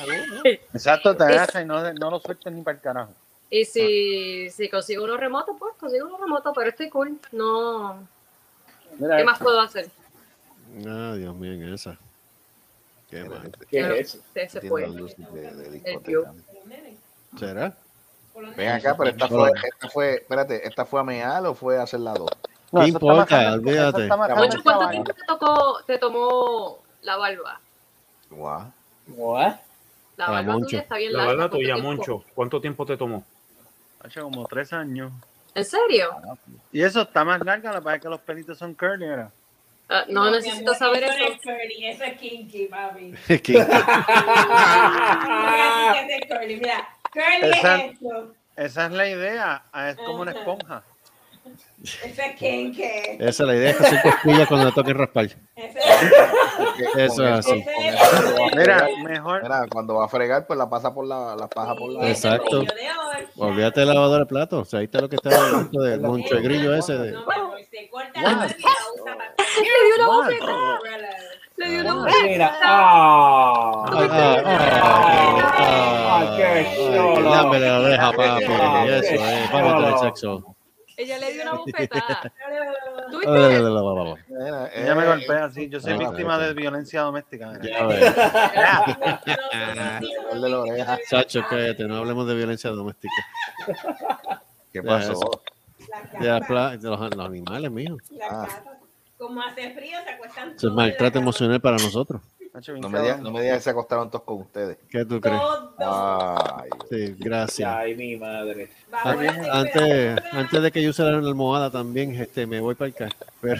[SPEAKER 6] Exacto, te
[SPEAKER 8] Es-
[SPEAKER 6] agarras y no, no lo sueltes ni para el carajo.
[SPEAKER 8] y si, si consigo uno remoto, pues consigo uno remoto, pero estoy cool. No,
[SPEAKER 6] Mira,
[SPEAKER 8] ¿qué más puedo hacer?
[SPEAKER 5] Ah, Dios mío, en esa. Qué mal.
[SPEAKER 8] Pero usted se
[SPEAKER 10] Tiene
[SPEAKER 8] fue.
[SPEAKER 10] las luces de- de
[SPEAKER 8] El
[SPEAKER 10] discoteca.
[SPEAKER 8] tío.
[SPEAKER 5] ¿Será?
[SPEAKER 10] Ven acá, pero esta fue, esta fue, espérate, ¿esta fue a meal o fue a hacer la dos?
[SPEAKER 5] No, eso está importa, marcando- olvídate. eso está marcando
[SPEAKER 8] Moncho, ¿cuánto tiempo te, tocó, te tomó la barba?
[SPEAKER 10] Guau.
[SPEAKER 8] La
[SPEAKER 3] Ah,
[SPEAKER 8] barba
[SPEAKER 3] Moncho.
[SPEAKER 8] tuya está bien
[SPEAKER 3] La
[SPEAKER 8] larga.
[SPEAKER 3] barba
[SPEAKER 8] ¿cuánto
[SPEAKER 3] tuya,
[SPEAKER 8] tiempo?
[SPEAKER 3] Moncho. ¿Cuánto tiempo te tomó?
[SPEAKER 6] Hace como tres años.
[SPEAKER 8] ¿En serio?
[SPEAKER 10] Ah,
[SPEAKER 6] Y eso está más larga, la verdad es que los pelitos son curly, ¿verdad?
[SPEAKER 8] Ah, no necesito saber
[SPEAKER 12] Eso no
[SPEAKER 8] eso.
[SPEAKER 12] es curly, eso es kinky, papi.
[SPEAKER 5] Kinky.
[SPEAKER 12] Mira, sí que es de curly, mira. Curly
[SPEAKER 6] Esa-
[SPEAKER 12] es esto.
[SPEAKER 6] Esa es la idea, ah, es como una esponja.
[SPEAKER 12] Eso es kinky.
[SPEAKER 5] Esa es la idea, es hacer cosquillas cuando le toquen raspar. Eso es así.
[SPEAKER 10] Mira,
[SPEAKER 6] Mira, mejor.
[SPEAKER 10] Mira, cuando va a fregar, pues la pasa por la, la paja por la.
[SPEAKER 5] Exacto. Olvídate de lavadora de platos. O sea, ahí está lo que estaba hablando del moncho el grillo ese. De...
[SPEAKER 8] Le dio una bofeta. Le dio una
[SPEAKER 7] Mira,
[SPEAKER 8] bofeta.
[SPEAKER 7] ah,
[SPEAKER 5] Ah, ah, ah, ah,
[SPEAKER 7] qué chulo.
[SPEAKER 5] Dame la oreja, papi.
[SPEAKER 7] Ah, qué
[SPEAKER 5] Eso es, vamos a tener
[SPEAKER 7] chulo.
[SPEAKER 5] sexo.
[SPEAKER 8] Ella le dio una bofeta. ¿Tú
[SPEAKER 5] Ah, la, la,
[SPEAKER 8] viste?
[SPEAKER 5] la, la, la, la.
[SPEAKER 6] Ella
[SPEAKER 10] Eh,
[SPEAKER 6] me golpea así, yo soy
[SPEAKER 5] Ah,
[SPEAKER 6] víctima de violencia doméstica. mira.
[SPEAKER 5] Ya ves.
[SPEAKER 6] Mira.
[SPEAKER 5] Sacho, cállate, no hablemos de violencia doméstica.
[SPEAKER 10] ¿Qué
[SPEAKER 5] Ya,
[SPEAKER 10] pasó?
[SPEAKER 5] eso. De, las pla- de los, los animales, mijo.
[SPEAKER 12] Como hace frío, se acuestan
[SPEAKER 5] Eso es maltrato emocional para nosotros.
[SPEAKER 10] No me digas no me digas que se acostaron todos con ustedes.
[SPEAKER 5] ¿Qué tú crees?
[SPEAKER 10] Ay,
[SPEAKER 5] Sí, gracias.
[SPEAKER 7] Ay, mi madre.
[SPEAKER 5] An- Antes, antes de que yo use la almohada también, este, me voy para el carro. Pero,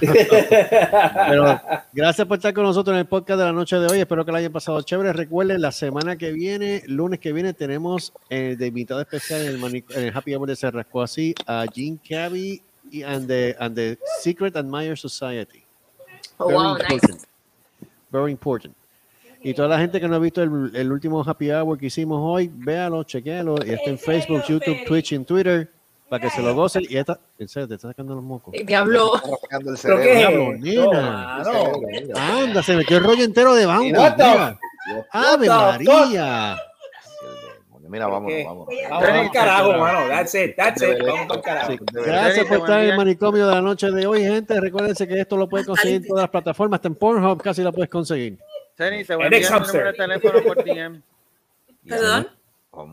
[SPEAKER 5] pero gracias por estar con nosotros en el podcast de la noche de hoy. Espero que la hayan pasado chévere. Recuerden, la semana que viene, lunes que viene, tenemos eh, de invitado especial en el, mani- en el Happy Hour de Cerrasco así a Jim Cabby y and the, and the Secret Admirer Society.
[SPEAKER 8] Oh,
[SPEAKER 5] Very
[SPEAKER 8] wow, nice.
[SPEAKER 5] important. Very important. Y toda la gente que no ha visto el, el último happy hour que hicimos hoy, véalo, chequéalo. Y está en Facebook, YouTube, Twitch y en Twitter para que se lo gocen. Y esta, en serio, te está sacando los mocos.
[SPEAKER 8] El diablo.
[SPEAKER 10] sacando el
[SPEAKER 5] Pero
[SPEAKER 10] cerebro.
[SPEAKER 5] Diablo, nena. Anda, se metió el rollo entero de Bounty.
[SPEAKER 10] What the-
[SPEAKER 5] mira. Ave
[SPEAKER 10] What the
[SPEAKER 5] María.
[SPEAKER 10] Mira, vámonos, vámonos.
[SPEAKER 7] Vamos al carajo, mano. That's it, that's it. Vamos al carajo.
[SPEAKER 5] Gracias por estar en el manicomio de la noche de hoy, gente. Recuérdense que esto lo puedes conseguir en todas las plataformas. Hasta en Pornhub casi la puedes conseguir.
[SPEAKER 6] Jenny, te voy a
[SPEAKER 7] El
[SPEAKER 6] enviar mi
[SPEAKER 7] ex-hamster.
[SPEAKER 6] número de teléfono por DM.
[SPEAKER 4] ¿Perdón?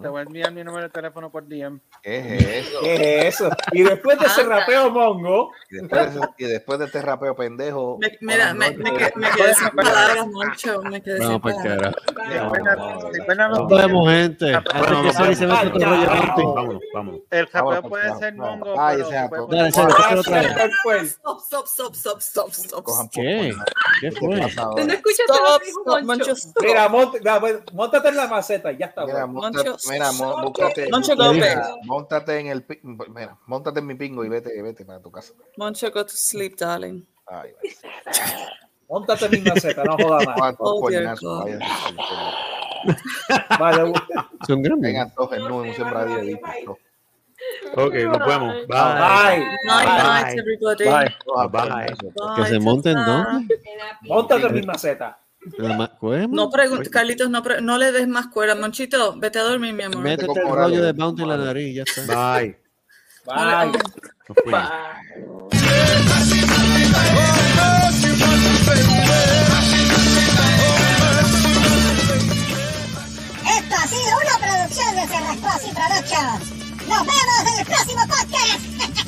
[SPEAKER 6] Te voy a enviar mi número de teléfono por DM.
[SPEAKER 10] ¿Qué es eso?
[SPEAKER 7] ¿Qué es eso? Y después de ese rapeo mongo,
[SPEAKER 10] Y después de, ese- y después de este rapeo pendejo.
[SPEAKER 4] Me- mira, me, me, que- me quedé sin palabras, Moncho. Me quedé sin
[SPEAKER 5] Vamos
[SPEAKER 10] pues
[SPEAKER 5] para el
[SPEAKER 4] palabras.
[SPEAKER 5] carajo.
[SPEAKER 6] Recuerda,
[SPEAKER 5] Nos vemos, gente. Antes que
[SPEAKER 3] Vámonos,
[SPEAKER 5] Sony se meta
[SPEAKER 3] vámonos,
[SPEAKER 5] otro rollo de
[SPEAKER 3] vámonos,
[SPEAKER 5] Bounty.
[SPEAKER 3] vámonos, vámonos.
[SPEAKER 6] el
[SPEAKER 10] Vámonos,
[SPEAKER 6] japeo puede
[SPEAKER 10] vámonos,
[SPEAKER 6] ser mongo,
[SPEAKER 10] vámonos. Ay,
[SPEAKER 6] pero
[SPEAKER 10] ese
[SPEAKER 6] se
[SPEAKER 10] japeo.
[SPEAKER 6] puede
[SPEAKER 5] Dale,
[SPEAKER 6] poner-
[SPEAKER 5] Sony, hazlo otra vez.
[SPEAKER 4] Stop, stop, stop, stop, stop, stop.
[SPEAKER 10] Cojan por
[SPEAKER 5] ¿Qué? ¿Qué fue?
[SPEAKER 8] No escuchaste lo
[SPEAKER 4] Stop,
[SPEAKER 8] que dijo
[SPEAKER 4] stop, Moncho.
[SPEAKER 8] Moncho.
[SPEAKER 4] stop.
[SPEAKER 7] mira, mont- da- montate en la maceta y ya está.
[SPEAKER 10] Mira,
[SPEAKER 7] bueno.
[SPEAKER 10] monta-
[SPEAKER 4] Moncho,
[SPEAKER 10] mira, mon- búscate-
[SPEAKER 4] Moncho
[SPEAKER 10] mira,
[SPEAKER 4] López.
[SPEAKER 10] montate en el pi- mira, montate en mi pingo y vete, vete para tu casa.
[SPEAKER 4] Moncho, go to sleep, darling.
[SPEAKER 10] Ay, vaya.
[SPEAKER 7] Montate en mi maceta, no jodas más.
[SPEAKER 10] Cuántos
[SPEAKER 4] Oh, dear
[SPEAKER 10] coñazos,
[SPEAKER 4] God.
[SPEAKER 10] vaya.
[SPEAKER 7] Vale,
[SPEAKER 5] Son grandes.
[SPEAKER 10] Vengan todos en un sembradío de discos.
[SPEAKER 3] Ok, nos vemos. Bye.
[SPEAKER 7] bye.
[SPEAKER 4] Night, night,
[SPEAKER 7] Bye.
[SPEAKER 4] everybody.
[SPEAKER 7] Bye.
[SPEAKER 10] Todos
[SPEAKER 3] Bye.
[SPEAKER 10] aprendan.
[SPEAKER 5] Que se
[SPEAKER 4] Bye,
[SPEAKER 5] monten,
[SPEAKER 4] Tata.
[SPEAKER 5] ¿no?
[SPEAKER 7] Montate en mi maceta.
[SPEAKER 5] La ma- ¿Cómo?
[SPEAKER 4] No preguntes, Carlitos, no, pre- no le des más cuerda. Monchito, vete a dormir, mi amor.
[SPEAKER 5] Métete el rollo de Bounty en la nariz, ya está.
[SPEAKER 3] Bye.
[SPEAKER 7] Bye.
[SPEAKER 3] Nos fuimos.
[SPEAKER 2] Esto ha sido una producción de Cerrascos y Productions. Nos vemos en el próximo podcast.